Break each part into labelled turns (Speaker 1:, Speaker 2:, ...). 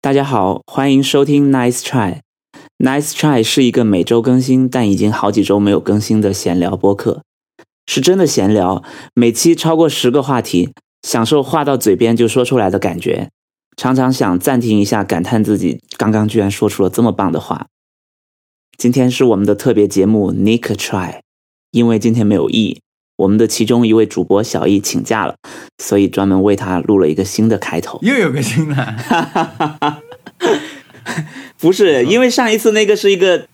Speaker 1: 大家好，欢迎收听 Nice Try。Nice Try 是一个每周更新但已经好几周没有更新的闲聊播客，是真的闲聊，每期超过十个话题，享受话到嘴边就说出来的感觉。常常想暂停一下，感叹自己刚刚居然说出了这么棒的话。今天是我们的特别节目 Nick Try，因为今天没有 E，我们的其中一位主播小易请假了，所以专门为他录了一个新的开头。
Speaker 2: 又有个新的，
Speaker 1: 不是，因为上一次那个是一个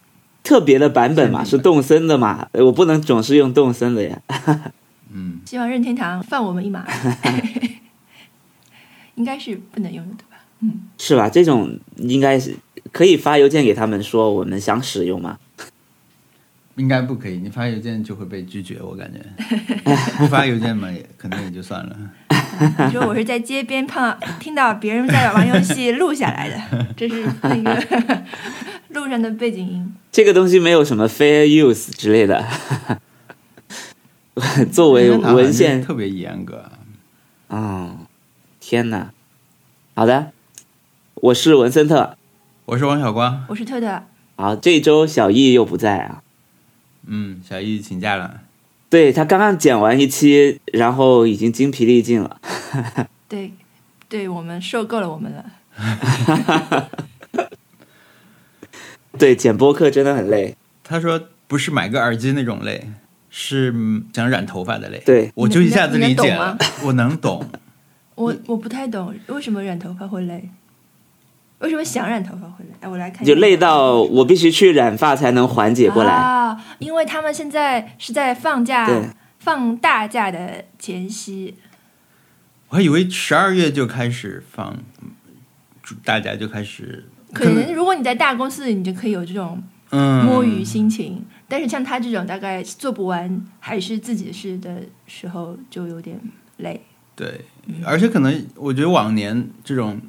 Speaker 1: 特别的版本嘛，是动森的嘛，呃我不能总是用动森的呀。
Speaker 2: 嗯，
Speaker 3: 希望任天堂放我们一马， 应该是不能用的吧？
Speaker 1: 是吧？这种应该是可以发邮件给他们说我们想使用吗？
Speaker 2: 应该不可以，你发邮件就会被拒绝，我 感觉。不发邮件嘛，也可能也就算了。
Speaker 3: 你说我是在街边碰听到 别人在玩游戏录下来的， 这是那个 路上的背景音。
Speaker 1: 这个东西没有什么 fair use 之类的。 作为
Speaker 2: 任天堂好像
Speaker 1: 文献
Speaker 2: 特别严格，
Speaker 1: 啊、天哪！好的，我是文森特。
Speaker 2: 我是王小光，
Speaker 3: 我是特特，
Speaker 1: 好，这周小易又不在啊。
Speaker 2: 嗯，小易请假了，
Speaker 1: 对他刚刚剪完一期，然后已经精疲力尽了。
Speaker 3: 对，对我们受够了我们了。
Speaker 1: 对，剪播客真的很累。
Speaker 2: 他说不是买个耳机那种累，是嗯想染头发的累。
Speaker 1: 对
Speaker 2: 我就一下子理
Speaker 3: 你
Speaker 2: 解
Speaker 3: 能
Speaker 2: 了
Speaker 3: 懂吗，
Speaker 2: 我能懂，
Speaker 3: 我我不太懂为什么染头发会累，为什么想染头发会累？哎，我来看一下，
Speaker 1: 就累到我必须去染发才能缓解过来。
Speaker 3: 啊，因为他们现在是在放假
Speaker 1: 对，
Speaker 3: 放大假的前夕，
Speaker 2: 我还以为十二月就开始放，大家就开始
Speaker 3: 可能如果你在大公司，你就可以有这种
Speaker 2: 嗯
Speaker 3: 摸鱼心情。但是像他这种大概做不完还是自己的事的时候，就有点累。
Speaker 2: 对，而且可能我觉得往年这种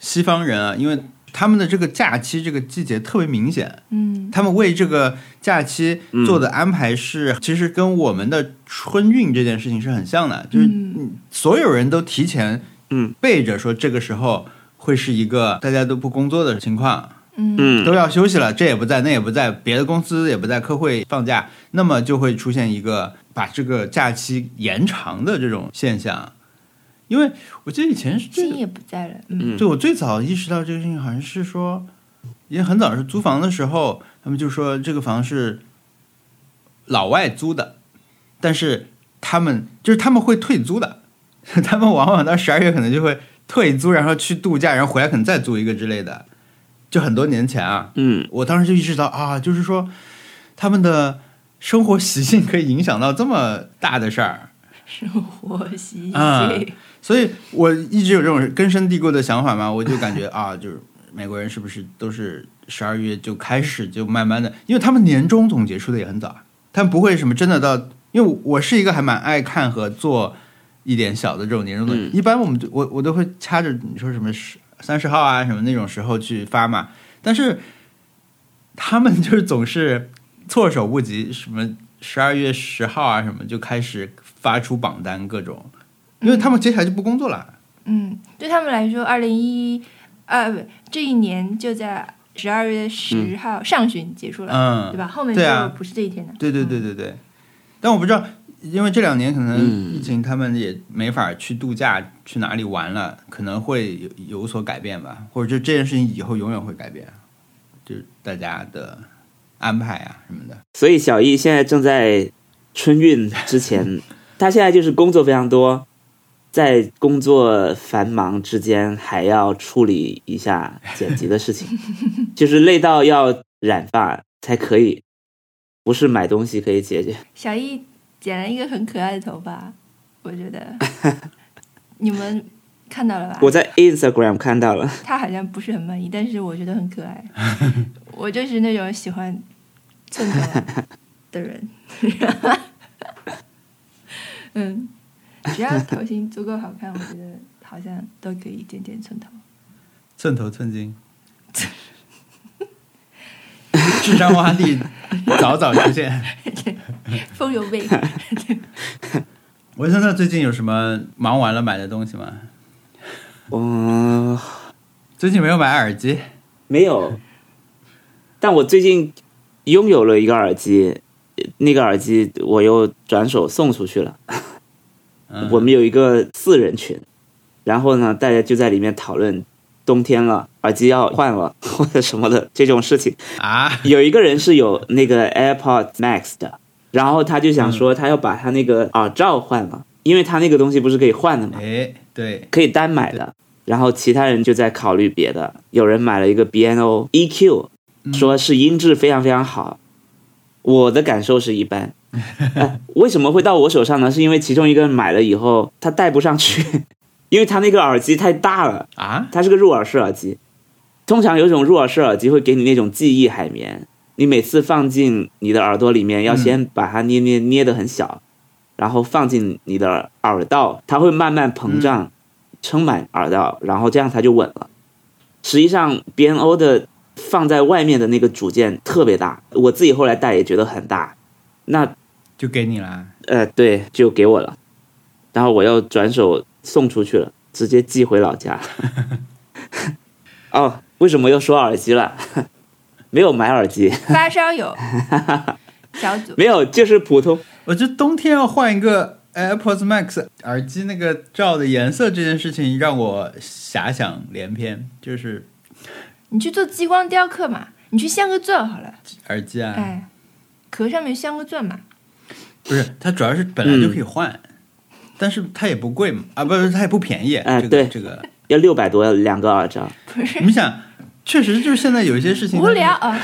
Speaker 2: 西方人啊，因为他们的这个假期这个季节特别明显，
Speaker 3: 嗯，
Speaker 2: 他们为这个假期做的安排是，其实跟我们的春运这件事情是很像的，就是
Speaker 3: 嗯
Speaker 2: 所有人都提前
Speaker 1: 嗯
Speaker 2: 备着说这个时候会是一个大家都不工作的情况，
Speaker 3: 嗯
Speaker 2: 都
Speaker 1: 嗯，
Speaker 2: 要休息了，这也不在，那也不在，别的公司也不在，科会放假，那么就会出现一个把这个假期延长的这种现象。因为我记得以前是这
Speaker 3: 心
Speaker 2: 个，
Speaker 3: 也不在了。嗯
Speaker 1: 嗯
Speaker 2: 对我最早意识到这个事情，好像是说，也很早是租房的时候，他们就说这个房是老外租的，但是他们就是他们会退租的， 他们往往到十二月可能就会退租，然后去度假，然后回来可能再租一个之类的，就很多年前啊，
Speaker 1: 嗯，
Speaker 2: 我当时就意识到啊，就是说他们的生活习性可以影响到这么大的事儿，
Speaker 3: 生活习
Speaker 2: 啊
Speaker 3: 性。
Speaker 2: 所以我一直有这种根深蒂固的想法嘛，我就感觉啊，就是美国人是不是都是十二月就开始就慢慢的，因为他们年终总结出的也很早啊，他们不会什么真的到，因为我是一个还蛮爱看和做一点小的这种年终总结，
Speaker 1: 嗯
Speaker 2: 一般我们就我我都会掐着你说什么十三十号啊什么那种时候去发嘛，但是他们就是总是措手不及，什么十二月十号啊什么就开始发出榜单各种。因为他们接下来就不工作了。
Speaker 3: 嗯，对他们来说，二零一啊不，这一年就在十二月十号、上旬结束了，
Speaker 2: 嗯
Speaker 3: 对吧？后面
Speaker 2: 对啊
Speaker 3: 就不是这一天了。
Speaker 2: 对对对对对。嗯但我不知道，因为这两年可能
Speaker 1: 嗯
Speaker 2: 疫情，他们也没法去度假，去哪里玩了，可能会有有所改变吧，或者就这件事情以后永远会改变，就是大家的安排啊什么的。
Speaker 1: 所以小易现在正在春运之前，他现在就是工作非常多，在工作繁忙之间还要处理一下剪辑的事 情，就是累到要染发才可以，不是买东西可以解 决。
Speaker 3: 小易剪了一个很可爱的头发，我觉 得你们看到了吧？
Speaker 1: 我在 Instagram 看到了，
Speaker 3: 他好像不是很满意，但是我觉得很可 爱。我就是那种喜欢寸头啊 的人。 嗯，只要头型足够好看，我觉得好像都可以剪剪寸头。
Speaker 2: 寸头寸金，智商洼地早早出现。
Speaker 3: 风油 味，
Speaker 2: 文森特最近有什么忙完了买的东西吗？
Speaker 1: 嗯、
Speaker 2: 最近没有买耳机，
Speaker 1: 没有，但我最近拥有了一个耳机，那个耳机我又转手送出去了。
Speaker 2: 嗯、
Speaker 1: 我们有一个四人群，然后呢，大家就在里面讨论冬天了，耳机要换了 或者什么的这种事情。
Speaker 2: 啊，
Speaker 1: 有一个人是有那个 AirPods Max 的，然后他就想说他要把他那个耳罩换了，因为他那个东西不是可以换的嘛，
Speaker 2: 哎，对，
Speaker 1: 可以单买的。然后其他人就在考虑别的，有人买了一个 BNO EQ，
Speaker 2: 嗯
Speaker 1: 说是音质非常非常好，我的感受是一般。哎为什么会到我手上呢？是因为其中一个人买了以后，他戴不上去，因为他那个耳机太大了，
Speaker 2: 啊，
Speaker 1: 它是个入耳式耳机。通常有一种入耳式耳机会给你那种记忆海绵，你每次放进你的耳朵里面，要先把它捏捏捏得很小，然后放进你的耳道，它会慢慢膨胀，撑满耳道，然后这样它就稳了。实际上，BNO 的放在外面的那个组件特别大，我自己后来戴也觉得很大。那
Speaker 2: 就给你啦。
Speaker 1: 呃，对，就给我了，然后我又转手送出去了，直接寄回老家。 哦，为什么又说耳机了？ 没有买耳机，
Speaker 3: 发烧友小组
Speaker 1: 没有，就是普通。
Speaker 2: 我这冬天要换一个 AirPods Max 耳机，那个罩的颜色这件事情让我遐想连篇，就是
Speaker 3: 你去做激光雕刻嘛，你去镶个钻好了，
Speaker 2: 耳机
Speaker 1: 嗯
Speaker 2: 啊，
Speaker 3: 哎，壳上面镶个钻嘛，
Speaker 2: 不是，它主要是本来就可以换，但是它也不贵嘛，啊，不是，它也不便宜。
Speaker 1: 哎
Speaker 2: 这个
Speaker 1: 对
Speaker 2: 这个，
Speaker 1: 要六百多两个耳罩，
Speaker 3: 不是
Speaker 2: 你想，确实就是现在有一 些事情
Speaker 3: 无聊。啊，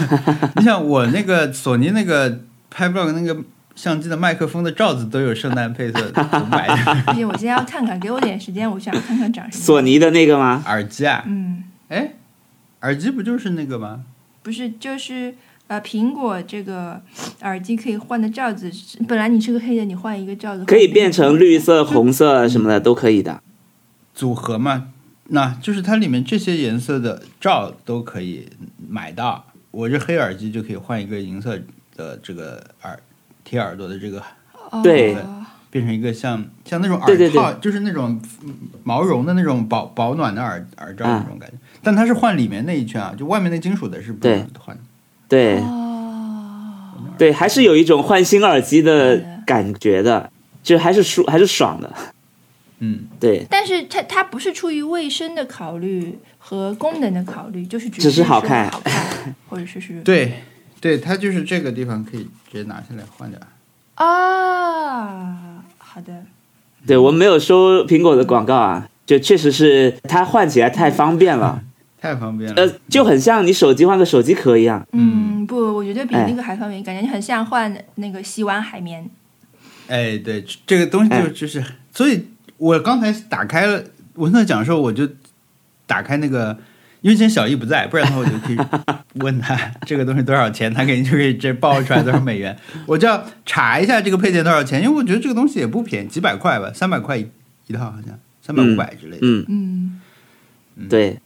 Speaker 2: 你想我那个索尼那个拍 vlog 那个相机的麦克风的罩子都有圣诞配 色，我买的
Speaker 3: 不行，我今天要看看，给我点时间，我想看看长什么样。
Speaker 1: 索尼的那个吗？
Speaker 2: 耳机啊，
Speaker 3: 嗯，
Speaker 2: 哎，耳机不就是那个吗？
Speaker 3: 不是，就是呃，苹果这个耳机可以换的罩子，是本来你是个黑的，你换一个罩子
Speaker 1: 可以变成绿，色、红色什么的都可以的。
Speaker 2: 组合嘛，那就是它里面这些颜色的罩都可以买到。我这黑耳机就可以换一个银色的这个耳贴耳朵的这个
Speaker 3: 哦、
Speaker 1: 对
Speaker 2: 变成一个像像那种耳套，
Speaker 1: 对对
Speaker 2: 就是那种嗯毛绒的那种保保暖的耳耳罩
Speaker 1: 啊
Speaker 2: 那种感觉。但它是换里面那一圈啊，就外面那金属的是不能换的。
Speaker 1: 对
Speaker 3: 哦，
Speaker 1: 对，还是有一种换新耳机的感觉的，就还是舒还是爽的。
Speaker 2: 嗯，
Speaker 1: 对，
Speaker 3: 但是它它不是出于卫生的考虑和功能的考虑，就是只
Speaker 1: 只是
Speaker 3: 是
Speaker 1: 好
Speaker 3: 看
Speaker 1: 看，
Speaker 3: 或者是是
Speaker 2: 对对，它就是这个地方可以直接拿下来换掉。
Speaker 3: 啊，好的，
Speaker 1: 对我们没有收苹果的广告啊，就确实是它换起来太方便了。
Speaker 2: 太方便了。
Speaker 1: 呃，就很像你手机换个手机壳一样。
Speaker 2: 嗯
Speaker 3: 嗯，不，我觉得
Speaker 1: 哎
Speaker 3: 比那个还方便，感觉很像换那个洗碗海绵。
Speaker 2: 哎，对，这这个东西就
Speaker 1: 哎
Speaker 2: 就是，所以我刚才打开了文特讲的时候，我就打开那个，因为今天小易不在，不然的话我就可以问他这个东西多少钱，他肯定就可以直接报出来多少美元。 我就要查一下这个配件多少钱，因为我觉得这个东西也不便宜，几百块吧，三百块一一套好像，三百
Speaker 1: 嗯
Speaker 2: 五百之类的。
Speaker 1: 嗯，
Speaker 3: 嗯，
Speaker 1: 对，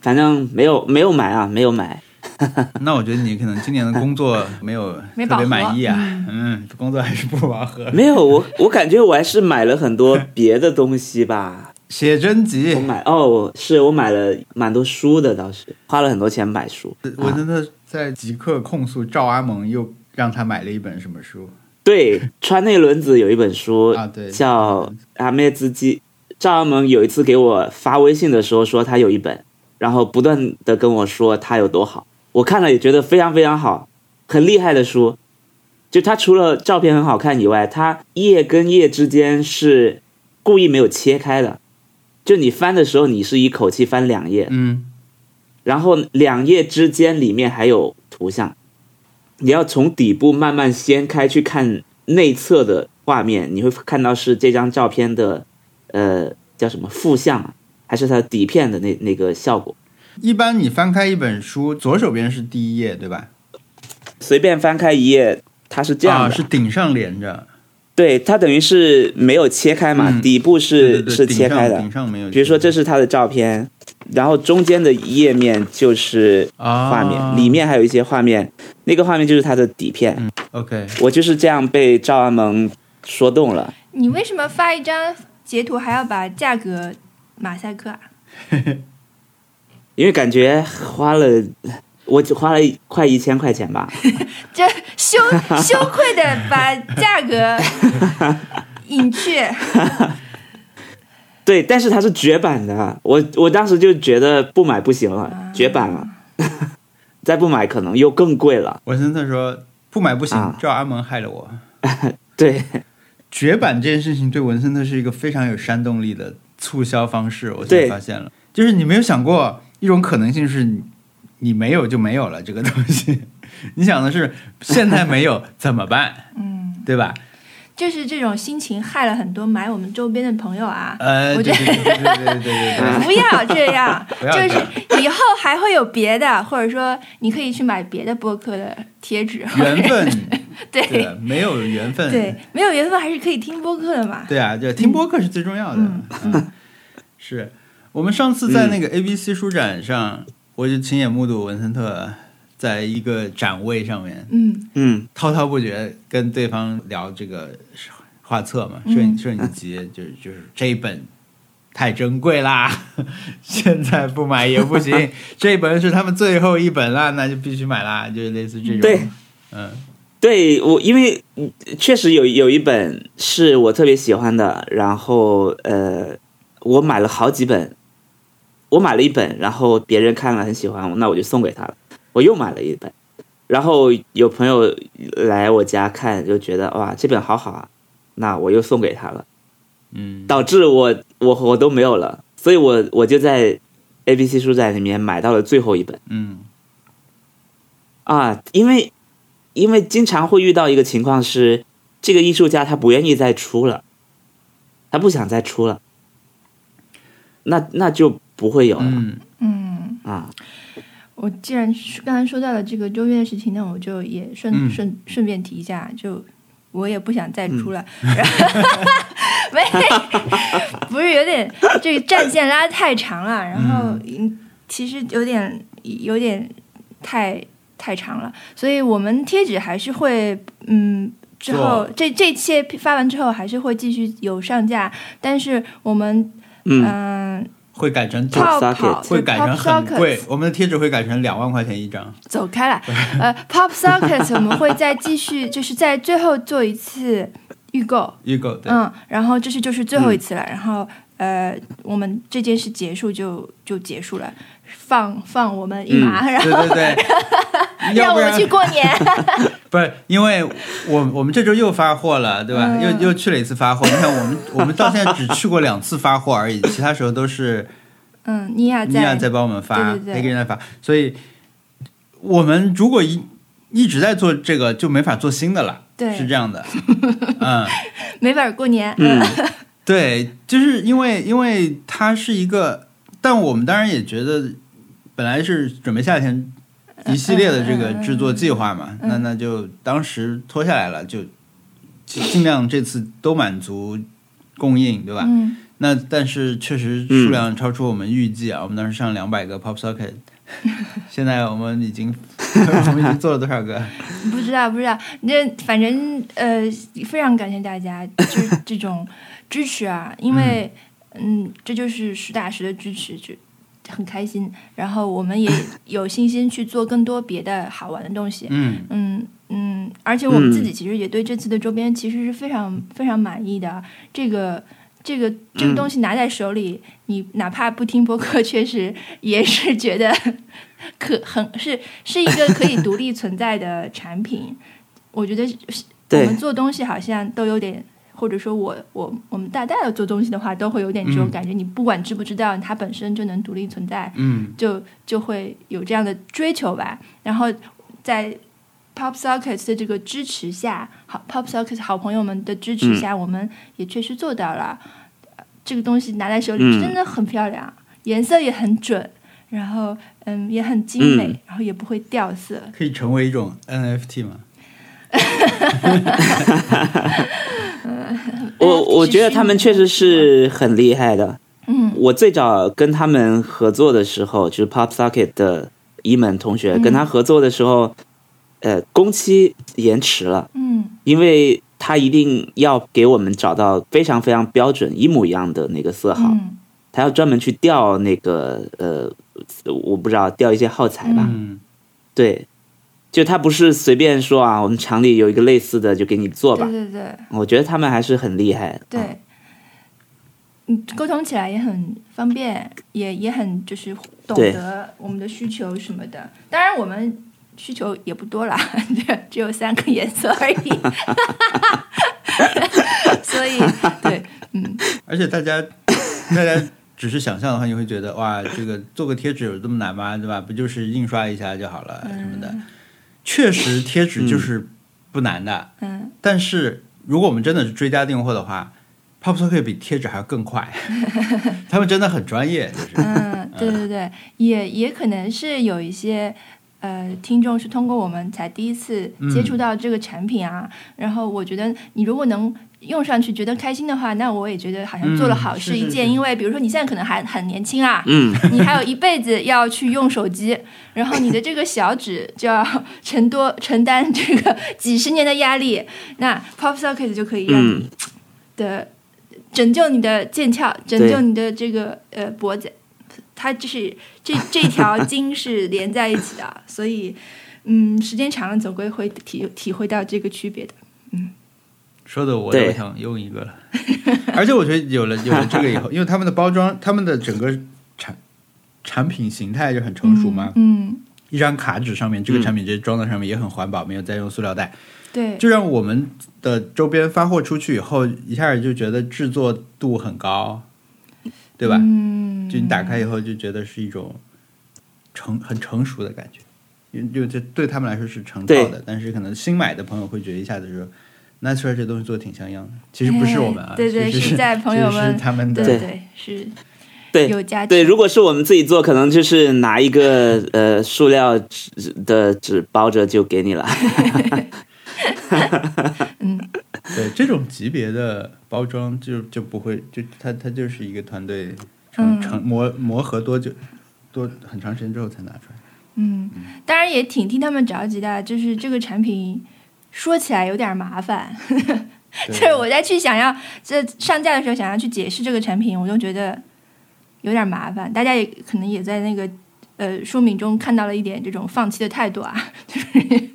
Speaker 1: 反正没有没有买啊，没有买。
Speaker 2: 那我觉得你可能今年的工作没有
Speaker 3: 没
Speaker 2: 特
Speaker 3: 饱
Speaker 2: 别
Speaker 3: 和
Speaker 2: 满意啊，嗯，工作还是不饱和。
Speaker 1: 没有我，我感觉我还是买了很多别的东西吧。
Speaker 2: 写真集
Speaker 1: 我，买哦，是我买了蛮多书的，倒是花了很多钱买书。啊
Speaker 2: 我真的在极客控诉赵阿蒙又让他买了一本什么书
Speaker 1: 对，川内伦子有一本书
Speaker 2: 啊？对，
Speaker 1: 叫《阿灭之基》，赵阿蒙有一次给我呃发微信的时候说他有一本，然后不断的跟我说它有多好，我看了也觉得非常非常好，很厉害的书。就它除了照片很好看以外，它页跟页之间是故意没有切开的，就你翻的时候你是一口气翻两页，
Speaker 2: 嗯
Speaker 1: 然后两页之间里面还有图像，你要从底部慢慢掀开去看内侧的画面，你会看到是这张照片的，呃，叫什么副像啊，还是它的底片的那那个效果。
Speaker 2: 一般你翻开一本书，左手边是第一页，对吧？
Speaker 1: 随便翻开一页，它是这样的，
Speaker 2: 啊，是顶上连着，
Speaker 1: 对，它等于是没有切开嘛，
Speaker 2: 嗯
Speaker 1: 底部是
Speaker 2: 对对对
Speaker 1: 是
Speaker 2: 顶
Speaker 1: 切
Speaker 2: 上
Speaker 1: 开的
Speaker 2: 顶。上没有。
Speaker 1: 比如说这是它的照片，然后中间的页面就是
Speaker 2: 啊
Speaker 1: 画面，里面还有一些画面，那个画面就是它的底片。
Speaker 2: OK，
Speaker 1: 我就是这样被赵阿蒙说动了。
Speaker 3: 你为什么发一张截图还要把价格马赛克啊？
Speaker 1: 因为感觉花了我只花了快一千块钱吧，
Speaker 3: 这 羞羞愧的把价格隐去，
Speaker 1: 对，但是它是绝版的，我我当时就觉得不买不行了，绝版了， 再不买可能又更贵了。
Speaker 2: 我森特说不买不行
Speaker 1: 啊，
Speaker 2: 赵阿蒙害了我。
Speaker 1: 对，
Speaker 2: 绝版这件事情对文森特是一个非常有煽动力的促销方式，我现在
Speaker 1: 对
Speaker 2: 发现了，就是你没有想过一种可能性是你你没有就没有了这个东西， 你想的是现在没有怎么办，
Speaker 3: 嗯，
Speaker 2: 对吧？
Speaker 3: 就是这种心情害了很多买我们周边的朋友啊。
Speaker 2: 呃，
Speaker 3: 我
Speaker 2: 对
Speaker 3: 觉
Speaker 2: 对
Speaker 3: 得
Speaker 2: 对对
Speaker 3: 嗯
Speaker 2: 对对对对
Speaker 3: 不要这样，
Speaker 2: 不要这
Speaker 3: 就
Speaker 2: 样
Speaker 3: 是以后还会有别的，或者说你可以去买别的播客的贴纸。
Speaker 2: 对，缘分，对
Speaker 3: 对
Speaker 2: 的，没有缘分，
Speaker 3: 对，嗯没有缘分还是可以听播客的嘛。
Speaker 2: 对啊，对，听播客是最重要的。嗯，是我们上次在
Speaker 3: 嗯
Speaker 2: 那个 ABC 书展上，我就亲眼目睹文森特在一个展位上面
Speaker 3: 嗯
Speaker 1: 嗯，
Speaker 2: 滔滔不绝跟对方聊这个画册嘛，摄影摄影集，就是就是这一本。太珍贵啦， 现在不买也不行。这本是他们最后一本啦，那就必须买啦，就是类似这种。
Speaker 1: 对，
Speaker 2: 嗯，
Speaker 1: 对我，因为嗯确实有有一本是我特别喜欢的，然后呃，我买了好几本，我买了一本，然后别人看了很喜欢，那我就送给他了，我又买了一本，然后有朋友来我家看，就觉得哇这本好好啊，那我又送给他了，
Speaker 2: 嗯，
Speaker 1: 导致我我我都没有了，所以我我就在 A B C 书展里面买到了最后一本。
Speaker 2: 嗯
Speaker 1: 啊，因为因为经常会遇到一个情况是，这个艺术家他不愿意再出了，他不想再出了，那那就不会有了、
Speaker 2: 嗯，
Speaker 3: 嗯，
Speaker 1: 啊。
Speaker 3: 我既然说刚才说到了这个周边的事情，那我就也顺、
Speaker 2: 嗯
Speaker 3: 顺顺便提一下，就我也不想再出了。 没，不是有点这个战线拉得太长了，然后嗯其实有点有点太太长了，所以我们贴纸还是会嗯。之后，
Speaker 2: 做
Speaker 3: 这这期发完之后还是会继续有上架，但是我们
Speaker 1: 嗯
Speaker 3: 嗯、
Speaker 2: 会改成
Speaker 1: 它
Speaker 3: 泡
Speaker 1: Pop
Speaker 3: 泡
Speaker 1: Socket
Speaker 2: 会改成
Speaker 3: Pop
Speaker 2: 很
Speaker 3: Socket
Speaker 2: 贵，我们的贴纸会改成两万块钱一张。
Speaker 3: 走开了。呃，Pop Socket 我们会再继续，就是在最后做一次预购，
Speaker 2: 预购对，嗯
Speaker 3: 嗯，然后这是就是最后一次了，然后呃，我们这件事结束就就结束了，放放我们一马，然
Speaker 2: 对
Speaker 3: 后
Speaker 2: 对对，嗯
Speaker 3: 让
Speaker 2: 要
Speaker 3: 我
Speaker 2: 不
Speaker 3: 们
Speaker 2: 然
Speaker 3: 去过 年。
Speaker 2: 不是因为我我们这周又发货了，对吧？
Speaker 3: 嗯
Speaker 2: 又又去了一次发货。你看我们我们到现在只去过两次发货而 已，其他时候都是
Speaker 3: 嗯，尼亚
Speaker 2: 妮
Speaker 3: 在，
Speaker 2: 亚在帮我们发，
Speaker 3: 对对对
Speaker 2: 黑人在发，所以我们如果一一直在做这个，就没法做新的了。
Speaker 3: 对
Speaker 2: 是这样 的，嗯。
Speaker 3: 没法过年。
Speaker 1: 嗯，
Speaker 2: 对，就是因为因为它是一个，但我们当然也觉得，本来是准备夏天一系列的这个制作计划嘛，
Speaker 3: 嗯嗯嗯
Speaker 2: 那那就当时拖下来了，就尽尽量这次都满足供应，对吧？
Speaker 3: 嗯
Speaker 2: 那但是确实数量超出我们预计啊，我们当时上两百个 Pop Socket，现在我们已经 我们已经做了多少个？
Speaker 3: 嗯，不知道不知道，那反正呃，非常感谢大家就是 这种支持啊，因为嗯这就是实打实的支持，就很开心。然后我们也有信心去做更多别的好玩的东西。
Speaker 2: 嗯
Speaker 3: 嗯嗯，而且我们自
Speaker 1: 嗯
Speaker 3: 己其实也对这次的周边其实是非常非常满意的。这个这个这个
Speaker 1: 嗯
Speaker 3: 东西拿在手里，你哪怕不听播客，确实也是觉得 可很是是一个可以独立存在的产品。我觉得是我
Speaker 1: 对
Speaker 3: 们，做东西好像都有点，或者说我我我们大大的做东西的话，都会有点这种
Speaker 2: 嗯
Speaker 3: 感觉。你不管知不知道，它本身就能独立存在。
Speaker 2: 嗯
Speaker 3: 就就会有这样的追求吧。然后在 Pop Socket 的这个支持下，好 Pop Socket 好朋友们的支
Speaker 1: 嗯
Speaker 3: 持下，我们也确实做到了。呃这个东西拿在手里
Speaker 1: 嗯
Speaker 3: 真的很漂亮，颜色也很准，然后嗯也很精美，
Speaker 1: 嗯
Speaker 3: 然后也不会掉色。
Speaker 2: 可以成为一种 NFT 吗？
Speaker 3: 呃
Speaker 1: 我我觉得他们确实是很厉害的，
Speaker 3: 嗯
Speaker 1: 我最早跟他们合作的时候，就是 Pop Socket 的一门同学，
Speaker 3: 嗯
Speaker 1: 跟他合作的时候，呃，工期延迟了，
Speaker 3: 嗯
Speaker 1: 因为他一定要给我们找到非常非常标准一模一样的那个色号，
Speaker 3: 嗯
Speaker 1: 他要专门去调那个呃我不知道调一些耗材吧。
Speaker 2: 嗯
Speaker 1: 对，就他不是随便说啊，我们厂里有一个类似的就给你做吧
Speaker 3: 对。对对
Speaker 1: 我觉得他们还是很厉害。嗯
Speaker 3: 对，嗯，沟通起来也很方便，也也很就是懂
Speaker 1: 对
Speaker 3: 得我们的需求什么的。当然我们。需求也不多啦， 只只有三个颜色而已， 所以对，嗯，
Speaker 2: 而且大家 大家只是想象的话，你会觉得哇，这个做个贴纸有这么难吗？对吧？不就是印刷一下就好了什么的。确实，贴纸就是不难的。
Speaker 3: 嗯，
Speaker 2: 但是如果我们真的是追加订货的话 p o p s o c k e t 比贴纸还要更快，他们真的很专业，就是
Speaker 3: 嗯，对对对，也也可能是有一些呃听众是通过我们才第一次
Speaker 2: 嗯
Speaker 3: 接触到这个产品啊。然后我觉得你如果能用上去觉得开心的话，那我也觉得好像做了
Speaker 2: 嗯
Speaker 3: 好
Speaker 2: 是
Speaker 3: 事
Speaker 2: 是
Speaker 3: 一件。
Speaker 2: 是
Speaker 3: 因为比如说你现在可能还很年轻啊，
Speaker 1: 嗯，
Speaker 3: 你还有一辈子要去用手机，然后你的这个小指就要承多承担这个几十年的压力，那 Pop Socket 就可以让你
Speaker 1: 嗯，
Speaker 3: 的呃拯救你的剑鞘，拯救你的这个呃脖子，它就是这这条筋是连在一起的， 所以嗯，时间长了总归会体体会到这个区别的。
Speaker 2: 说的我
Speaker 1: 对
Speaker 2: 都想用一个了。 而且我觉得有了有了这个以 后，因为他们的包装，他们的整个产产品形态就很成熟嘛。
Speaker 3: 嗯，
Speaker 2: 一张卡纸上面，这个产品直接装在上面也很环保，没有再用塑料袋，
Speaker 3: 对，
Speaker 2: 就让我们的周边发货出去以后，一下就觉得制作度很高，对吧？
Speaker 3: 嗯，
Speaker 2: 就你打开以后就觉得是一种成很成熟的感觉，因因为这对他们来说是成套的，但是可能新买的朋友会觉得一下子说。那确实这东西做的挺像样的，其实不是我们啊，
Speaker 3: 哎对对
Speaker 2: 其实
Speaker 3: 是在朋友
Speaker 2: 其
Speaker 3: 们
Speaker 2: 实是他们的
Speaker 3: 对
Speaker 1: 对
Speaker 3: 对是
Speaker 1: 对
Speaker 3: 有价值。
Speaker 1: 对，如果是我们自己做，可能就是拿一个呃塑料纸的纸包着就给你了。
Speaker 2: 对这种级别的包装就就不会，就它它就是一个团队成
Speaker 3: 嗯
Speaker 2: 成磨磨合多久，多很长时间之后才拿出来。
Speaker 3: 嗯，当然也挺替他们着急的，就是这个产品说起来有点麻烦，
Speaker 2: 对
Speaker 3: 就是我在去想要这上架的时候想要去解释这个产品，我就觉得有点麻烦。大家也可能也在那个呃说明中看到了一点这种放弃的态度啊， 就是你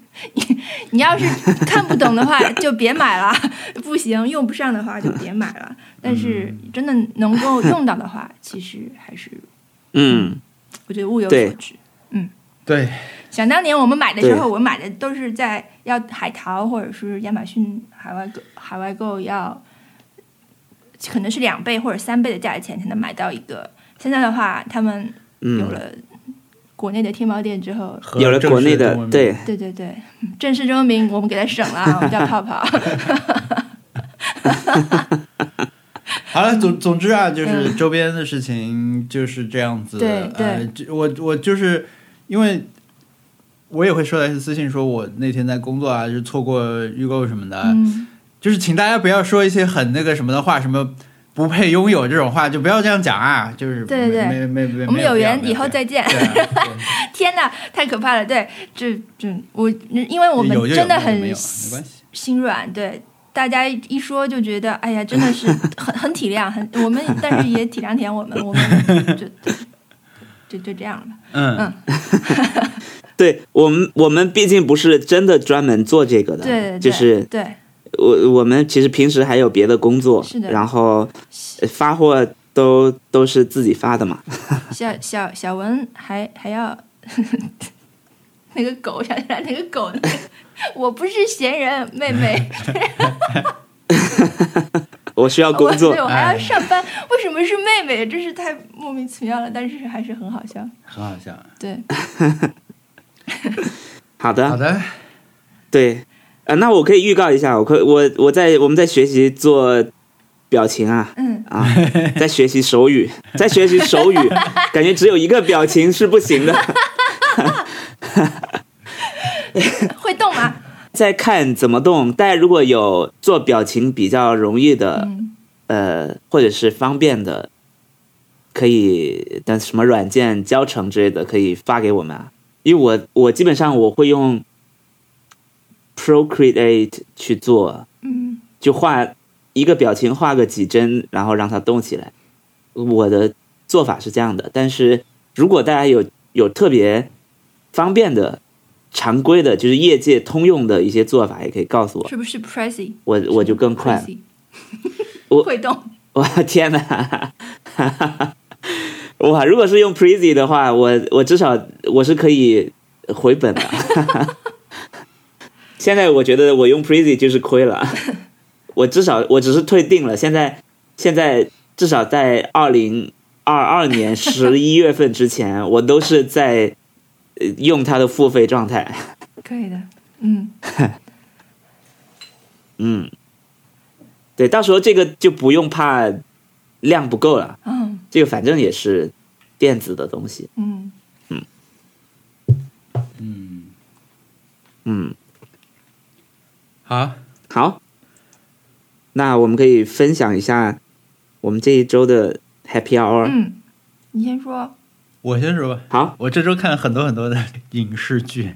Speaker 3: 你要是看不懂的话就别买了，不行用不上的话就别买了。但是
Speaker 2: 嗯
Speaker 3: 真的能够用到的话，其实还是
Speaker 1: 嗯，
Speaker 3: 我觉得物有
Speaker 1: 对
Speaker 3: 所值。
Speaker 2: 对，
Speaker 3: 想当年我们买的时候，
Speaker 1: 对
Speaker 3: 我买的都是在要海淘或者是亚马逊海外购海外购要，可能是两倍或者三倍的价钱才能买到一个。现在的话，他们
Speaker 1: 嗯
Speaker 3: 有了国内的天猫店之后，
Speaker 2: 和
Speaker 1: 有了
Speaker 2: 正
Speaker 1: 国内
Speaker 2: 式
Speaker 1: 的
Speaker 2: 中文名
Speaker 1: 对，
Speaker 3: 对对对，嗯正式中文名我们给它省了啊，我们叫 泡泡。
Speaker 2: 好了，总总之啊，就是周边的事情就是这样子。
Speaker 3: 对
Speaker 2: 呃
Speaker 3: 对
Speaker 2: 这我我就是因为我也会收到一些私信，说我那天在工作啊，就错过预购什么的。
Speaker 3: 嗯，
Speaker 2: 就是请大家不要说一些很那个什么的话，什么不配拥有这种话，就不要这样讲啊。就是
Speaker 3: 对对
Speaker 2: 没没没没，
Speaker 3: 我
Speaker 2: 没
Speaker 3: 们
Speaker 2: 有
Speaker 3: 有
Speaker 2: 必要
Speaker 3: 缘
Speaker 2: 没有
Speaker 3: 以后
Speaker 2: 必要
Speaker 3: 再见。
Speaker 2: 对啊
Speaker 3: 天哪，太可怕了！对，这这我因为我
Speaker 2: 对
Speaker 3: 们
Speaker 2: 有就有
Speaker 3: 真的
Speaker 2: 没有就
Speaker 3: 很
Speaker 2: 没有没关系。
Speaker 3: 心软，对大家一说就觉得，哎呀，真的 是很很体谅，很我们，但是也体谅体谅我们，我们就就就就这样了吧。
Speaker 2: 嗯
Speaker 3: 嗯，
Speaker 1: 对我们我们毕竟不是真的专门做这个的，
Speaker 3: 对，对
Speaker 1: 就是
Speaker 3: 对
Speaker 1: 我我们其实平时还有别的工作，
Speaker 3: 是的
Speaker 1: 然后呃发货都都是自己发的嘛，
Speaker 3: 小小小文还还要 那个狗，想起来那个狗，那个我不是闲人，妹妹，
Speaker 1: 我需要
Speaker 3: 我
Speaker 1: 工作
Speaker 3: 对，我还
Speaker 2: 哎
Speaker 3: 要上班，为什么是妹妹？真是太莫名其妙了，但是还是很好笑。
Speaker 2: 很好
Speaker 1: 啊
Speaker 2: 笑。
Speaker 3: 对，
Speaker 1: 好的，
Speaker 2: 好的，
Speaker 1: 对，呃，那我可以预告一下，我可我我在我们在学习做表情啊
Speaker 3: 嗯，
Speaker 1: 啊，在学习手语，在学习手语，感觉只有一个表情是不行的，
Speaker 3: 会动吗？
Speaker 1: 在看怎么动。大家如果有做表情比较容易的，
Speaker 3: 嗯
Speaker 1: 呃，或者是方便的，可以但什么软件教程之类的，可以发给我们啊。因为我我基本上我会用 Procreate 去做，
Speaker 3: 嗯，
Speaker 1: 就画一个表情，画个几帧，然后让它动起来。我的做法是这样的，但是如果大家有有特别方便的、常规的，就是业界通用的一些做法，也可以告诉我，
Speaker 3: 是不是 Pricey？
Speaker 1: 我我就更快了。
Speaker 3: Pricey
Speaker 1: 我
Speaker 3: 会动，
Speaker 1: 哇，天哪！ 哇，如果是用 Prezi 的话，我我至少我是可以回本的。 现在我觉得我用 Prezi 就是亏了，我至少我只是退订了。现在现在至少在二零二二年十一月份之前，我都是在呃用它的付费状态。
Speaker 3: 可以的，嗯，
Speaker 1: 嗯，对，到时候这个就不用怕量不够了。
Speaker 3: 嗯
Speaker 1: 这个反正也是电子的东西，
Speaker 3: 嗯，
Speaker 2: 嗯，
Speaker 1: 嗯，
Speaker 2: 好，
Speaker 1: 好，那我们可以分享一下我们这一周的 Happy Hour。
Speaker 3: 嗯，你先说，
Speaker 2: 我先说吧。
Speaker 1: 好，
Speaker 2: 我这周看了很多很多的影视剧，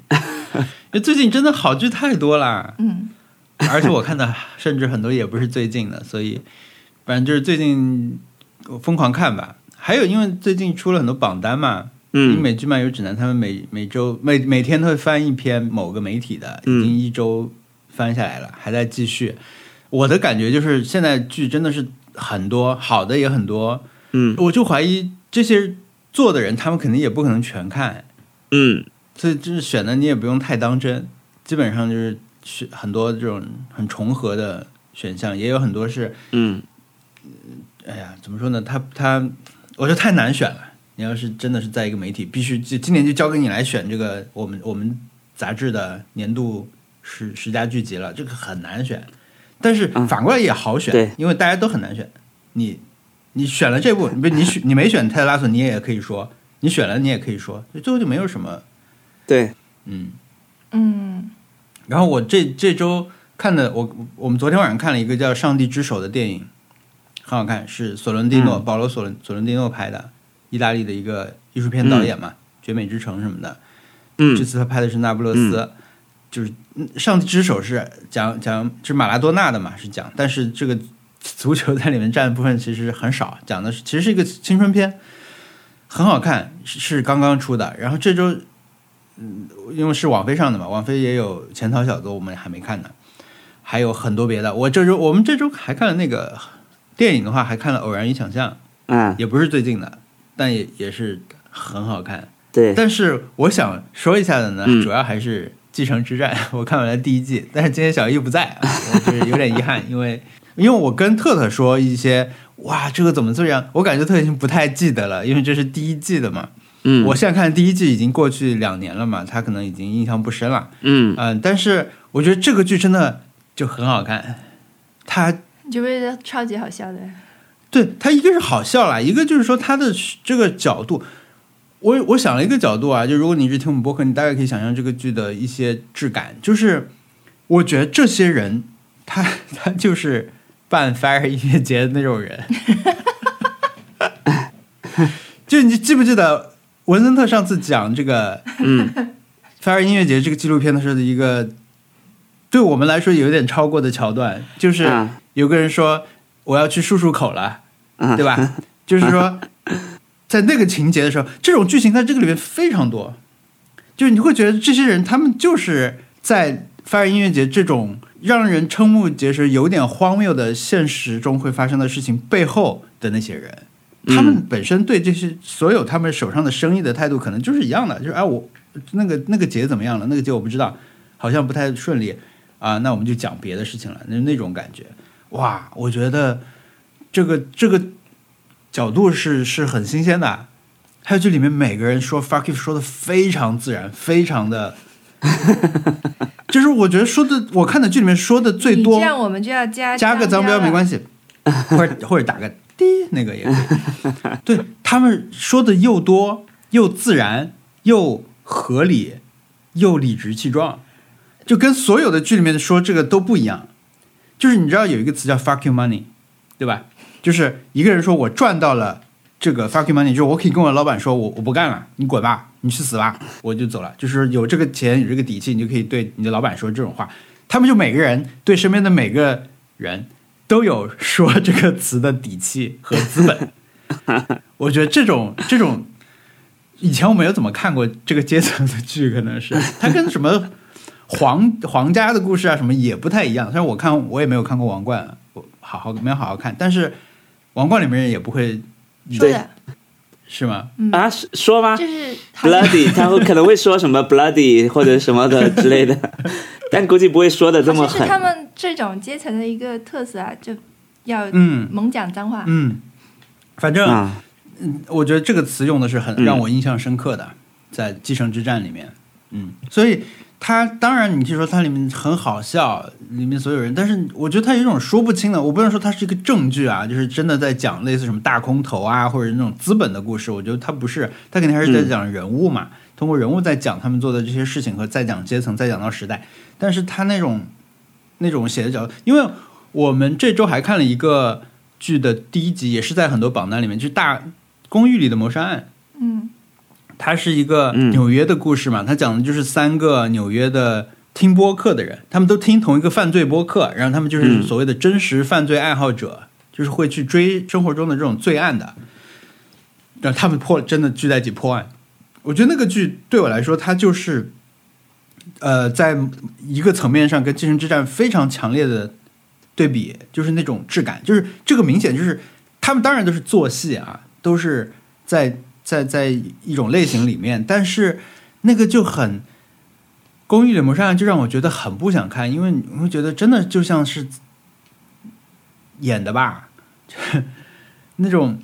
Speaker 2: 因为最近真的好剧太多啦，
Speaker 3: 嗯
Speaker 2: 而且我看的甚至很多也不是最近的，所以反正就是最近我疯狂看吧。还有因为最近出了很多榜单嘛，英
Speaker 1: 嗯
Speaker 2: 美剧漫游指南，他们每每周每每天都会翻一篇某个媒体的，
Speaker 1: 嗯
Speaker 2: 已经一周翻下来了，还在继续。我的感觉就是现在剧真的是很多，好的也很多，
Speaker 1: 嗯
Speaker 2: 我就怀疑这些做的人，他们肯定也不可能全看，
Speaker 1: 嗯
Speaker 2: 所以就是选的你也不用太当真，基本上就是选很多这种很重合的选项，也有很多是，
Speaker 1: 嗯
Speaker 2: 哎呀，怎么说呢？他他，我觉得太难选了。你要是真的是在一个媒体，必须就今年就交给你来选这个我们我们杂志的年度十十佳剧集了，这个很难选。但是
Speaker 1: 嗯
Speaker 2: 反过来也好选，
Speaker 1: 对
Speaker 2: 因为大家都很难选。你你选了这部，不，你选你没选泰德拉索，你也可以说；你选了，你也可以说。就最后就没有什么，
Speaker 1: 对，
Speaker 2: 嗯，
Speaker 3: 嗯
Speaker 2: 然后我这这周看的，我我们昨天晚上看了一个叫《上帝之手》的电影，很好看，是索伦蒂诺、
Speaker 1: 嗯
Speaker 2: 保罗索伦索伦蒂诺拍的，意大利的一个艺术片导演嘛，绝美之城》什么的。这
Speaker 1: 嗯
Speaker 2: 次他拍的是那不勒斯，就是嗯《上帝之手》是讲讲是马拉多纳的嘛，是讲，但是这个足球在里面占的部分其实很少，讲的是其实是一个青春片，很好看，是是刚刚出的。然后这周，嗯，因为是网飞上的嘛，网飞也有《潜逃小子》，我们还没看呢，还有很多别的。我这周我们这周还看了那个电影的话，还看了《偶然与想象》，
Speaker 1: 啊，
Speaker 2: 也不是最近的，但也也是很好看。
Speaker 1: 对，
Speaker 2: 但是我想说一下的呢，
Speaker 1: 嗯
Speaker 2: 主要还是《继承之战》， 我看完了第一季，但是今天小易不在啊，我就是有点遗憾，因为因为我跟特特说一些，哇，这个怎么这样？我感觉特特已经不太记得了，因为这是第一季的嘛。
Speaker 1: 嗯
Speaker 2: 我现在看第一季已经过去两年了嘛，他可能已经印象不深了。
Speaker 1: 嗯
Speaker 2: 嗯、但是我觉得这个剧真的就很好看，它
Speaker 3: 你觉不觉得超级好笑的？
Speaker 2: 对他一个是好笑啦，一个就是说他的这个角度，我我想了一个角度啊，就如果你一直听我们播客，你大概可以想象这个剧的一些质感，就是我觉得这些人他他就是办 fire 音乐节的那种人，就你记不记得文森特上次讲这个
Speaker 1: 嗯
Speaker 2: fire 音乐节这个纪录片的时候的一个对我们来说有点超过的桥段， 就是
Speaker 1: 啊
Speaker 2: 有个人说我要去漱漱口了。
Speaker 1: 啊，
Speaker 2: 对吧？就是说，在那个情节的时候，这种剧情在这个里面非常多，就是你会觉得这些人他们就是在 Fire 音乐节这种让人瞠目结舌、有点荒谬的现实中会发生的事情背后的那些人。
Speaker 1: 嗯
Speaker 2: 他们本身对这些所有他们手上的生意的态度，可能就是一样的，就是哎，我那个那个节怎么样了？那个节我不知道，好像不太顺利啊。那我们就讲别的事情了，那那种感觉，哇，我觉得这个这个角度是是很新鲜的。还有这里面每个人说 “fuck you” 说的非常自然，非常的， 就是我觉得说的，我看的剧里面说的最多，
Speaker 3: 你这样我们就要加
Speaker 2: 加个脏标没关
Speaker 3: 系。
Speaker 2: 系，或者或者打个滴那个也可以。对他们说的又多又自然又合理又理直气壮，就跟所有的剧里面说这个都不一样。就是你知道有一个词叫 “fuck you money”，对吧？就是一个人说我赚到了这个 “fuck you money”，就是我可以跟我老板说我我不干了，你滚吧，你去死吧，我就走了。就是有这个钱有这个底气，你就可以对你的老板说这种话。他们就每个人对身边的每个人都有说这个词的底气和资本。我觉得这种这种以前我没有怎么看过这个阶层的剧，可能是它跟什么皇 皇家的故事啊什么也不太一样。虽然我看我也没有看过《王冠》，我好好没有好好看，但是《王冠》里面人也不会
Speaker 3: 说的
Speaker 2: 是吗？
Speaker 1: 啊，是说吗
Speaker 3: 就是好像
Speaker 1: ？bloody，他会可能会说什么 bloody 或者什么的之类的， 但估计不会说的这
Speaker 3: 好
Speaker 1: 么
Speaker 3: 像是
Speaker 1: 狠。
Speaker 3: 他们这种阶层的一个特色啊，就要
Speaker 2: 嗯
Speaker 3: 猛讲脏话。
Speaker 2: 嗯，反正、
Speaker 1: 啊，
Speaker 2: 我觉得这个词用的是很
Speaker 1: 嗯
Speaker 2: 让我印象深刻的，在《继承之战》里面，嗯，所以它当然你就说它里面很好笑，里面所有人，但是我觉得它有一种说不清的，我不能说它是一个正剧啊，就是真的在讲类似什么大空头啊，或者那种资本的故事，我觉得它不是，它肯定还是在讲人物嘛，通过人物在讲他们做的这些事情和再讲阶层，再讲到时代，但是他那种那种写的角度，因为我们这周还看了一个剧的第一集，也是在很多榜单里面，就是大公寓里的谋杀案，
Speaker 3: 嗯
Speaker 2: 它是一个
Speaker 1: 嗯
Speaker 2: 纽约的故事嘛，它讲的就是三个纽约的听播客的人，他们都听同一个犯罪播客，然后他们就是
Speaker 1: 嗯
Speaker 2: 所谓的真实犯罪爱好者，就是会去追生活中的这种罪案的，让他们破真的聚在一起破案。我觉得那个剧对我来说，它就是，呃，在一个层面上跟《精神之战》非常强烈的对比，就是那种质感，就是这个明显就是他们当然都是做戏啊，都是在在在一种类型里面，但是那个就很《公寓里谋杀案》就让我觉得很不想看，因为你会觉得真的就像是演的吧，那种，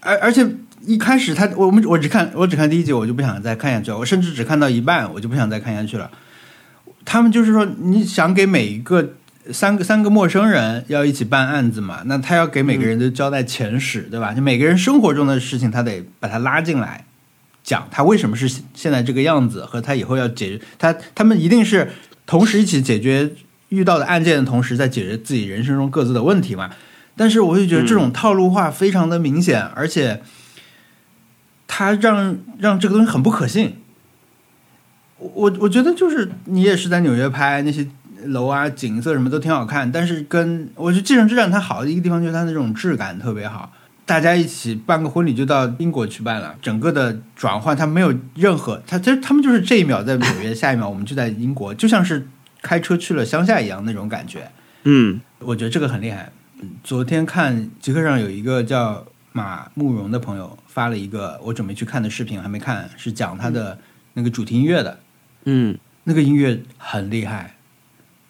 Speaker 2: 而而且一开始他我们我只看我只看第一集，我就不想再看下去了，我甚至只看到一半，我就不想再看下去了。他们就是说，你想给每一个三个三个陌生人要一起办案子嘛，那他要给每个人都交代前史，对吧？就每个人生活中的事情，他得把他拉进来。讲他为什么是现在这个样子，和他以后要解决他他们一定是同时一起解决遇到的案件的同时，在解决自己人生中各自的问题嘛。但是我就觉得这种套路化非常的明显，而且它让让这个东西很不可信。我我我觉得就是你也是在纽约拍那些楼啊、景色什么都挺好看，但是跟我觉得《继承之战》它好的一个地方就是它的这种质感特别好。大家一起办个婚礼就到英国去办了，整个的转换它没有任何，它这他们就是这一秒在纽约，下一秒我们就在英国，就像是开车去了乡下一样那种感觉。
Speaker 1: 嗯
Speaker 2: 我觉得这个很厉害。嗯昨天看极客上有一个叫马慕容的朋友发了一个我准备去看的视频，还没看，是讲他的那个主题音乐的，
Speaker 1: 嗯
Speaker 2: 那个音乐很厉害。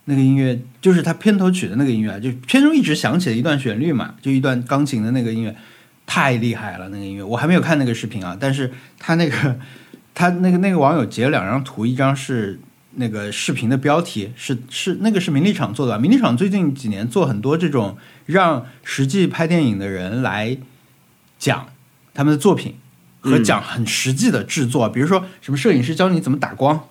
Speaker 2: 那个音乐就是他片头曲的那个音乐，就片中一直响起的一段旋律嘛，就一段钢琴的那个音乐，太厉害了那个音乐。我还没有看那个视频啊，但是他那个他那个那个网友截了两张图，一张是那个视频的标题，是是那个是名利场做的吧？啊名利场最近几年做很多这种让实际拍电影的人来讲他们的作品和
Speaker 1: 嗯
Speaker 2: 讲很实际的制作，比如说什么摄影师教你怎么打光，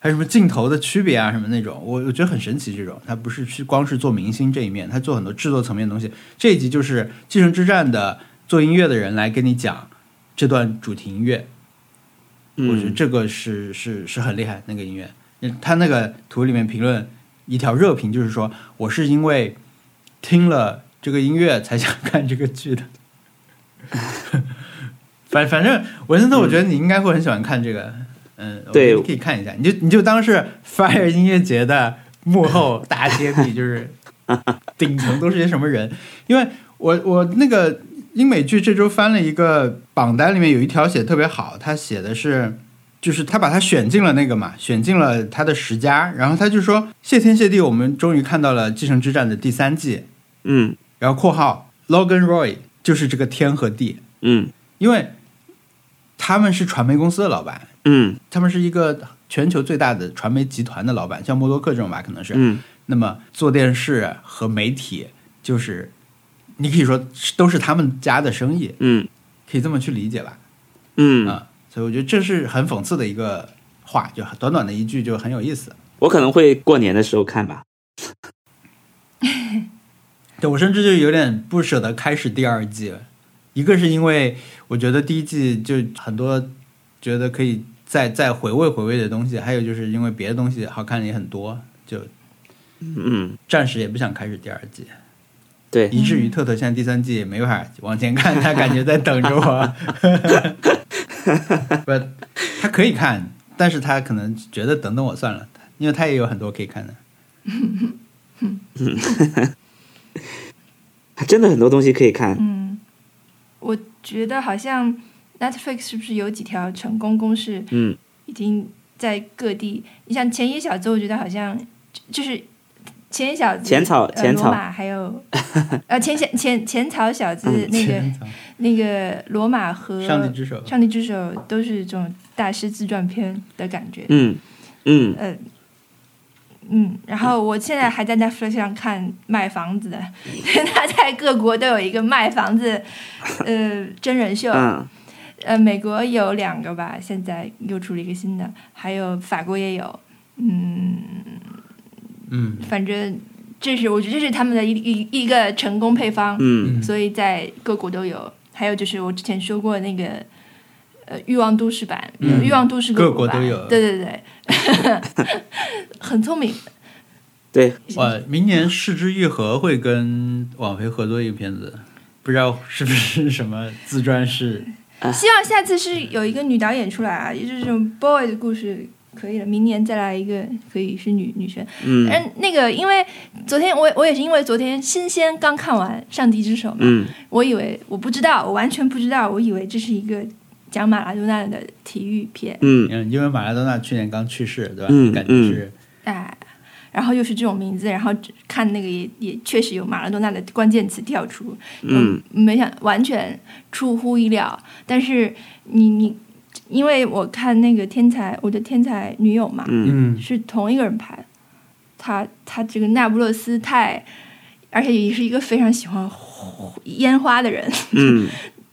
Speaker 2: 还有什么镜头的区别啊，什么那种，我我觉得很神奇。这种他不是去光是做明星这一面，他做很多制作层面的东西。这一集就是《继承之战》的做音乐的人来跟你讲这段主题音乐，我觉得
Speaker 1: 嗯，
Speaker 2: 这个是是是很厉害那个音乐。他那个图里面评论一条热评就是说，我是因为听了这个音乐才想看这个剧的。 反反正文森特，我觉得你应该会很喜欢看这个，嗯，我觉得
Speaker 1: 对
Speaker 2: 你可以看一下，你就你就当是 Fire 音乐节的幕后大揭秘，就是顶层都是些什么人，因为我我那个英美剧这周翻了一个榜单，里面有一条写得特别好，他写的是，就是他把他选进了那个嘛，选进了他的十佳，然后他就说谢天谢地，我们终于看到了《继承之战》的第三季，
Speaker 1: 嗯
Speaker 2: 然后括号 Logan Roy 就是这个天和地，
Speaker 1: 嗯
Speaker 2: 因为他们是传媒公司的老板，
Speaker 1: 嗯
Speaker 2: 他们是一个全球最大的传媒集团的老板，像默多克这种吧，可能是，
Speaker 1: 嗯
Speaker 2: 那么做电视和媒体就是，你可以说是都是他们家的生意，
Speaker 1: 嗯
Speaker 2: 可以这么去理解吧？
Speaker 1: 嗯，
Speaker 2: 啊，所以我觉得这是很讽刺的一个话，就短短的一句就很有意思。
Speaker 1: 我可能会过年的时候看吧。
Speaker 2: 对我甚至就有点不舍得开始第二季了，一个是因为我觉得第一季就很多觉得可以再再回味回味的东西，还有就是因为别的东西好看的也很多，就
Speaker 1: 嗯
Speaker 2: 暂时也不想开始第二季。
Speaker 3: 嗯
Speaker 1: 对，
Speaker 2: 一至于特特现在第三季也没法往前看，他感觉在等着 我。不，他可以看，但是他可能觉得等等我算了，因为他也有很多可以看的。
Speaker 1: 真的很多东西可以看。
Speaker 3: 嗯，我觉得好像 Netflix 是不是有几条成功公式
Speaker 1: 嗯，
Speaker 3: 已经在各地？你像前一小子，我觉得好像就是前一小子、
Speaker 1: 浅草
Speaker 3: 呃
Speaker 1: 浅草
Speaker 3: 罗马还 有呃浅浅浅浅草小子
Speaker 1: 嗯
Speaker 3: 那个那个罗马和
Speaker 2: 上帝之手，
Speaker 3: 上帝之手都是这种大师自传片的感觉。
Speaker 1: 嗯嗯，
Speaker 3: 呃，嗯，然后我现在还在 Netflix 上看卖 房子的， 他在各国都有一个卖房子，呃，真人秀。
Speaker 1: 嗯
Speaker 3: 呃，美国有两个吧，现在又出了一个新的，还有法国也有。嗯，
Speaker 2: 嗯
Speaker 3: 反正这是我觉得这是他们的一一一个成功配方，
Speaker 1: 嗯
Speaker 2: 嗯
Speaker 3: 所以在各国都有。还有就是我之前说过那个。呃，欲望都市版，
Speaker 2: 嗯
Speaker 3: 欲望都市
Speaker 2: 各
Speaker 3: 国
Speaker 2: 国都
Speaker 3: 版
Speaker 2: 有
Speaker 3: 对对对， 很聪明，
Speaker 1: 对，
Speaker 2: 哇，呃明年《失之愈合》会跟网飞合作一个片子，不知道是不是什么自传式。
Speaker 3: 希望下次是有一个女导演出来啊，也就是这种 boy 的故事可以了。明年再来一个可以是女女生。
Speaker 1: 嗯
Speaker 3: 嗯，那个因为昨天我我也是因为昨天新鲜刚看完《上帝之手》嘛，
Speaker 1: 嗯
Speaker 3: 我以为我不知道，我完全不知道，我以为这是一个讲马拉多纳的体育片，
Speaker 1: 嗯
Speaker 2: 嗯，因为马拉多纳去年刚去世，对吧？
Speaker 1: 嗯
Speaker 2: 感觉是
Speaker 3: 哎。然后又是这种名字，然后看那个也也确实有马拉多纳的关键词跳出，
Speaker 1: 嗯，
Speaker 3: 没想完全出乎意料，但是你你，因为我看那个《天才我的天才女友》嘛，
Speaker 1: 嗯
Speaker 2: 嗯
Speaker 3: 是同一个人拍的，他他这个那不勒斯太，而且也是一个非常喜欢烟花的人，
Speaker 1: 嗯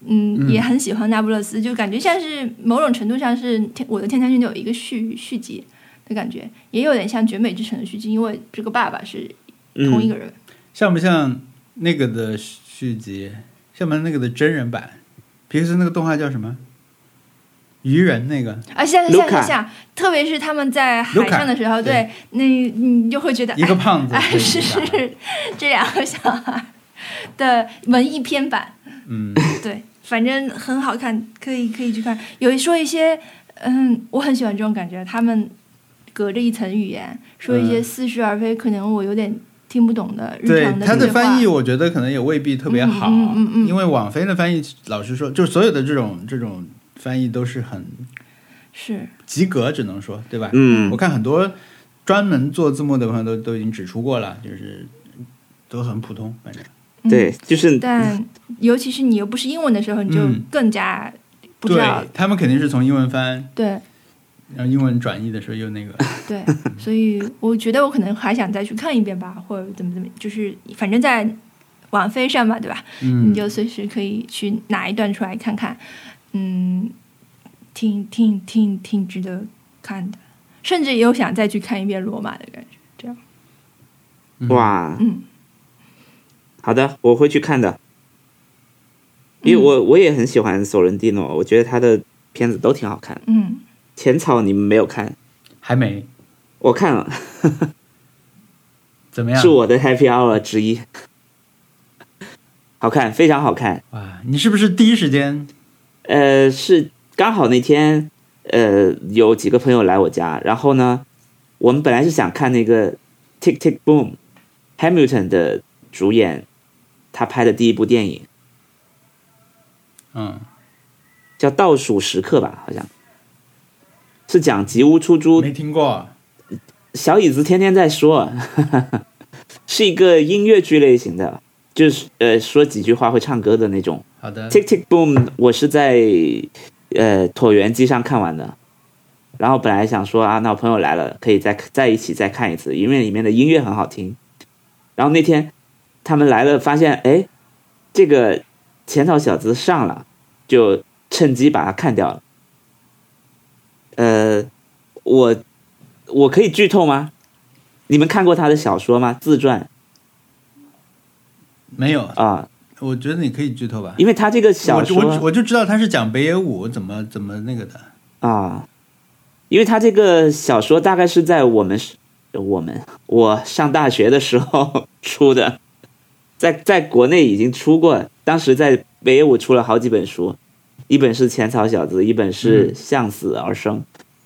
Speaker 3: 嗯，
Speaker 2: 嗯
Speaker 3: 也很喜欢那不勒斯，就感觉像是某种程度上是天我的天才女友一个续续集的感觉，也有点像《绝美之城》的续集，因为这个爸爸是
Speaker 1: 嗯，
Speaker 3: 同一个人，
Speaker 2: 像不像那个的续集？像不像那个的真人版？皮克斯那个动画叫什么？鱼人那个
Speaker 3: 啊，像像
Speaker 1: Luca
Speaker 3: 像像，特别是他们在海
Speaker 2: Luca，
Speaker 3: 上的时候，对，那你就会觉得，
Speaker 2: 一个胖子
Speaker 3: 哎，哎
Speaker 2: 对
Speaker 3: 是
Speaker 2: 吧
Speaker 3: 是这两个小孩的文艺片版，
Speaker 2: 嗯
Speaker 3: 对，反正很好看，可以可以去看。有说一些，嗯，我很喜欢这种感觉，他们隔着一层语言说一些
Speaker 2: 嗯
Speaker 3: 似是而非，可能我有点听不懂的日
Speaker 2: 对
Speaker 3: 常的
Speaker 2: 它的
Speaker 3: 对话
Speaker 2: 翻译，我觉得可能也未必特别好，
Speaker 3: 嗯嗯嗯嗯
Speaker 2: 因为网飞的翻译，老实说，就是所有的这种这种翻译都是很
Speaker 3: 是
Speaker 2: 及格，只能说对吧？
Speaker 1: 嗯
Speaker 2: 我看很多专门做字幕的朋友都都已经指出过了，就是都很普通，反正
Speaker 1: 对，就是
Speaker 3: 嗯但尤其是你又不是英文的时候，你就
Speaker 2: 嗯
Speaker 3: 更加不知
Speaker 2: 对
Speaker 3: 道，
Speaker 2: 他们肯定是从英文翻，
Speaker 3: 对。
Speaker 2: 然后英文转译的时候又那 个，
Speaker 3: 对，所以我觉得我可能还想再去看一遍吧，或者怎么怎么，就是反正在网飞上嘛，对吧？
Speaker 2: 嗯
Speaker 3: 你，就随时可以去拿一段出来看看，嗯，挺挺挺挺值得看的，甚至有想再去看一遍罗马的感觉。
Speaker 2: 嗯，
Speaker 1: 哇，
Speaker 3: 嗯，
Speaker 1: 好的，我会去看的，
Speaker 3: 嗯
Speaker 1: 因为我我也很喜欢索伦蒂诺，我觉得他的片子都挺好看。
Speaker 3: 嗯，
Speaker 1: 浅草你们没有看，
Speaker 2: 还没
Speaker 1: 我看了，
Speaker 2: 怎么样？
Speaker 1: 是我的 Happy Hour 之一，好看，非常好看。
Speaker 2: 哇，你是不是第一时间？
Speaker 1: 呃，是刚好那天，呃，有几个朋友来我家，然后呢，我们本来是想看那个《Tick Tick Boom》，Hamilton 的主演他拍的第一部电影
Speaker 2: 嗯，
Speaker 1: 叫《倒数时刻》吧，好像是讲吉屋出租
Speaker 2: 没听过，
Speaker 1: 小椅子天天在说， 是一个音乐剧类型的，就是呃说几句话会唱歌的那种。
Speaker 2: 好的，
Speaker 1: Tick Tick Boom，我是在呃椭圆机上看完的，然后本来想说啊，那我朋友来了，可以再在一起再看一次，因为里面的音乐很好听。然后那天他们来了，发现哎，这个浅草小子上了，就趁机把它看掉了。呃，我我可以剧透吗？你们看过他的小说吗？自传
Speaker 2: 没有，
Speaker 1: 啊，
Speaker 2: 我觉得你可以剧透吧。
Speaker 1: 因为他这个小
Speaker 2: 我
Speaker 1: 说
Speaker 2: 我我就知道他是讲北野武怎么怎么那个的，
Speaker 1: 啊，因为他这个小说大概是在我们是我们我上大学的时候 出的，在在国内已经出过，当时在北野武出了好几本书，一本是《浅草小子》，一本是《向死而生》，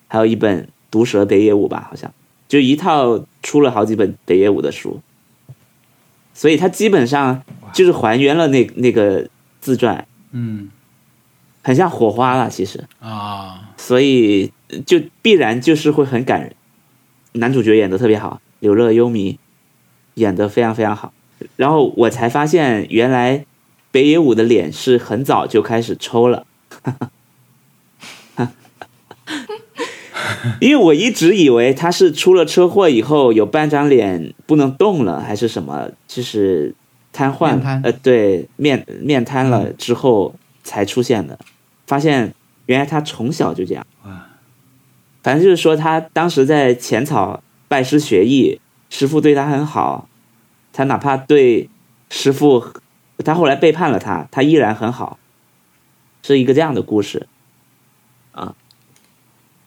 Speaker 1: 还有一本《毒蛇北野武》吧，好像就一套出了好几本北野武的书，所以他基本上就是还原了那那个自传，
Speaker 2: 嗯
Speaker 1: 很像火花了，其实，
Speaker 2: 啊，
Speaker 1: 所以呃就必然就是会很感人。男主角演的特别好，柳乐优弥演的非常非常好。然后我才发现，原来北野武的脸是很早就开始抽了， 因为我一直以为他是出了车祸以后有半张脸不能动了，还是什么，就是瘫痪
Speaker 2: 面，瘫嗯
Speaker 1: 呃，对，面面瘫了之后才出现的。发现原来他从小就这样。
Speaker 2: 哇，
Speaker 1: 反正就是说，他当时在浅草拜师学艺，师傅对他很好，他哪怕对师傅，他后来背叛了他，他依然很好，是一个这样的故事，啊，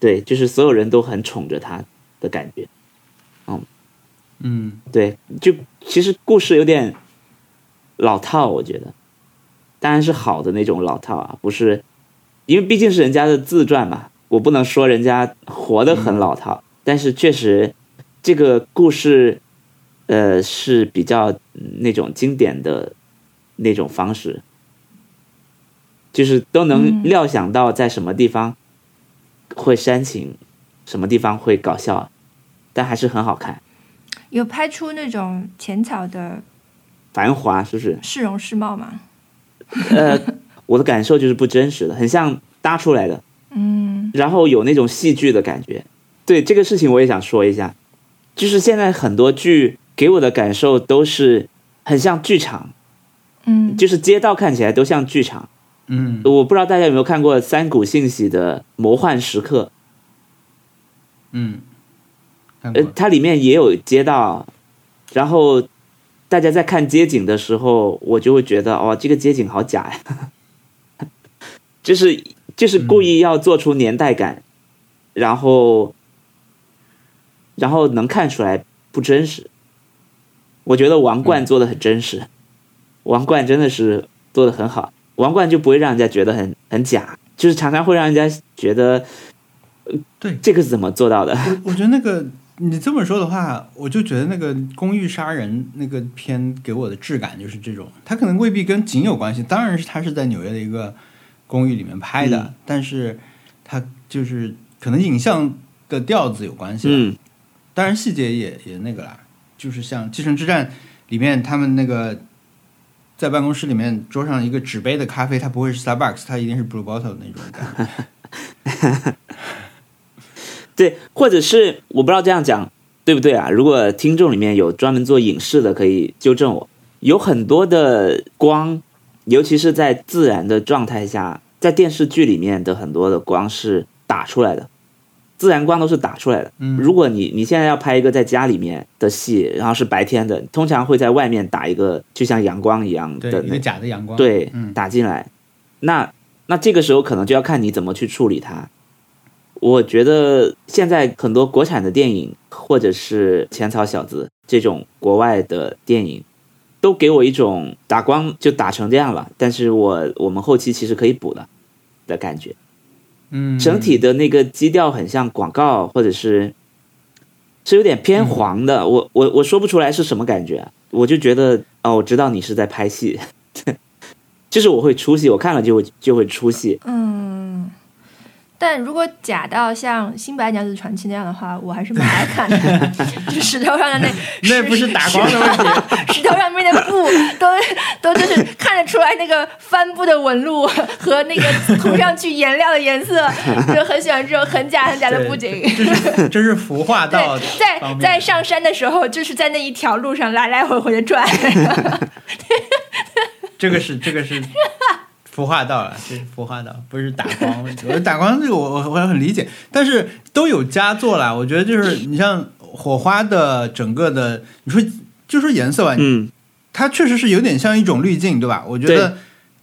Speaker 1: 对，就是所有人都很宠着他的感觉，
Speaker 2: 嗯
Speaker 1: 对，就其实故事有点老套，我觉得，当然是好的那种老套啊，不是，因为毕竟是人家的自传嘛，我不能说人家活得很老套，但是确实这个故事，呃，是比较嗯那种经典的那种方式，就是都能
Speaker 3: 嗯
Speaker 1: 料想到在什么地方会煽情，什么地方会搞笑，但还是很好看，
Speaker 3: 有拍出那种浅草的
Speaker 1: 繁华是不是？
Speaker 3: 市容市貌吗？
Speaker 1: 呃，我的感受就是不真实的，很像搭出来的，
Speaker 3: 嗯
Speaker 1: 然后有那种戏剧的感觉。对这个事情，我也想说一下，就是现在很多剧给我的感受都是很像剧场，
Speaker 3: 嗯，
Speaker 1: 就是街道看起来都像剧场。
Speaker 2: 嗯
Speaker 1: 我不知道大家有没有看过三谷幸喜的《魔幻时刻
Speaker 2: 嗯，看》，
Speaker 1: 呃
Speaker 2: 过，
Speaker 1: 它里面也有街道，然后大家在看街景的时候，我就会觉得哦，这个街景好假呀， 就是就是故意要做出年代感，然后然后能看出来不真实。我觉得王冠做的很真实，王冠真的是做的很好，王冠就不会让人家觉得很很假，就是常常会让人家觉得，呃
Speaker 2: 对啊
Speaker 1: 这个是怎么做到的？
Speaker 2: 我我觉得那个你这么说的话，我就觉得那个公寓杀人那个片给我的质感就是这种，它可能未必跟景有关系，当然是它是在纽约的一个公寓里面拍的，
Speaker 1: 嗯
Speaker 2: 但是它就是可能影像的调子有关系吧，
Speaker 1: 嗯
Speaker 2: 当然细节也也那个啦，就是像《继承之战》里面他们那个在办公室里面桌上一个纸杯的咖啡，它不会是 Starbucks，它一定是 Blue Bottle 那种感觉。
Speaker 1: 对，或者是我不知道这样讲对不对啊？如果听众里面有专门做影视的，可以纠正我。有很多的光，尤其是在自然的状态下，在电视剧里面的很多的光是打出来的，自然光都是打出来的。
Speaker 2: 嗯
Speaker 1: 如果你你现在要拍一个在家里面的戏，然后是白天的，通常会在外面打一个就像阳光一样
Speaker 2: 对
Speaker 1: 的，
Speaker 2: 一
Speaker 1: 那
Speaker 2: 个假的阳光。
Speaker 1: 对，
Speaker 2: 嗯
Speaker 1: 打进来。那那这个时候可能就要看你怎么去处理它。我觉得现在很多国产的电影，或者是《浅草小子》这种国外的电影，都给我一种打光就打成这样了，但是我我们后期其实可以补的的感觉。
Speaker 2: 嗯，
Speaker 1: 整体的那个基调很像广告，或者是是有点
Speaker 3: 嗯
Speaker 1: 偏黄的。我我我说不出来是什么感觉，我就觉得哦，我知道你是在拍戏， 就是我会出戏，我看了就会就会出戏。
Speaker 3: 嗯，但如果假到像《新白娘子传奇》那样的话，我还是蛮爱看的。 就石头上的那
Speaker 2: 那不是打光的问题，
Speaker 3: 石头上面的布都都就是看得出来那个帆布的纹路 和那个涂上去颜料的 颜色，就很喜欢这种很假很假的布景。
Speaker 2: 这是这是服化道
Speaker 3: 对，在
Speaker 2: 方面
Speaker 3: 在上山的时候，就是在那一条路上来来回回 的转。
Speaker 2: 这个是这个是服化道了，这是服化道，不是打光问题。我打光这个我我我很理解，但是都有佳作啦。我觉得就是你像火花的整个的，你说就说颜色吧，
Speaker 1: 嗯，
Speaker 2: 它确实是有点像一种滤镜，对吧？我觉
Speaker 1: 对
Speaker 2: 得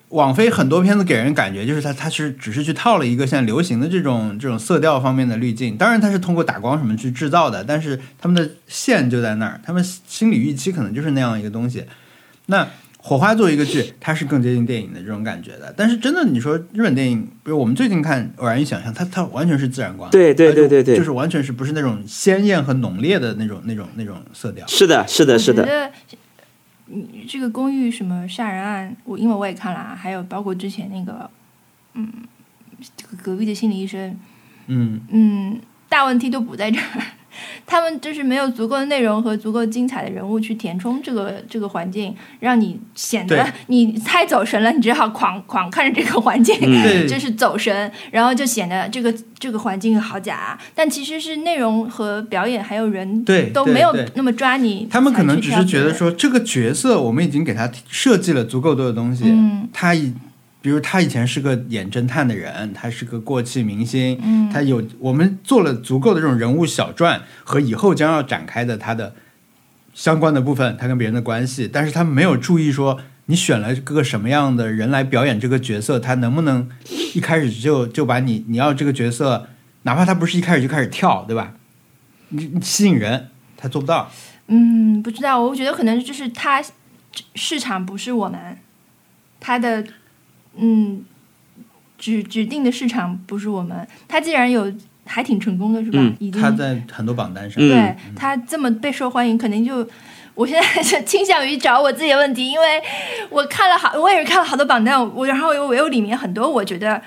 Speaker 2: 网飞很多片子给人感觉就是它它是只是去套了一个现在流行的这种这种色调方面的滤镜，当然它是通过打光什么去制造的，但是他们的线就在那儿，他们心理预期可能就是那样一个东西。那火花作为一个剧，它是更接近电影的这种感觉的。但是真的，你说日本电影，比如我们最近看《偶然与想象》，它它完全是自然光，
Speaker 1: 对对对对对
Speaker 2: 就是完全是不是那种鲜艳和浓烈的那种那种那种色调。
Speaker 1: 是的，是的，是
Speaker 3: 我觉
Speaker 1: 的，
Speaker 3: 得嗯这个公寓什么杀人案，我因为我也看了啊，还有包括之前那个，嗯，这个隔壁的心理医生，
Speaker 2: 嗯，
Speaker 3: 嗯，大问题都不在这儿，他们就是没有足够的内容和足够精彩的人物去填充这个这个环境，让你显得
Speaker 2: 对
Speaker 3: 你太走神了，你只好狂狂看着这个环境，
Speaker 1: 嗯
Speaker 2: 对，
Speaker 3: 就是走神，然后就显得这个这个环境好假、但其实是内容和表演还有人
Speaker 2: 对
Speaker 3: 都
Speaker 2: 对
Speaker 3: 没有
Speaker 2: 对
Speaker 3: 那么抓你，
Speaker 2: 他们可能
Speaker 3: 才去
Speaker 2: 只
Speaker 3: 挑
Speaker 2: 是觉得
Speaker 3: 选，
Speaker 2: 说这个角色我们已经给他设计了足够多的东西，
Speaker 3: 嗯
Speaker 2: 他以比如他以前是个演侦探的人，他是个过气明星，
Speaker 3: 嗯
Speaker 2: 他有我们做了足够的这种人物小传和以后将要展开的他的相关的部分，他跟别人的关系，但是他没有注意说你选了个什么样的人来表演这个角色，他能不能一开始就就把你你要这个角色，哪怕他不是一开始就开始跳，对吧？你你吸引人，他做不到。
Speaker 3: 嗯，不知道，我觉得可能就是他市场不是我们，他的嗯指指定的市场不是我们，他既然有还挺成功的是吧？
Speaker 1: 嗯
Speaker 3: 已经
Speaker 2: 他在很多榜单上，
Speaker 1: 嗯
Speaker 3: 对他这么备受欢迎，肯定就 我现在是倾向于找我自己的问题，因为我看了好，我也是看了好多榜单，我然后我有里面很多我觉得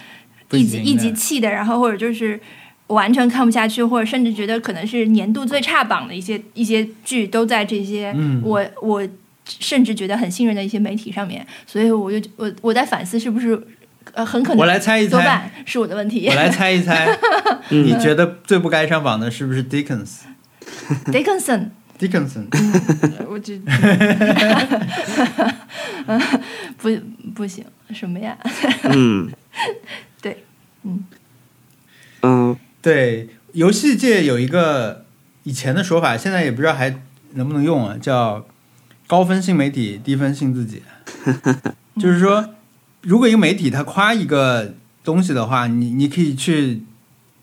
Speaker 2: 不
Speaker 3: 一
Speaker 2: 行
Speaker 3: 级
Speaker 2: 的
Speaker 3: 一级气的，然后或者就是完全看不下去，或者甚至觉得可能是年度最差榜的一些一些剧都在这些，
Speaker 2: 嗯
Speaker 3: 我我甚至觉得很信任的一些媒体上面，所以我就我我在反思是不是呃很可
Speaker 2: 我
Speaker 3: 能
Speaker 2: 来猜一
Speaker 3: 多
Speaker 2: 猜，
Speaker 3: 半是我的问题
Speaker 2: 我。来猜一猜，你觉得最不该上榜的是不是 Dickens？Dickinson，
Speaker 3: Dickinson，我 就嗯 不不行，什么呀？
Speaker 1: 嗯，
Speaker 3: 对，
Speaker 1: 嗯
Speaker 3: 嗯，
Speaker 1: 嗯，
Speaker 2: 对，游戏界有一个以前的说法，现在也不知道还能不能用啊，叫高分信媒体，低分信自己。就是说，如果一个媒体他夸一个东西的话，你你可以去，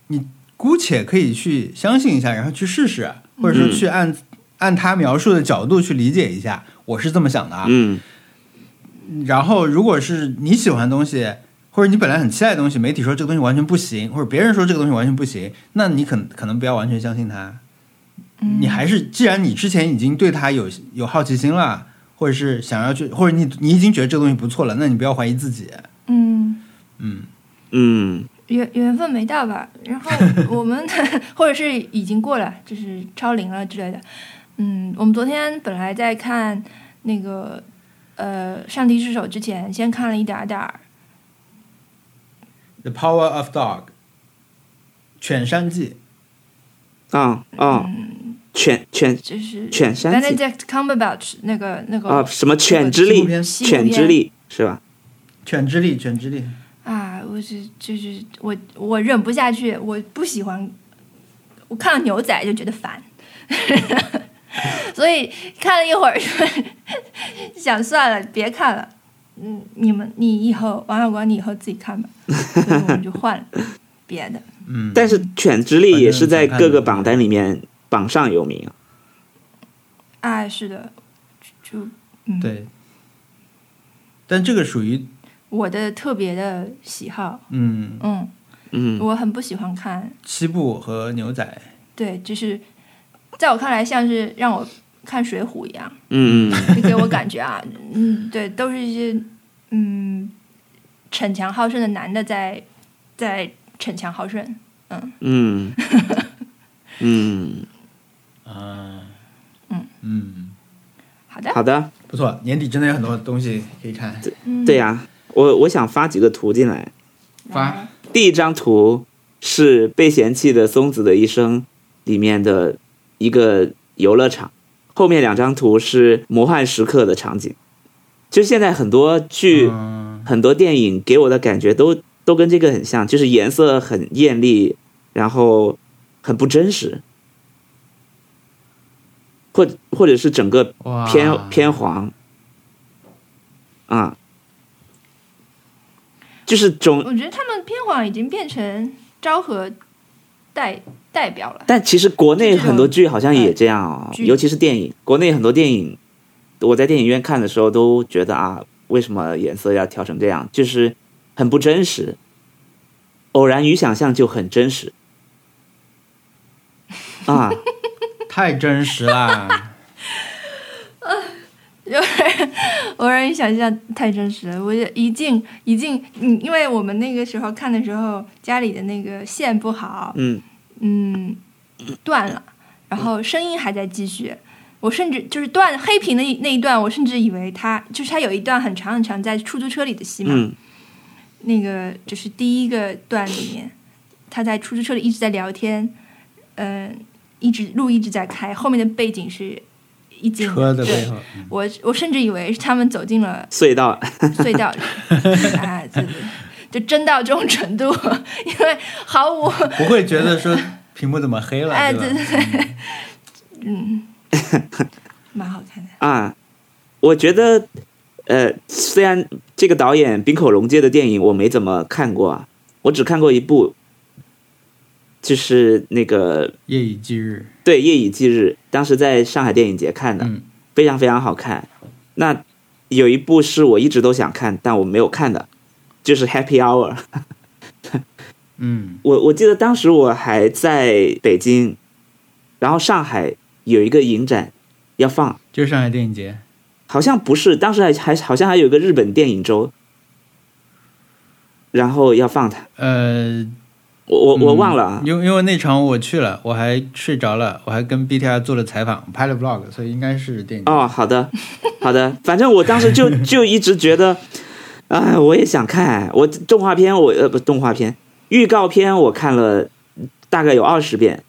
Speaker 2: 你姑且可以去相信一下，然后去试试，或者说去按、按他描述的角度去理解一下。我是这么想的啊，
Speaker 1: 嗯，
Speaker 2: 然后，如果是你喜欢的东西，或者你本来很期待的东西，媒体说这个东西完全不行，或者别人说这个东西完全不行，那你可可能不要完全相信他。你还是，既然你之前已经对他有有好奇心了，或者是想要去，或者你你已经觉得这个东西不错了，那你不要怀疑自己。
Speaker 3: 嗯，
Speaker 2: 嗯，
Speaker 1: 嗯，
Speaker 3: 缘缘分没到吧？然后我们 或者是已经过了，就是超龄了之类的。嗯，我们昨天本来在看那个呃《上帝之手》之前，先看了一点儿点儿，
Speaker 2: 《The Power of Dog》，犬山记，
Speaker 1: 啊啊，
Speaker 3: 嗯
Speaker 1: 犬犬
Speaker 3: 就是
Speaker 1: 犬山记
Speaker 3: Benedict Cumberbatch 那个哦那个
Speaker 1: 啊，什么犬之
Speaker 2: 纪
Speaker 1: 力
Speaker 2: 录，片
Speaker 3: 西部
Speaker 1: 犬之
Speaker 3: 片
Speaker 1: 力是吧？
Speaker 2: 犬之力，犬之力。
Speaker 3: 啊，我是就是我我忍不下去，我不喜欢，我看到牛仔就觉得烦， 所以看了一会儿，想算了，别看了。嗯，你们你以后王小光，你以后自己看吧，所以我们就换了别的。
Speaker 2: 嗯，
Speaker 1: 但是犬之力也是在
Speaker 2: 反正
Speaker 1: 各
Speaker 2: 挺
Speaker 1: 个
Speaker 2: 好看的
Speaker 1: 榜单里面榜上有名啊。
Speaker 3: 哎，是的，就嗯，
Speaker 2: 对，但这个属于
Speaker 3: 我的特别的喜好，
Speaker 2: 嗯
Speaker 3: 嗯，
Speaker 1: 嗯
Speaker 3: 我很不喜欢看
Speaker 2: 西部和牛仔。
Speaker 3: 对，就是在我看来，像是让我看《水浒》一样，
Speaker 1: 嗯嗯
Speaker 3: 就给我感觉啊，嗯，对，都是一些嗯逞强好胜的男的在在逞强好胜。
Speaker 1: 嗯嗯，
Speaker 2: 啊，
Speaker 3: 嗯
Speaker 2: 嗯。
Speaker 3: 好的，
Speaker 1: 好的，
Speaker 2: 不错，年底真的有很多东西可以看。
Speaker 3: 嗯
Speaker 1: 对呀、我我想发几个图进来。
Speaker 2: 发
Speaker 1: 第一张图是《被嫌弃的松子的一生》里面的一个游乐场，后面两张图是魔幻时刻的场景。就现在很多剧、
Speaker 2: 嗯
Speaker 1: 很多电影给我的感觉都都跟这个很像，就是颜色很艳丽，然后很不真实，或或者是整个
Speaker 2: 哇
Speaker 1: 偏偏黄，啊，就是总
Speaker 3: 我觉得他们偏黄已经变成昭和代代表了。
Speaker 1: 但其实国内很多剧好像也这样哦，
Speaker 3: 剧
Speaker 1: 尤其是电影，国内很多电影我在电影院看的时候都觉得啊，为什么颜色要调成这样？就是很不真实。偶然与想象就很真实啊，
Speaker 2: 太真实啦！
Speaker 3: 偶然一想一下，太真实了。我也一进一进，嗯，因为我们那个时候看的时候，家里的那个线不好，
Speaker 1: 嗯
Speaker 3: 嗯，断了，
Speaker 2: 嗯
Speaker 3: 然后声音还在继续。我甚至就是断黑屏的那一段，我甚至以为他就是他有一段很长很长在出租车里的戏嘛，
Speaker 1: 嗯
Speaker 3: 那个就是第一个段里面，他在出租车里一直在聊天，嗯、一直路一直在开，后面的背景是一进
Speaker 2: 车的
Speaker 3: 对
Speaker 2: 背后，嗯
Speaker 3: 我我甚至以为是他们走进了
Speaker 1: 隧道，
Speaker 3: 隧 道里，啊，对对，就真到这种程度，因为毫无
Speaker 2: 不会觉得说屏幕怎么黑了，
Speaker 3: 哎，
Speaker 2: 对
Speaker 3: 对
Speaker 2: 吧？
Speaker 3: 对对， 嗯，蛮好看的，
Speaker 1: 啊，我觉得，呃，虽然这个导演冰口龙介的电影我没怎么看过啊，我只看过一部，就是那个
Speaker 2: 夜以继日，
Speaker 1: 对《夜以继日》，当时在上海电影节看的，
Speaker 2: 嗯
Speaker 1: 非常非常好看。那有一部是我一直都想看，但我没有看的，就是《Happy Hour》。
Speaker 2: 嗯
Speaker 1: 我我记得当时我还在北京，然后上海有一个影展要放，
Speaker 2: 就是上海电影节，
Speaker 1: 好像不是，当时还还好像还有一个日本电影周，然后要放它，
Speaker 2: 呃，
Speaker 1: 我我我
Speaker 2: 嗯
Speaker 1: 忘了啊。
Speaker 2: 因为因为那场我去了，我还睡着了，我还跟 BTR 做了采访，拍了 vlog，所以应该是电影节。
Speaker 1: 哦，好的，好的，反正我当时就就一直觉得，哎，我也想看我动画片，我呃不动画片预告片我看了大概有二十遍，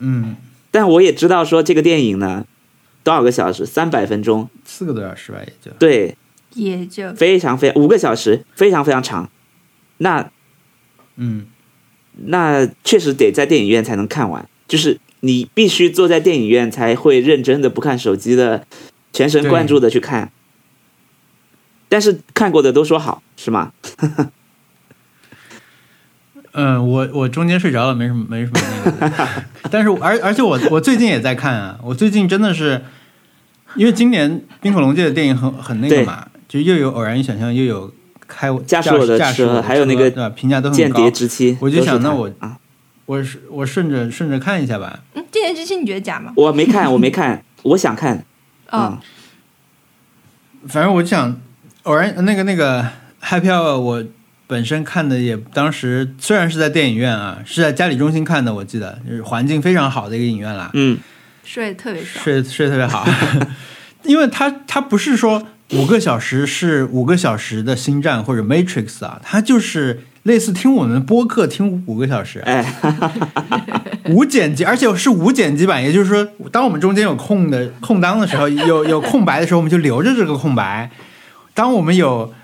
Speaker 2: 嗯，
Speaker 1: 但我也知道说这个电影呢多少个小时，三百分钟，
Speaker 2: 四个多小时吧，也就
Speaker 1: 对，
Speaker 3: 也就
Speaker 1: 非常非常五个小时，非常非常长。那
Speaker 2: 嗯，
Speaker 1: 那确实得在电影院才能看完，就是你必须坐在电影院才会认真的不看手机的，全神贯注的去看。但是看过的都说好，是吗？
Speaker 2: 嗯，我我中间睡着了，没什么没什么那个的。 但是我而而且我我最近也在看啊，我最近真的是，因为今年冰火龙界的电影很很那个嘛，就又有偶然与想象，又有开
Speaker 1: 驾驶我的
Speaker 2: 驾驶我
Speaker 1: 车
Speaker 2: 的
Speaker 1: 还有那个
Speaker 2: 对吧？评价都
Speaker 1: 《
Speaker 2: 很
Speaker 1: 间
Speaker 2: 高
Speaker 1: 谍。之妻》
Speaker 2: 我就
Speaker 1: 都是
Speaker 2: 想那
Speaker 1: 他
Speaker 2: 我
Speaker 1: 啊，
Speaker 2: 我是我顺着顺着看一下吧，
Speaker 3: 嗯，这件事情你觉得假吗？
Speaker 1: 我没看，我没看，我想看
Speaker 3: 哦，
Speaker 1: 啊、
Speaker 2: 反正我就想偶然那个那个 Happy Hour 我。本身看的也，当时虽然是在电影院啊，是在嘉里中心看的，我记得，就是环境非常好的一个影院啦。
Speaker 1: 嗯
Speaker 3: 睡得特别爽，
Speaker 2: 睡睡得特别好， 因为它它不是说五个小时是五个小时的星战或者 Matrix 啊，它就是类似听我们播客听五个小时，啊
Speaker 1: 哎，
Speaker 2: 无剪辑，而且是无剪辑版，也就是说，当我们中间有空的空档的时候， 有有空白的时候，我们就留着这个空白；当我们有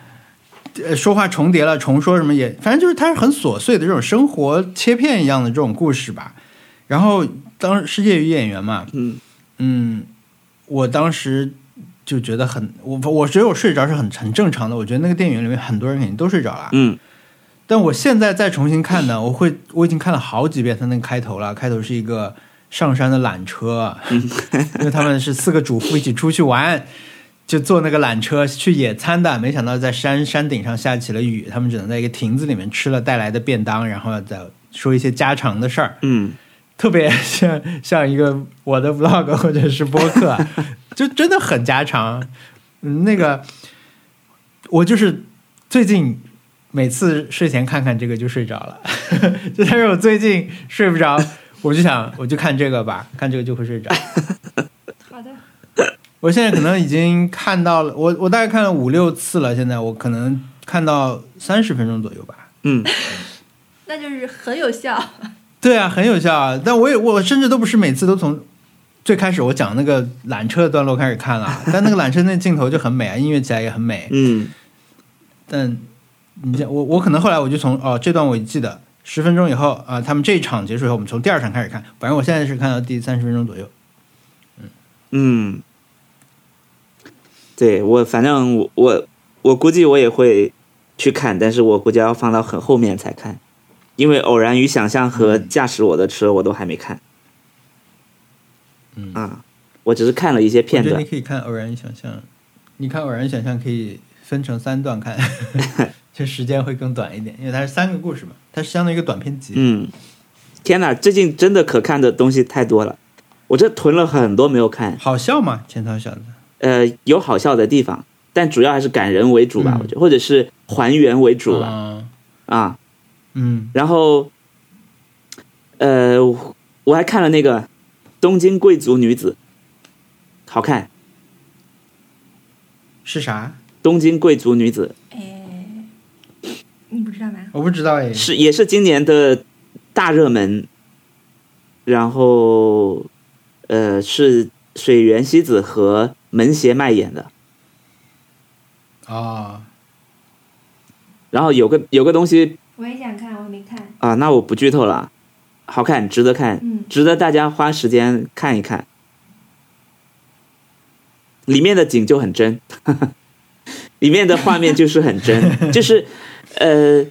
Speaker 2: 呃说话重叠了、重说什么也，反正就是它是很琐碎的这种生活切片一样的这种故事吧。然后当时是业余演员嘛，
Speaker 1: 嗯
Speaker 2: 嗯，我当时就觉得很，我我觉得我睡着是很很正常的。我觉得那个电影里面很多人肯定都睡着了，
Speaker 1: 嗯
Speaker 2: 但我现在再重新看呢，我会我已经看了好几遍它那个开头了。开头是一个上山的缆车，因为他们是四个主妇一起出去玩，就坐那个缆车去野餐的。没想到在山山顶上下起了雨，他们只能在一个亭子里面吃了带来的便当，然后再说一些家常的事儿。
Speaker 1: 嗯，
Speaker 2: 特别像像一个我的 vlog 或者是播客，啊就真的很家常。嗯那个我就是最近每次睡前看看这个就睡着了， 就但是我最近睡不着，我就想我就看这个吧，看这个就会睡着。
Speaker 3: 好的，
Speaker 2: 我现在可能已经看到了，我我大概看了五六次了，现在我可能看到三十分钟左右吧。
Speaker 1: 嗯，
Speaker 3: 那就是很有效，
Speaker 2: 对啊，很有效啊！但我也我甚至都不是每次都从最开始我讲那个缆车的段落开始 看了，但那个缆车那镜头就很美啊，音乐起来也很美。
Speaker 1: 嗯
Speaker 2: 但你讲我我可能后来我就从哦这段我记得十分钟以后啊、他们这一场结束以后，我们从第二场开始看，反正我现在是看到第三十分钟左右。
Speaker 1: 嗯，对我反正我我我估计我也会去看，但是我估计要放到很后面才看，因为《偶然与想象》和《驾驶我的车》我都还没看
Speaker 2: 嗯，
Speaker 1: 啊。我只是看了一些片
Speaker 2: 我觉得
Speaker 1: 段
Speaker 2: 你。可以看《偶然与想象》，你看《偶然与想象》可以分成三 段看，就时间会更短一点，因为它是三个故事嘛，它是相当于一个短篇集。
Speaker 1: 嗯，天哪，最近真的可看的东西太多了，我这囤了很多没有看。
Speaker 2: 好笑吗？钱涛小子，
Speaker 1: 呃，有好笑的地方，但主要还是感人为主吧，
Speaker 2: 嗯
Speaker 1: 我觉得，或者是还原为主吧。
Speaker 2: 啊
Speaker 1: 啊，
Speaker 2: 嗯，
Speaker 1: 然后，呃，我还看了那个《东京贵族女子》，好看，《
Speaker 2: 是啥？
Speaker 1: 东京贵族女子
Speaker 3: 哎，你不知道吗？
Speaker 2: 我不知道哎》。
Speaker 1: 是也是今年的大热门，然后，呃，是水原希子和门胁麦演的。
Speaker 2: 哦，
Speaker 1: 然后有个有个东西
Speaker 3: 我也想看，我没看。
Speaker 1: 啊，那我不剧透了啊，好看，值得看，
Speaker 3: 嗯
Speaker 1: 值得大家花时间看一看。里面的景就很真， 里面的画面就是很真，就是，呃，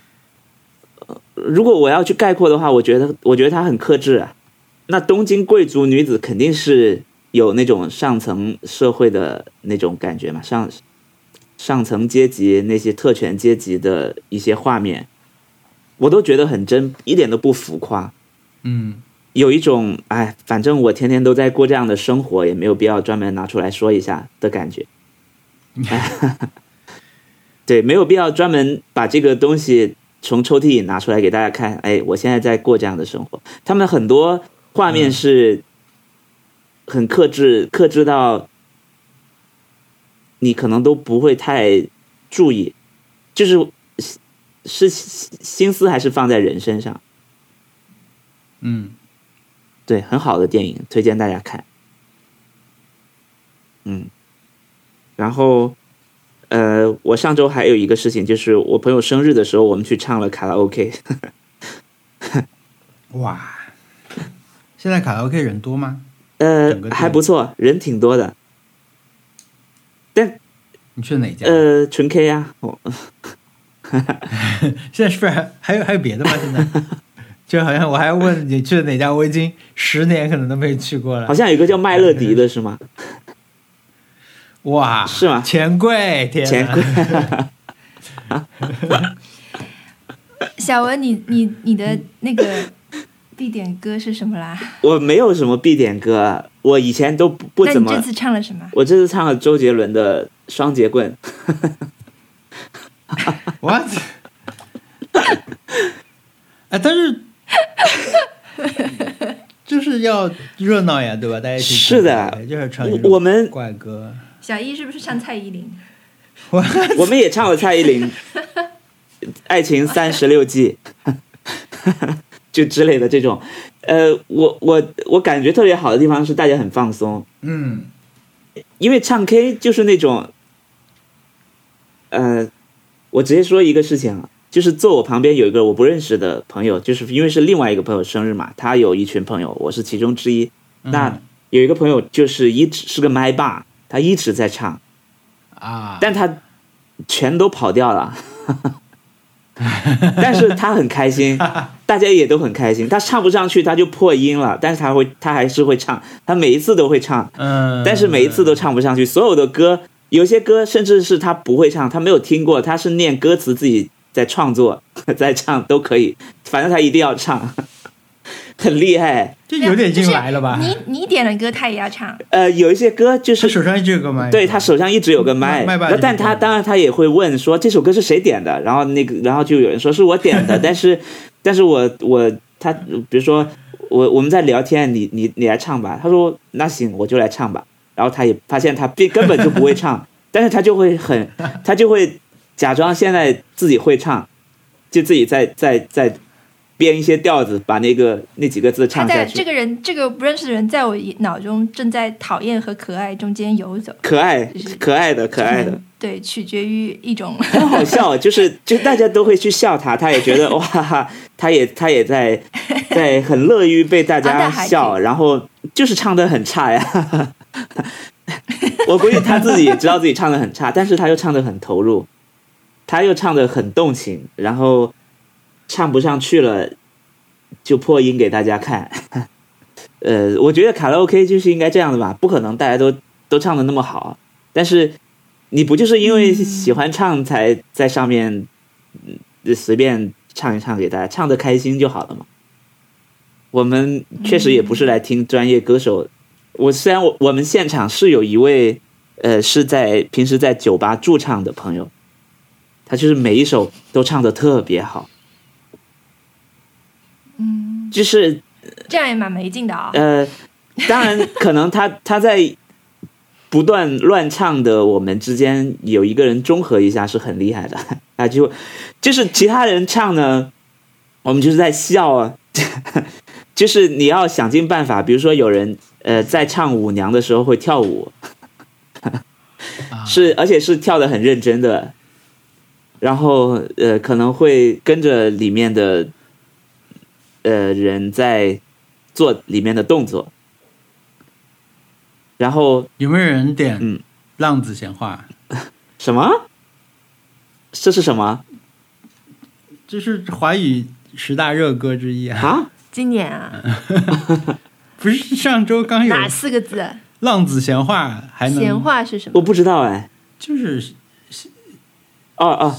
Speaker 1: 如果我要去概括的话，我觉得，我觉得他很克制啊。那东京贵族女子肯定是有那种上层社会的那种感觉嘛，上上层阶级那些特权阶级的一些画面，我都觉得很真，一点都不浮夸。
Speaker 2: 嗯
Speaker 1: 有一种哎，反正我天天都在过这样的生活，也没有必要专门拿出来说一下的感觉。 哎对，没有必要专门把这个东西从抽屉里拿出来给大家看。哎，我现在在过这样的生活。他们很多画面
Speaker 2: 嗯
Speaker 1: 是很克制，克制到你可能都不会太注意，就是是是心思还是放在人身上。
Speaker 2: 嗯，
Speaker 1: 对，很好的电影，推荐大家看。嗯，然后，呃，我上周还有一个事情，就是我朋友生日的时候，我们去唱了卡拉 OK。
Speaker 2: 哇，现在卡拉 OK 人多吗？
Speaker 1: 呃
Speaker 2: 整个，店
Speaker 1: 还不错，人挺多的。
Speaker 2: 你去哪家？
Speaker 1: 呃，纯 K 呀、我
Speaker 2: 现在是不是还还有还有别的吗？现在就好像我还问你去哪家，我已经十年可能都没去过 了
Speaker 1: 好。像有一个叫麦乐迪的是吗？
Speaker 2: 哇，
Speaker 1: 是吗
Speaker 2: 钱柜，啊天哪，
Speaker 1: 钱柜
Speaker 3: 小文，你你你的那个必点歌是什么啦？
Speaker 1: 我没有什么必点歌，我以前都不不
Speaker 3: 那
Speaker 1: 怎
Speaker 3: 你这
Speaker 1: 么。
Speaker 3: 次唱了什么？
Speaker 1: 我这次唱了周杰伦的《双截棍》，
Speaker 2: ，what？哎，但是就是要热闹呀，对吧？大家一起
Speaker 1: 是的
Speaker 2: 唱歌就是唱
Speaker 1: 我我们
Speaker 2: 怪歌，
Speaker 3: 小艺是不是唱蔡依林？
Speaker 2: 我
Speaker 1: 我们也唱了蔡依林《爱情三十六计》， 就之类的这种。呃，我我我感觉特别好的地方是大家很放松，
Speaker 2: 嗯
Speaker 1: 因为唱 K 就是那种，呃，我直接说一个事情啊，就是坐我旁边有一个我不认识的朋友，就是因为是另外一个朋友生日嘛，他有一群朋友，我是其中之一。那
Speaker 2: 嗯
Speaker 1: 有一个朋友就是一直是个麦霸，他一直在唱，
Speaker 2: 啊，
Speaker 1: 但他全都跑掉了， 但是他很开心，大家也都很开心。他唱不上去，他就破音了，但是他会，他还是会唱，他每一次都会唱，
Speaker 2: 嗯，
Speaker 1: 但是每一次都唱不上去。所有的歌，有些歌甚至是他不会唱，他没有听过，他是念歌词自己在创作， 在唱都可以，反正他一定要唱， 很厉害。
Speaker 2: 这有点劲来了吧？
Speaker 3: 就是你你点的歌，他也要唱。
Speaker 1: 呃，有一些歌就
Speaker 2: 他
Speaker 1: 是
Speaker 2: 手上一直有个麦，
Speaker 1: 对他手上一直有个
Speaker 2: 麦
Speaker 1: 麦，
Speaker 2: 麦霸
Speaker 1: 然后
Speaker 2: 这
Speaker 1: 但
Speaker 2: 个
Speaker 1: 他
Speaker 2: 歌
Speaker 1: 当然他也会问说这首歌是谁点的，然后那个然后就有人说是我点的，但是但是我我他比如说我我们在聊天，你你你来唱吧，他说那行我就来唱吧，然后他也发现他并根本就不会唱， 但是他就会很他就会假装现在自己会唱，就自己在在在编一些调子，把那个那几个字
Speaker 3: 他
Speaker 1: 唱下
Speaker 3: 在
Speaker 1: 去。
Speaker 3: 这个人，这个不认识的人，在我脑中正在讨厌和可爱中间游走。
Speaker 1: 可爱
Speaker 3: 就是，
Speaker 1: 可爱的，可爱的。，
Speaker 3: 对，取决于一种
Speaker 1: 很好笑，就是就大家都会去笑他，他也觉得哇，他也他也 在在很乐于被大
Speaker 3: 啊那
Speaker 1: 家
Speaker 3: 还
Speaker 1: 笑，
Speaker 3: 挺
Speaker 1: 然后就是唱的很差呀。 我估计他自己也知道自己唱的很差，但是他又唱的很投入，他又唱的很动情，然后唱不上去了就破音给大家看， 呃，我觉得卡拉 OK 就是应该这样的吧，不可能大家都都唱的那么好，但是你不就是因为喜欢唱才在上面嗯随便唱一唱给大家唱的开心就好了嘛？我们确实也不是来听专业歌手，我虽然我我们现场是有一位呃是在平时在酒吧驻唱的朋友，他就是每一首都唱的特别好，
Speaker 3: 嗯，
Speaker 1: 就是
Speaker 3: 这样也蛮没劲的啊、
Speaker 2: 嗯
Speaker 1: 呃，当然，可能他他在不断乱唱的我们之间有一个人中和一下是很厉害的， 啊，就就是其他人唱呢，我们就是在笑啊， 就是你要想尽办法，比如说有人呃在唱舞娘的时候会跳舞，
Speaker 2: 啊
Speaker 1: 是而且是跳的很认真的，然后呃可能会跟着里面的呃人在做里面的动作，然后
Speaker 2: 有没有人点
Speaker 1: 嗯
Speaker 2: 《浪子闲话
Speaker 1: 什么？这是什么》？
Speaker 2: 这是华语十大热歌之一啊！
Speaker 1: 啊？
Speaker 3: 今年
Speaker 2: 嗯
Speaker 3: 啊，
Speaker 2: 不是上周刚有
Speaker 3: 哪
Speaker 2: 《
Speaker 3: 四个字？啊
Speaker 2: 浪子闲话》，还能
Speaker 3: 闲话是什
Speaker 1: 我
Speaker 3: 么？
Speaker 1: 不知道哎。
Speaker 2: 就是
Speaker 1: 哦哦，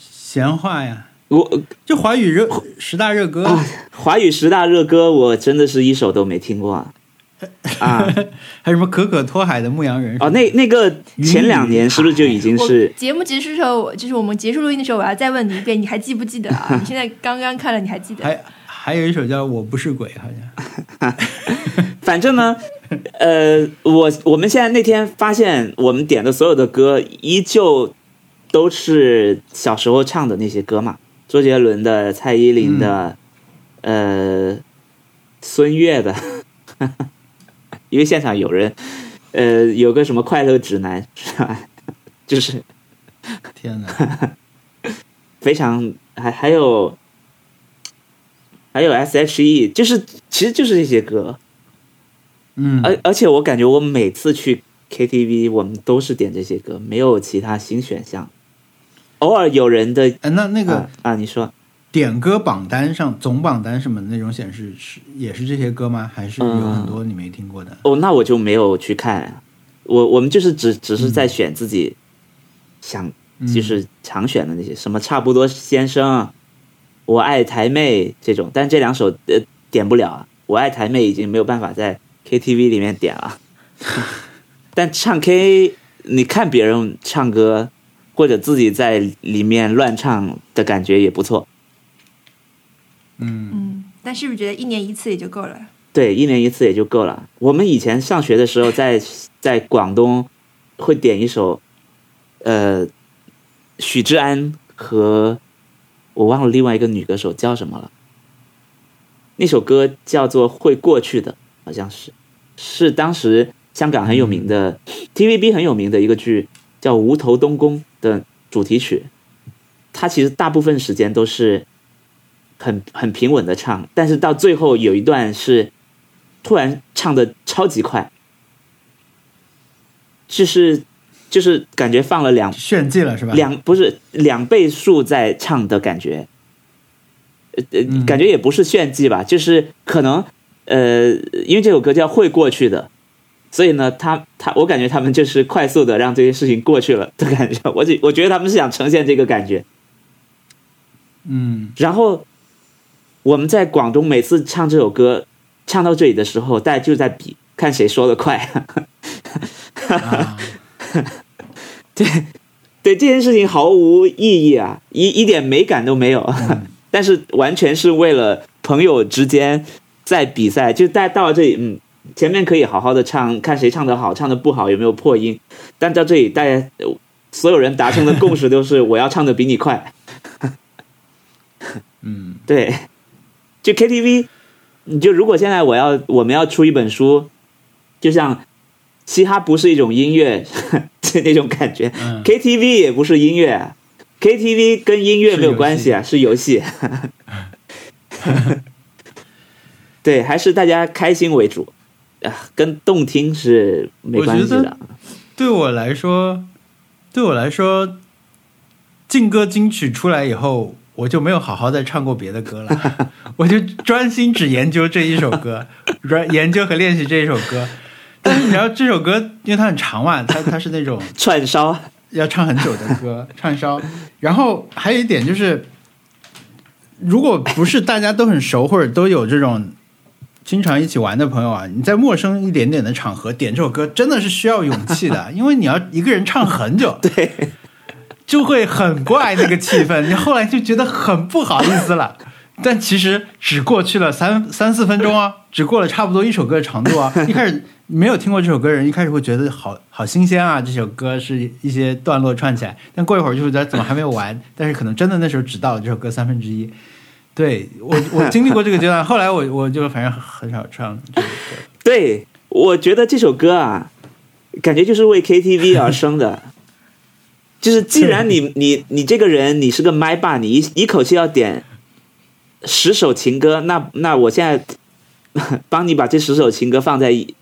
Speaker 2: 闲话呀，
Speaker 1: 我
Speaker 2: 就华语热十大热歌。
Speaker 1: 哦啊华语十大热歌，我真的是一首都没听过啊。啊
Speaker 2: 还有什么可可托海的牧羊人
Speaker 1: 哦，那那个前两年是不是就已经
Speaker 3: 我
Speaker 1: 是
Speaker 3: 节目结束的时候，我就是我们结束录音的时候，我要再问你一遍，你还记不记得 啊？你现在刚刚看了，你还记得？
Speaker 2: 还还有一首叫《我不是鬼》，好像
Speaker 1: 反正呢，呃，我我们现在那天发现，我们点的所有的歌依旧都是小时候唱的那些歌嘛，周杰伦的、蔡依林的，呃，孙悦的， 因为现场有人，呃，有个什么快乐指南 是吧？就是
Speaker 2: 天
Speaker 1: 呃
Speaker 2: 哪，
Speaker 1: 非常还还有还有 S.H.E，就是其实就是这些歌，
Speaker 2: 嗯，
Speaker 1: 而而且我感觉我每次去 KTV，我们都是点这些歌，没有其他新选项。偶尔有人的
Speaker 2: 哎，那那个
Speaker 1: 啊啊，你说，
Speaker 2: 点歌榜单上总榜单什么的那种显示是也是这些歌吗？还是有很多你没听过的？
Speaker 1: 哦，那我就没有去看。啊我我们就是只只是在选自己想
Speaker 2: 嗯
Speaker 1: 就是常选的那些，什么差不多先生，我爱台妹这种，但这两首呃点不了啊。我爱台妹已经没有办法在 KTV 里面点了， 但唱 K 你看别人唱歌或者自己在里面乱唱的感觉也不错。
Speaker 2: 嗯，
Speaker 3: 嗯，但是不是觉得一年一次也就够了？
Speaker 1: 对，一年一次也就够了。我们以前上学的时候在，在广东会点一首，呃，许志安和我忘了另外一个女歌手叫什么了。那首歌叫做《会过去的》，好像是，是当时香港很有名的 TVB 很有名的一个剧叫《无头东宫》的主题曲。它其实大部分时间都是很很平稳的唱，但是到最后有一段是突然唱的超级快，就是就是感觉放了两
Speaker 2: 炫技了是吧？
Speaker 1: 两不是两倍速在唱的感觉，呃呃，
Speaker 2: 嗯
Speaker 1: 感觉也不是炫技吧，就是可能呃，因为这首歌叫会过去的，所以呢，他他我感觉他们就是快速的让这些事情过去了的感觉，我觉我觉得他们是想呈现这个感觉，
Speaker 2: 嗯，
Speaker 1: 然后我们在广东每次唱这首歌，唱到这里的时候，大家就在比看谁说的快。
Speaker 2: 啊，
Speaker 1: 对这件事情毫无意义啊，一一点美感都没有。
Speaker 2: 嗯
Speaker 1: 但是完全是为了朋友之间在比赛，就大家到了这里，嗯，前面可以好好的唱，看谁唱得好，唱得不好有没有破音。但到这里，大家呃所有人达成的共识都是我要唱的比你快。
Speaker 2: 嗯，
Speaker 1: 对，就 KTV，你就如果现在我要我们要出一本书，就像嘻哈不是一种音乐 是那种感觉、
Speaker 2: 嗯
Speaker 1: k t v 也不是音乐啊，KTV 跟音乐没有关系啊，是游戏。 对，还是大家开心为主，啊，跟动听是没
Speaker 2: 我
Speaker 1: 关
Speaker 2: 觉
Speaker 1: 系的
Speaker 2: 得。对我来说，对我来说，劲歌金曲出来以后，我就没有好好再唱过别的歌了，我就专心只研究这一首歌，专研究和练习这一首歌。但是你知道这首歌，因为它很长嘛，它它是那种
Speaker 1: 串烧，
Speaker 2: 要唱很久的歌，串烧。然后还有一点就是，如果不是大家都很熟，或者都有这种经常一起玩的朋友啊，你在陌生一点点的场合点这首歌，真的是需要勇气的，因为你要一个人唱很久，
Speaker 1: 对，
Speaker 2: 就会很怪那个气氛，你后来就觉得很不好意思了。但其实只过去了三三四分钟啊，只过了差不多一首歌的长度啊。一开始没有听过这首歌的人，一开始会觉得好好新鲜啊，这首歌是一些段落串起来。但过一会儿就会觉得怎么还没有完？但是可能真的那时候只到了这首歌三分之一。对我，我经历过这个阶段，后来我我就反正很很少唱这个歌。
Speaker 1: 对，我觉得这首歌啊，感觉就是为 KTV 而生的。 就是既然你你你这个人你是个麦霸，你一一口气要点十首情歌，那那我现在帮你把这十首情歌放在一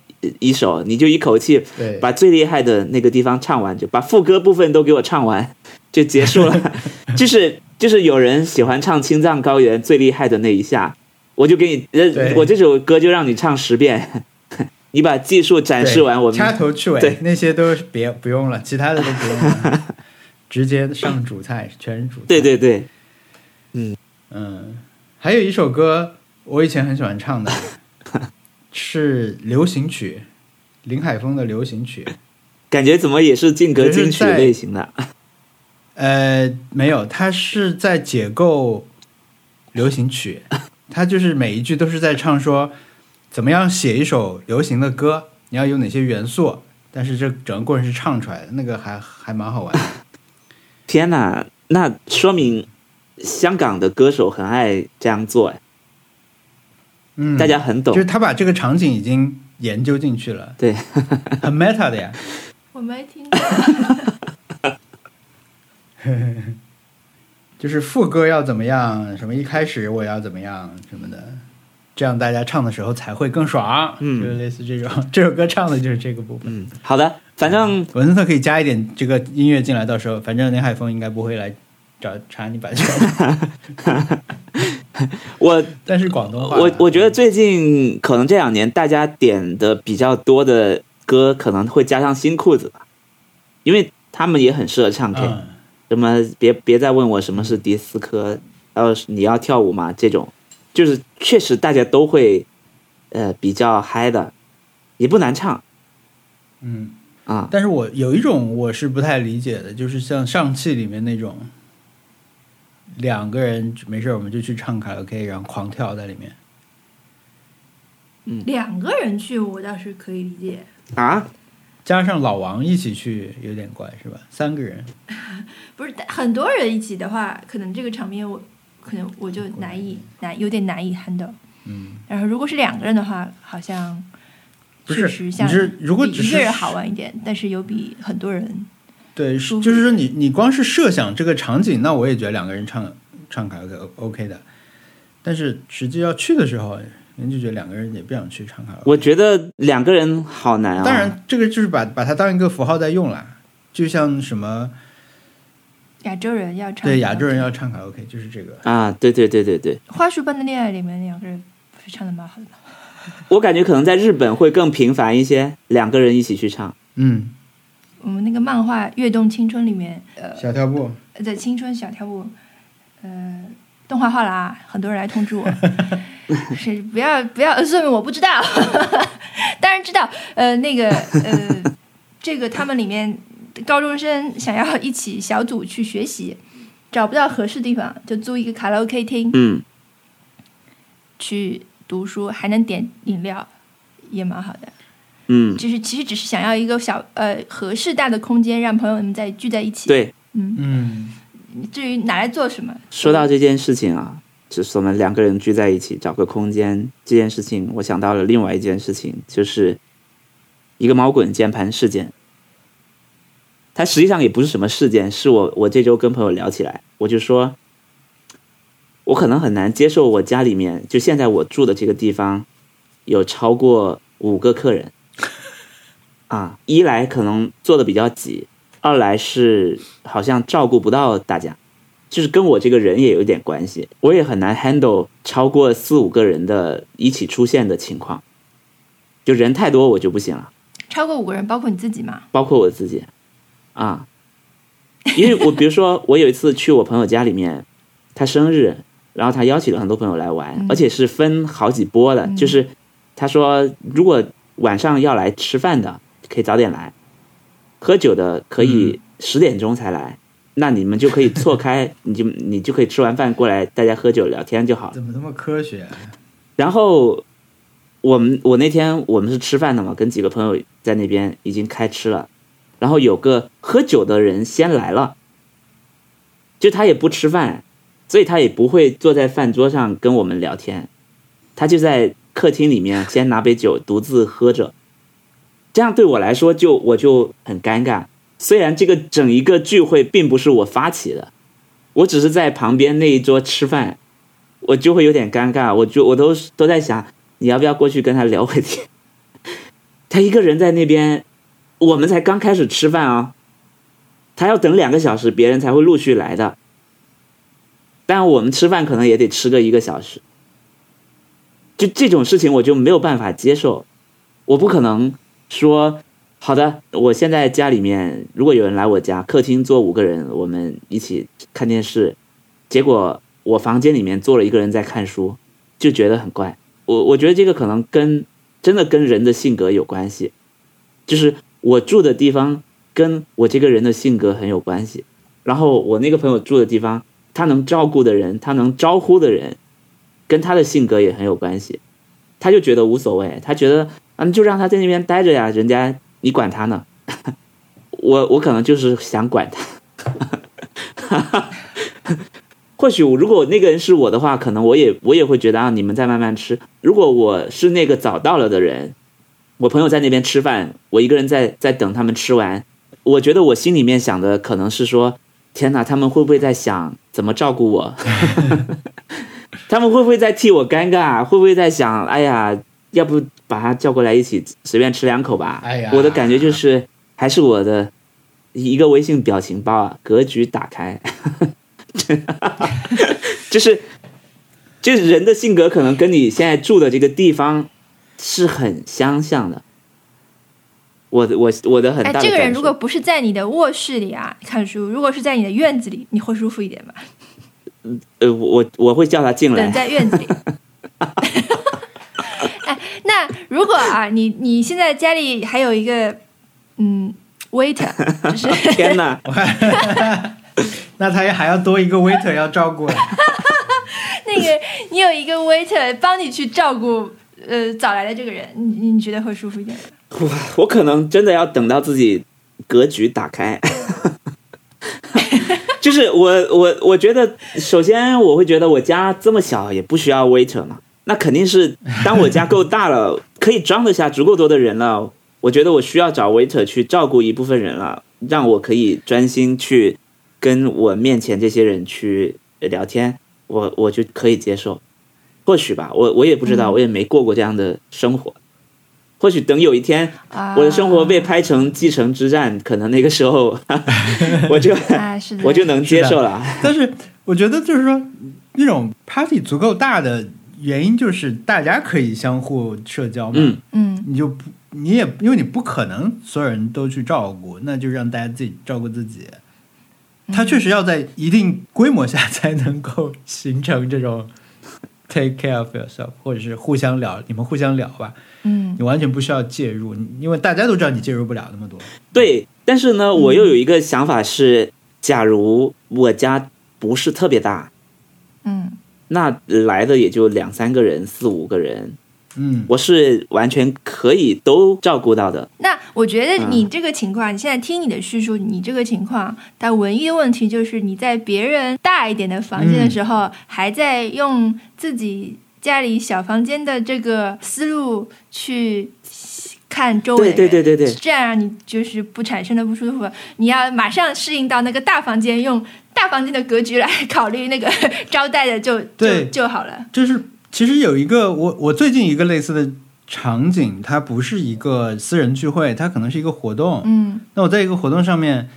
Speaker 1: 一首，你就一口气
Speaker 2: 对，
Speaker 1: 把最厉害的那个地方唱完，就把副歌部分都给我唱完，就结束了。 就是就是有人喜欢唱青藏高原最厉害的那一下，我就给你，呃
Speaker 2: 对，
Speaker 1: 我这首歌就让你唱十遍， 你把技术展示完，
Speaker 2: 对
Speaker 1: 我
Speaker 2: 掐
Speaker 1: 们
Speaker 2: 头去尾，
Speaker 1: 对
Speaker 2: 那些都是别不用了，其他的都不用了， 直接上主菜，全是主菜。
Speaker 1: 对，对对，
Speaker 2: 嗯，还有一首歌我以前很喜欢 唱的，是流行曲，林海峰的流行曲。
Speaker 1: 感觉怎么也是劲歌金曲
Speaker 2: 就是在
Speaker 1: 类型的，
Speaker 2: 呃，没有，他是在解构流 行曲，他就是每一句都是在唱说怎么样写一首流行的歌，你要有哪些元素，但是这整个过程是唱出来的，那个还还蛮好玩的。
Speaker 1: 天哪，那说明香港的歌手很爱这样做，哎
Speaker 2: 嗯，
Speaker 1: 大家很懂
Speaker 2: 就是，他把这个场景已经研究进去 了，
Speaker 1: 对，
Speaker 2: 很 meta 的呀。
Speaker 3: 我没听过。
Speaker 2: 就是副歌要怎么样，什么一开始我要怎么样什么的，这样大家唱的时候才会更爽。
Speaker 1: 嗯
Speaker 2: 就是类似这种， 这首歌唱的就是这个部分。
Speaker 1: 嗯， 好的，反正
Speaker 2: 文森特可以加一点这个音乐进来，到时候反正林海峰应该不会来找查你版权，
Speaker 1: 我
Speaker 2: 但是广东话
Speaker 1: 我我觉得最近可能这两年大家点的比较多的歌，可能会加上新裤子吧，因为他们也很适合唱 K，、
Speaker 2: 嗯，
Speaker 1: 什么别别再问我什么是迪斯科，然后你要跳舞吗？这种就是确实大家都会，呃，比较嗨的，也不难唱
Speaker 2: 嗯，
Speaker 1: 啊。
Speaker 2: 但是我有一种我是不太理解的，就是像上汽里面那种，两个人没事儿我们就去唱卡拉 OK，然后狂跳在里面。
Speaker 3: 两个人去我倒是可以理解，
Speaker 1: 啊，
Speaker 2: 加上老王一起去有点怪是吧？三个人，
Speaker 3: 不是但很多人一起的话，可能这个场面我可能我就难以难有点难以 handle。
Speaker 2: 嗯，
Speaker 3: 然后如果是两个人的话，好像
Speaker 2: 不是
Speaker 3: 确实
Speaker 2: 你
Speaker 3: 像
Speaker 2: 是如果
Speaker 3: 比
Speaker 2: 只
Speaker 3: 一个
Speaker 2: 是
Speaker 3: 人好玩一点，但是有比很多人
Speaker 2: 对，是
Speaker 3: 舒服
Speaker 2: 就是说你你光是设想这个场景，那我也觉得两个人唱唱卡拉 OK OK 的，但是实际要去的时候，人就觉得两个人也不想去唱卡拉 OK。
Speaker 1: 我觉得两个人好难啊。
Speaker 2: 当，然，这个就是把把它当一个符号在用啦，就像什么
Speaker 3: 亚洲人要唱
Speaker 2: 对
Speaker 3: 卡
Speaker 2: 亚
Speaker 3: 拉
Speaker 2: 洲
Speaker 3: OK
Speaker 2: 人要唱卡拉 OK，就是这个。
Speaker 1: 啊，对对对对对，
Speaker 3: 花束般的恋爱里面两个人不是唱的蛮好的吗？
Speaker 1: 我感觉可能在日本会更频繁一些，两个人一起去唱。
Speaker 2: 嗯，
Speaker 3: 我们那个漫画《跃动青春》里面，呃，
Speaker 2: 小跳步，
Speaker 3: 在青春小跳舞，呃，动画化了啊，很多人来通知我，是不要不要 assume 我不知道， 当然知道，呃，那个呃，这个他们里面高中生想要一起小组去学习，找不到合适地方，就租一个卡拉 OK 厅
Speaker 1: 嗯，
Speaker 3: 去读书，还能点饮料，也蛮好的。
Speaker 1: 嗯，
Speaker 3: 就是其实只是想要一个小呃合适大的空间，让朋友们再聚在一起。，
Speaker 1: 对。
Speaker 3: 嗯，
Speaker 2: 嗯，
Speaker 3: 至于拿来做什么，
Speaker 1: 说到这件事情啊，就是我们两个人聚在一起找个空间这件事情，我想到了另外一件事情，就是一个猫滚键盘事件。它实际上也不是什么事件，是我我这周跟朋友聊起来，我就说，我可能很难接受我家里面就现在我住的这个地方有超过五个客人，啊，一来可能坐的比较挤，二来是好像照顾不到大家。就是跟我这个人也有一点关系，我也很难 handle 超过四五个人的一起出现的情况，就人太多我就不行了，
Speaker 3: 超过五个人，包括你自己嘛？
Speaker 1: 包括我自己，啊，因为我比如说我有一次去我朋友家里面，他生日，然后他邀请了很多朋友来玩，而且是分好几波的，就是他说如果晚上要来吃饭的可以早点来，喝酒的可以十点钟才来。那你们就可以错开，你就你就可以吃完饭过来，大家喝酒聊天就好了。
Speaker 2: 怎么那么科学啊？
Speaker 1: 然后我们我那天我们是吃饭的嘛，跟几个朋友在那边已经开吃了，然后有个喝酒的人先来了，就他也不吃饭，所以他也不会坐在饭桌上跟我们聊天，他就在客厅里面先拿杯酒独自喝着，这样对我来说就我就很尴尬。虽然这个整一个聚会并不是我发起的，我只是在旁边那一桌吃饭，我就会有点尴尬，我就我都都在想，你要不要过去跟他聊会天？ 他一个人在那边，我们才刚开始吃饭啊、他要等两个小时，别人才会陆续来的。但我们吃饭可能也得吃个一个小时，就这种事情我就没有办法接受，我不可能说好的，我现在家里面如果有人来我家，客厅坐五个人，我们一起看电视，结果我房间里面坐了一个人在看书，就觉得很怪。我我觉得这个可能跟真的跟人的性格有关系，就是我住的地方跟我这个人的性格很有关系。然后我那个朋友住的地方，他能照顾的人，他能招呼的人，跟他的性格也很有关系。他就觉得无所谓，他觉得嗯，就让他在那边待着呀，人家你管他呢。 我我可能就是想管他，或许如果那个人是我的话，可能我也我也会觉得啊，你们再慢慢吃。如果我是那个早到了的人，我朋友在那边吃饭，我一个人在在等他们吃完，我觉得我心里面想的可能是说，天哪，他们会不会在想怎么照顾 我？他们会不会在替我尴尬？会不会在想，哎呀，要不把他叫过来一起随便吃两口吧？
Speaker 2: 哎呀
Speaker 1: 我的感觉就是，还是我的一个微信表情包啊，格局打开，就是，就是人的性格可能跟你现在住的这个地方是很相像的。我的我我的很
Speaker 3: 哎
Speaker 1: 大的，感受、
Speaker 3: 这个人如果不是在你的卧室里啊看书，如果是在你的院子里，你会舒服一点吗？
Speaker 1: 呃我我我会叫他进来
Speaker 3: 等，在院子 里。哎，那如果啊，你你现在家里还有一个嗯 waiter，就是
Speaker 1: 天哪！
Speaker 2: 那他也还要多一个 waiter 要照顾了。啊
Speaker 3: 那个你有一个 waiter 帮你去照顾呃找来的这个人，你你觉得会舒服一点吗？
Speaker 1: 哇，我可能真的要等到自己格局打开。 就是我我我觉得，首先我会觉得我家这么小也不需要 waiter 嘛，那肯定是当我家够大了， 可以装得下足够多的人了，我觉得我需要找 waiter 去照顾一部分人了，让我可以专心去跟我面前这些人去聊天，我我就可以接受。或许吧，我我也不知道，我也没过过这样的生活。或许等有一天
Speaker 3: 啊，
Speaker 1: 我的生活被拍成《继承之战》，可能那个时候 我就
Speaker 3: 啊是的，
Speaker 1: 我就能接受了。
Speaker 2: 但是我觉得就是说，那种 party 足够大的原因就是大家可以相互社交嘛。
Speaker 1: 嗯，
Speaker 3: 嗯
Speaker 2: 你就不你也因为你不可能所有人都去照顾，那就让大家自己照顾自己。
Speaker 3: 嗯
Speaker 2: 他确实要在一定规模下才能够形成这种 take care of yourself，或者是互相聊，你们互相聊吧。
Speaker 3: 嗯
Speaker 2: 你完全不需要介入，因为大家都知道你介入不了那么多。
Speaker 1: 对。但是呢，我又有一个想法是，假如我家不是特别大，
Speaker 3: 嗯
Speaker 1: 那来的也就两三个人、四五个人，
Speaker 2: 嗯，
Speaker 1: 我是完全可以都照顾到的。
Speaker 3: 那我觉得
Speaker 1: 嗯
Speaker 3: 你这个情况，你现在听你的叙述，你这个情况，但唯一的问题就是你在别人大一点的房间的时候，还在用自己家里小房间的这个思路去看周围
Speaker 1: 对
Speaker 3: 人，
Speaker 1: 对对对对，
Speaker 3: 这样让你就是不产生的不舒服。你要马上适应到那个大房间，用大房间的格局来考虑那个 招待的就就
Speaker 2: 对
Speaker 3: 就好了。
Speaker 2: 就是其实有一个我我最近一个类似的场景，它不是一个私人聚会，它可能是一个活动。
Speaker 3: 嗯
Speaker 2: 那我在一个活动上面，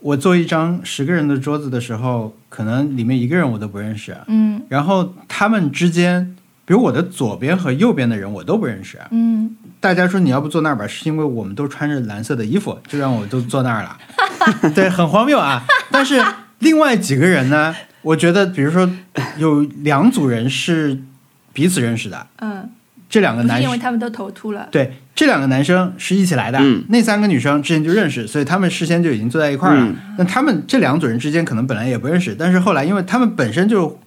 Speaker 2: 我坐一张十个人的桌子的时候，可能里面一个人我都不认识，啊
Speaker 3: 嗯
Speaker 2: 然后他们之间，比如我的左边和右边的人我都不认识，啊
Speaker 3: 嗯，
Speaker 2: 大家说你要不坐那儿吧，是因为我们都穿着蓝色的衣服，就让我都坐那儿了。 对，很荒谬啊。但是另外几个人呢，我觉得，比如说有两组人是彼此认识的，
Speaker 3: 嗯，
Speaker 2: 这两
Speaker 3: 不
Speaker 2: 个
Speaker 3: 是
Speaker 2: 男
Speaker 3: 因为
Speaker 2: 生，
Speaker 3: 他们都头秃了，
Speaker 2: 对，这两个男生是一起来的，
Speaker 1: 嗯
Speaker 2: 那三个女生之前就认识，所以他们事先就已经坐在一块儿了。
Speaker 1: 嗯
Speaker 2: 那他们这两组人之间可能本来也不认识，但是后来因为他们本身就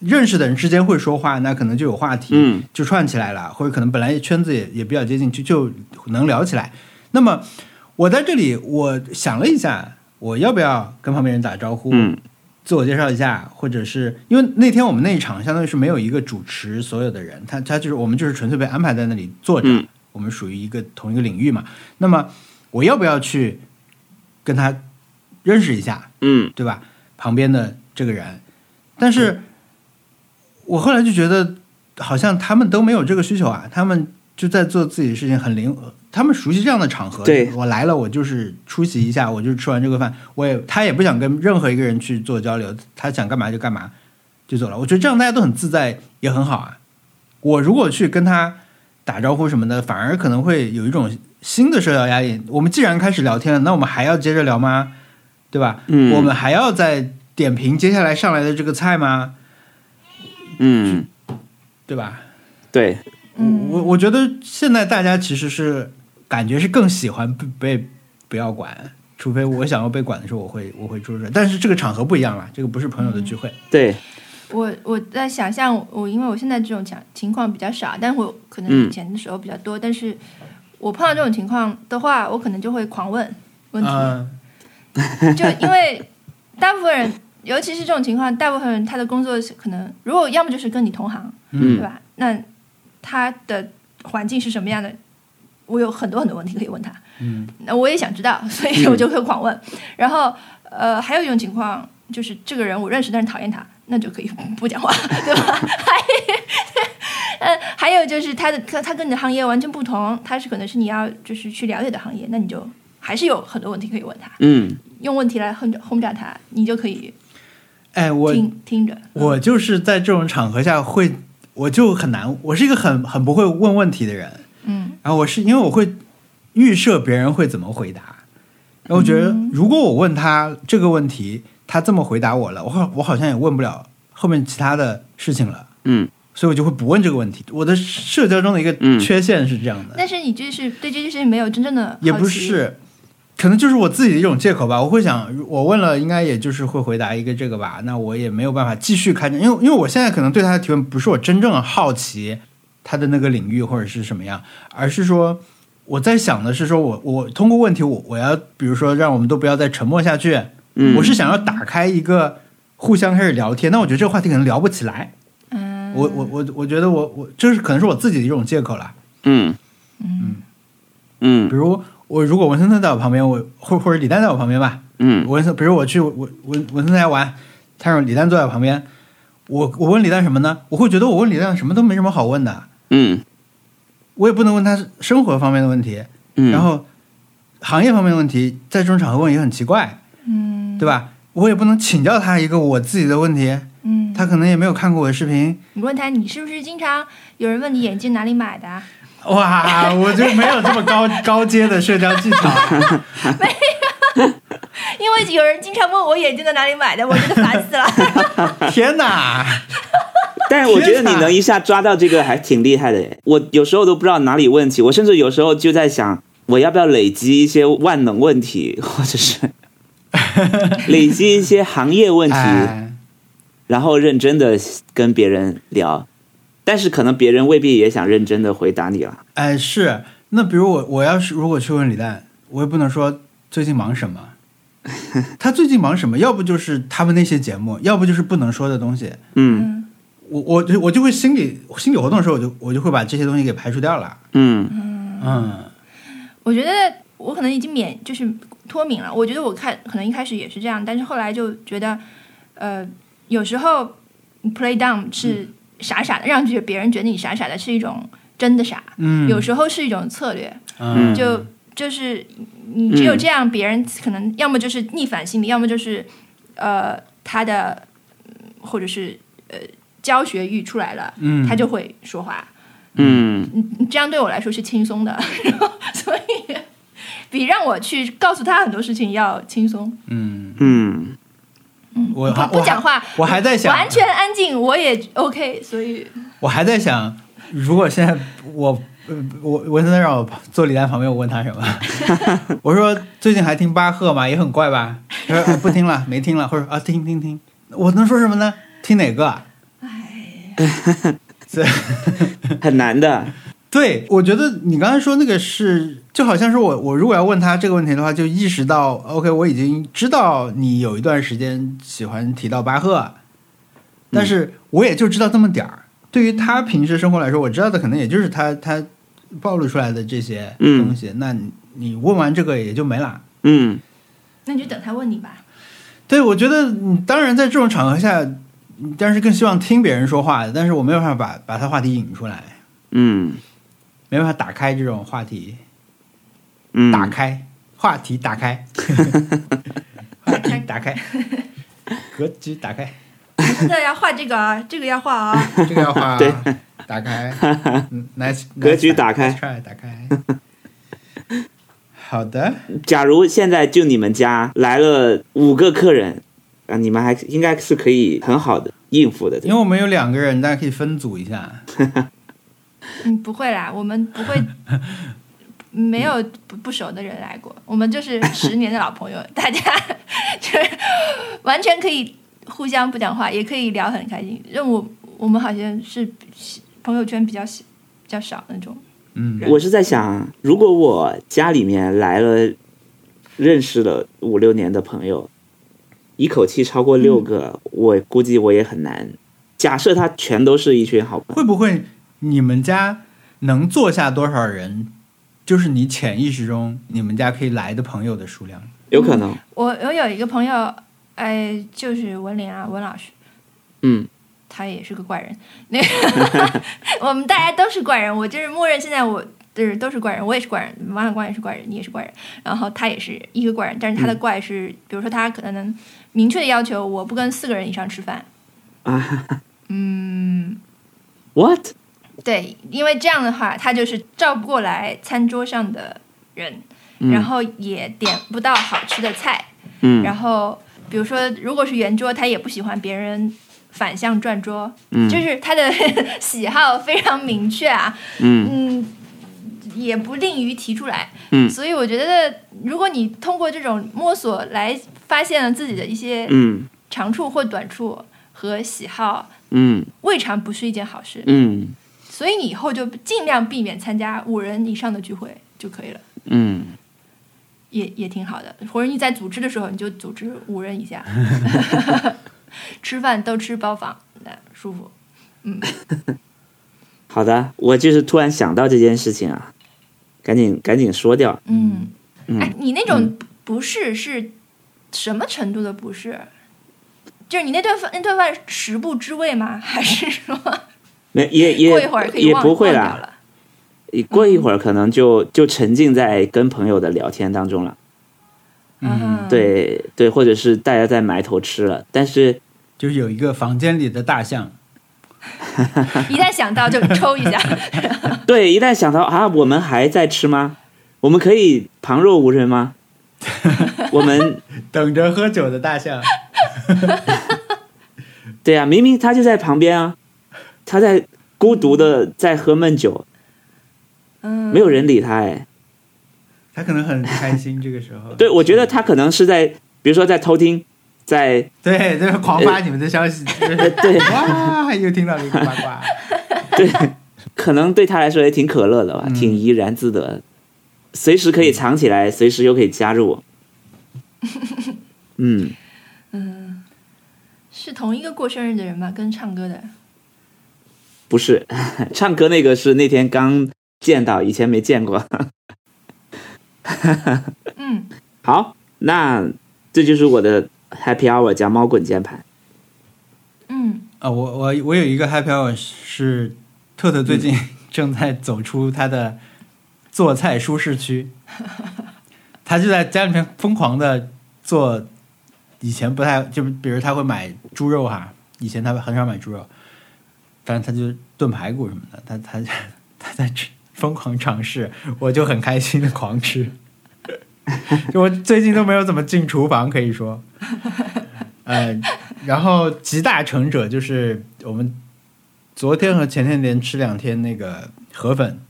Speaker 2: 认识的人之间会说话，那可能就有话题，
Speaker 1: 嗯
Speaker 2: 就串起来了，或者可能本来圈子也也比较接近，就就能聊起来。那么我在这里，我想了一下，我要不要跟旁边人打招呼，
Speaker 1: 嗯
Speaker 2: 自我介绍一下，或者是因为那天我们那一场相当于是没有一个主持，所有的人，他他就是我们就是纯粹被安排在那里坐着，
Speaker 1: 嗯
Speaker 2: 我们属于一个同一个领域嘛。那么我要不要去跟他认识一下？
Speaker 1: 嗯
Speaker 2: 对吧？旁边的这个人，但是我后来就觉得，好像他们都没有这个需求啊，他们就在做自己的事情，很灵活，他们熟悉这样的场合。
Speaker 1: 对
Speaker 2: 我来了，我就是出席一下，我就吃完这个饭，我也他也不想跟任何一个人去做交流，他想干嘛就干嘛，就走了。我觉得这样大家都很自在，也很好啊。我如果去跟他打招呼什么的，反而可能会有一种新的社交压力。我们既然开始聊天了，那我们还要接着聊吗？对吧？
Speaker 1: 嗯，
Speaker 2: 我们还要再点评接下来上来的这个菜吗？
Speaker 1: 嗯
Speaker 2: 对吧？
Speaker 1: 对，
Speaker 3: 嗯，
Speaker 2: 我我觉得现在大家其实是感觉是更喜欢被被不要管，除非我想要被管的时候，我会我会出声。但是这个场合不一样了，这个不是朋友的聚会。
Speaker 1: 对，
Speaker 3: 我我在想象我，因为我现在这种情情况比较少，但我可能
Speaker 1: 嗯
Speaker 3: 以前的时候比较多。但是我碰到这种情况的话，我可能就会狂问问题，
Speaker 2: 嗯
Speaker 3: 就因为大部分人，尤其是这种情况，大部分人他的工作是可能，如果要么就是跟你同行，对
Speaker 1: 嗯
Speaker 3: 吧？那他的环境是什么样的？我有很多很多问题可以问他，
Speaker 2: 嗯
Speaker 3: 那我也想知道， 所以
Speaker 1: 嗯
Speaker 3: 我就会狂问。然后，呃，还有一种情况就是这个人我认识，但是讨厌他，那就可以不讲话， 对吧？还，呃，还有 就是他的他他跟你的行业完全不同，他是可能是你要就是去了解的行业，那你就还是有很多问题可以问他，
Speaker 1: 嗯
Speaker 3: 用问题来轰炸轰炸他，你就可以
Speaker 2: 哎，我
Speaker 3: 听嗯听着。
Speaker 2: 我就是在这种场合下会，我就很难，我是一个很很不会问问题的人。
Speaker 3: 嗯
Speaker 2: 然后啊我是因为我会预设别人会怎么回答，然后我觉得如果我问他这个问题，他这么回答我了，我好我好像也问不了后面其他的事情了，
Speaker 1: 嗯
Speaker 2: 所以我就会不问这个问题。我的社交中的一个
Speaker 1: 嗯
Speaker 2: 缺陷是这样的，
Speaker 3: 但是你就是对这件事情没有真正的好奇
Speaker 2: 也不是。可能就是我自己的一种借口吧，我会想，我问了，应该也就是会回答一个这个吧，那我也没有办法继续开展，因为因为我现在可能对他的提问不是我真正好奇他的那个领域或者是什么样，而是说我在想的是说我我通过问题我我要比如说让我们都不要再沉默下去，
Speaker 1: 嗯，
Speaker 2: 我是想要打开一个互相开始聊天，那我觉得这个话题可能聊不起来，
Speaker 3: 嗯，
Speaker 2: 我我我我觉得我我这是可能是我自己的一种借口啦，
Speaker 1: 嗯
Speaker 3: 嗯
Speaker 1: 嗯
Speaker 2: 比如我如果文森特在我旁边，我或或者李诞在我旁边吧，
Speaker 1: 嗯
Speaker 2: 文森，比如我去文文文森家玩，他让李诞坐在我旁边，我我问李诞什么呢？我会觉得我问李诞什么都没什么好问的，
Speaker 1: 嗯
Speaker 2: 我也不能问他生活方面的问题，
Speaker 1: 嗯，
Speaker 2: 然后行业方面的问题，在这种场合问也很奇怪，
Speaker 3: 嗯，
Speaker 2: 对吧？我也不能请教他一个我自己的问题，
Speaker 3: 嗯，
Speaker 2: 他可能也没有看过我的视频，
Speaker 3: 你问他，你是不是经常有人问你眼镜哪里买的啊？
Speaker 2: 哇，我就没有这么高高阶的社交技巧，
Speaker 3: 因为有人经常问我眼镜在哪里买的，我真的烦死了。
Speaker 2: 天哪！
Speaker 1: 但是我觉得你能一下抓到这个还挺厉害的耶，我有时候都不知道哪里问题，我甚至有时候就在想，我要不要累积一些万能问题，或者 是累积一些行业问题，
Speaker 2: 哎，
Speaker 1: 然后认真的跟别人聊，但是可能别人未必也想认真的回答你了。
Speaker 2: 哎，是。那比如我，我要是如果去问李诞，我也不能说最近忙什么，他最近忙什么？要不就是他们那些节目，要不就是不能说的东西。
Speaker 1: 嗯
Speaker 3: 嗯
Speaker 2: 我我就我就会心理心理活动的时候，我就我就会把这些东西给排除掉了。
Speaker 1: 嗯
Speaker 2: 嗯
Speaker 3: 我觉得我可能已经免就是脱敏了。我觉得我看可能一开始也是这样，但是后来就觉得，呃，有时候 play down
Speaker 2: 嗯
Speaker 3: 是傻傻的，让觉别人觉得你傻傻的，是一种真的傻。
Speaker 2: 嗯，
Speaker 3: 有时候是一种策略，
Speaker 2: 嗯
Speaker 3: 就就是你只有这样，别人可能要么就是逆反心理，要么就是呃他的嗯或者是呃教学欲出来了，
Speaker 2: 嗯
Speaker 3: 他就会说话。
Speaker 1: 嗯
Speaker 3: 嗯这样对我来说是轻松的，然后所以比让我去告诉他很多事情要轻松。
Speaker 2: 嗯，
Speaker 1: 嗯，
Speaker 2: 啊我还
Speaker 3: 不不讲话，
Speaker 2: 我还我还在想，
Speaker 3: 完全安静，我也 OK。所以
Speaker 2: 我还在想，如果现在我呃我文森特让我坐李诞旁边，我问他什么？我说最近还听巴赫吗？也很怪吧？他说、啊不听了，没听了，或者啊听听听，我能说什么呢？听哪个啊？
Speaker 1: 很难的。
Speaker 2: 对，我觉得你刚才说那个是，就好像是我我如果要问他这个问题的话，就意识到 OK，我已经知道你有一段时间喜欢提到巴赫，但是我也就知道这么点儿。对于他平时生活来说，我知道的可能也就是他他暴露出来的这些东西。那你你问完这个也就没啦。
Speaker 1: 嗯
Speaker 3: 那你就等他问你吧。
Speaker 2: 对，我觉得你当然在这种场合下，你当然是更希望听别人说话的，但是我没有办法把把他话题引出来，
Speaker 1: 嗯
Speaker 2: 没办法打开这种话题。
Speaker 1: 嗯，
Speaker 2: 打开话题，打开 话题，打开格局，打开
Speaker 3: 真的要画这个啊，这个要画啊。
Speaker 2: 这个要画、啊，
Speaker 1: 对，
Speaker 2: 打开，嗯，nice，
Speaker 1: 格局
Speaker 2: nice
Speaker 1: 打开
Speaker 2: nice try 打开。好的，
Speaker 1: 假如现在就你们家来了五个客人，啊，你们还应该是可以很好的应付的。
Speaker 2: 因为我们有两个人，大家可以分组一下。
Speaker 3: 嗯，不会啦，我们不会，没有不不熟的人来过，我们就是十年的老朋友， 大家就是完全可以互相不讲话，也可以聊很开心。因为我我们好像是朋友圈比较小比较少那种，
Speaker 2: 嗯，
Speaker 1: 我是在想，如果我家里面来了认识了五六年的朋友，一口气超过六个，我估计我也很难。假设他全都是一群好朋友，
Speaker 2: 会不会你们家能坐下多少人，就是你潜意识中你们家可以来的朋友的数量？
Speaker 1: 有可能，
Speaker 3: 我我有一个朋友，哎，就是文林啊，文老师，
Speaker 1: 嗯
Speaker 3: 他也是个怪人。 那个，我们大家都是怪人，我就是默认现在我就是都是怪人，我也是怪人，王小光也是怪人，你也是怪人，然后他也是一个怪人，但是他的怪是，比如说他可能明确的要求我不跟四个人以上吃饭，
Speaker 1: 啊
Speaker 3: 嗯，
Speaker 1: ，what？
Speaker 3: 对，因为这样的话他就是照不过来餐桌上的人，然后也点不到好吃的菜，
Speaker 1: 嗯
Speaker 3: 然后比如说，如果是圆桌，他也不喜欢别人反向转桌，
Speaker 1: 嗯
Speaker 3: 就是他的 喜好非常明确啊，
Speaker 1: 嗯
Speaker 3: 嗯，也不吝于提出来，
Speaker 1: 嗯
Speaker 3: 所以我觉得，如果你通过这种摸索来发现了自己的一些
Speaker 1: 嗯
Speaker 3: 长处或短处和喜好，
Speaker 1: 嗯
Speaker 3: 未尝不是一件好事，
Speaker 1: 嗯
Speaker 3: 所以你以后就尽量避免参加五人以上的聚会就可以了。
Speaker 1: 嗯，
Speaker 3: 也也挺好的。或者你在组织的时候，你就组织五人以下，吃饭都吃包房，那舒服。
Speaker 1: 好的，我就是突然想到这件事情啊，赶紧赶紧说掉。
Speaker 3: 嗯，哎
Speaker 1: 嗯，
Speaker 3: 你那种不适是什么程度的不适？就是你那顿饭那顿饭食不知味吗？还是说
Speaker 1: 没也也
Speaker 3: 过一会儿可以
Speaker 1: 也
Speaker 3: 忘
Speaker 1: 不会
Speaker 3: 忘
Speaker 1: 啦
Speaker 3: 掉，了？
Speaker 1: 你过一会儿可能就就沉浸在跟朋友的聊天当中了，
Speaker 3: 嗯，，
Speaker 1: 对对，或者是大家在埋头吃了，但是
Speaker 2: 就是有一个房间里的大象，
Speaker 3: 一旦想到就抽一 下。
Speaker 1: 对，一旦想到啊，我们还在吃吗？我们可以旁若无人吗？我们
Speaker 2: 等着喝酒的大象。
Speaker 1: 对啊，明明他就在旁边啊，他在孤独的在喝闷酒，
Speaker 3: 嗯，
Speaker 1: 没有人理他哎。
Speaker 2: 他可能很开心， 这个时候。
Speaker 1: 对，我觉得他可能是在，比如说在偷听，在
Speaker 2: 对，就是狂发你们的消息，就是
Speaker 1: 呃 对
Speaker 2: 哇，又听到了一个八 卦。
Speaker 1: 对，可能对他来说也挺可乐的吧，挺怡然自得的，随时可以藏起来，随时又可以加 入。嗯，
Speaker 3: 嗯是同一个过生日的人吗？跟唱歌的
Speaker 1: 不是， 唱歌那个是那天刚见到，以前没见过。
Speaker 3: 嗯，
Speaker 1: 好，那这就是我的 Happy Hour 加猫滚键盘。
Speaker 3: 嗯
Speaker 2: 啊，我我我有一个 happy hour 是特特最近正在走出他的做菜舒适 区，他就在家里面疯狂的做，以前不太就比如他会买猪肉哈，以前他很少买猪肉，但是他就炖排骨什么的，他 他他在吃疯狂尝试，我就很开心的狂吃， 就我最近都没有怎么进厨房，可以说，呃，然后集大成者就是我们昨天和前天连吃两天那个河粉，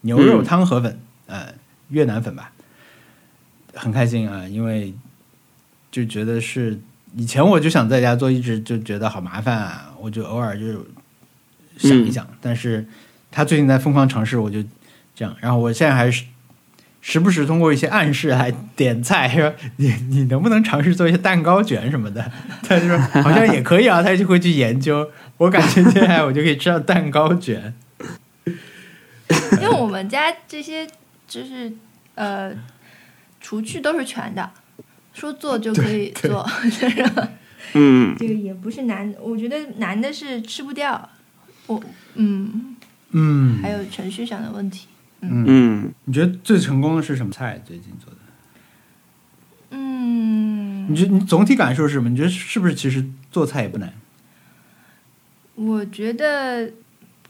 Speaker 2: 牛肉汤河粉，呃，越南粉吧，很开心啊，因为就觉得是以前我就想在家做，一直就觉得好麻烦啊，我就偶尔就想一想，但是他最近在疯狂尝试，我就这样，然后我现在还是。时不时通过一些暗示来点菜，说你你能不能尝试做一些蛋糕卷什么 的？他就说好像也可以啊，他就会去研究。我感觉接下来我就可以吃到蛋糕卷。
Speaker 3: 因为我们家这些就是呃，厨具都是全的，说做就可以
Speaker 2: 对对
Speaker 3: 做，
Speaker 1: 嗯，
Speaker 3: 这个也不是难，我觉得难的是吃不掉，我嗯，
Speaker 2: 嗯
Speaker 3: 还有程序上的问题，
Speaker 1: 嗯，
Speaker 2: 你觉得最成功的是什么菜？最近做的？
Speaker 3: 嗯，
Speaker 2: 你觉得你总体感受是什么？你觉得是不是其实做菜也不难？
Speaker 3: 我觉得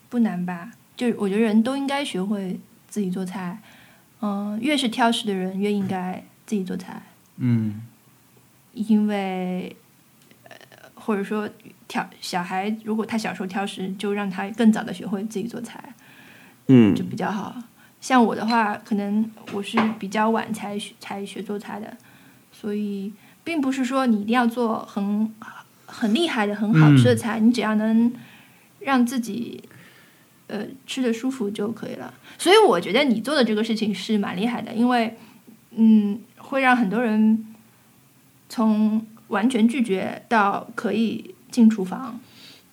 Speaker 3: 不难吧，就是我觉得人都应该学会自己做菜，嗯、越是挑食的人越应该自己做菜，
Speaker 2: 嗯
Speaker 3: 因为呃，或者说挑小孩如果他小时候挑食，就让他更早的学会自己做菜，就
Speaker 1: 嗯，
Speaker 3: 比较好。像我的话，可能我是比较晚才学才学做菜的，所以并不是说你一定要做很很厉害的、很好吃的菜，你只要能让自己呃吃的舒服就可以了。所以我觉得你做的这个事情是蛮厉害的，因为嗯，会让很多人从完全拒绝到可以进厨房，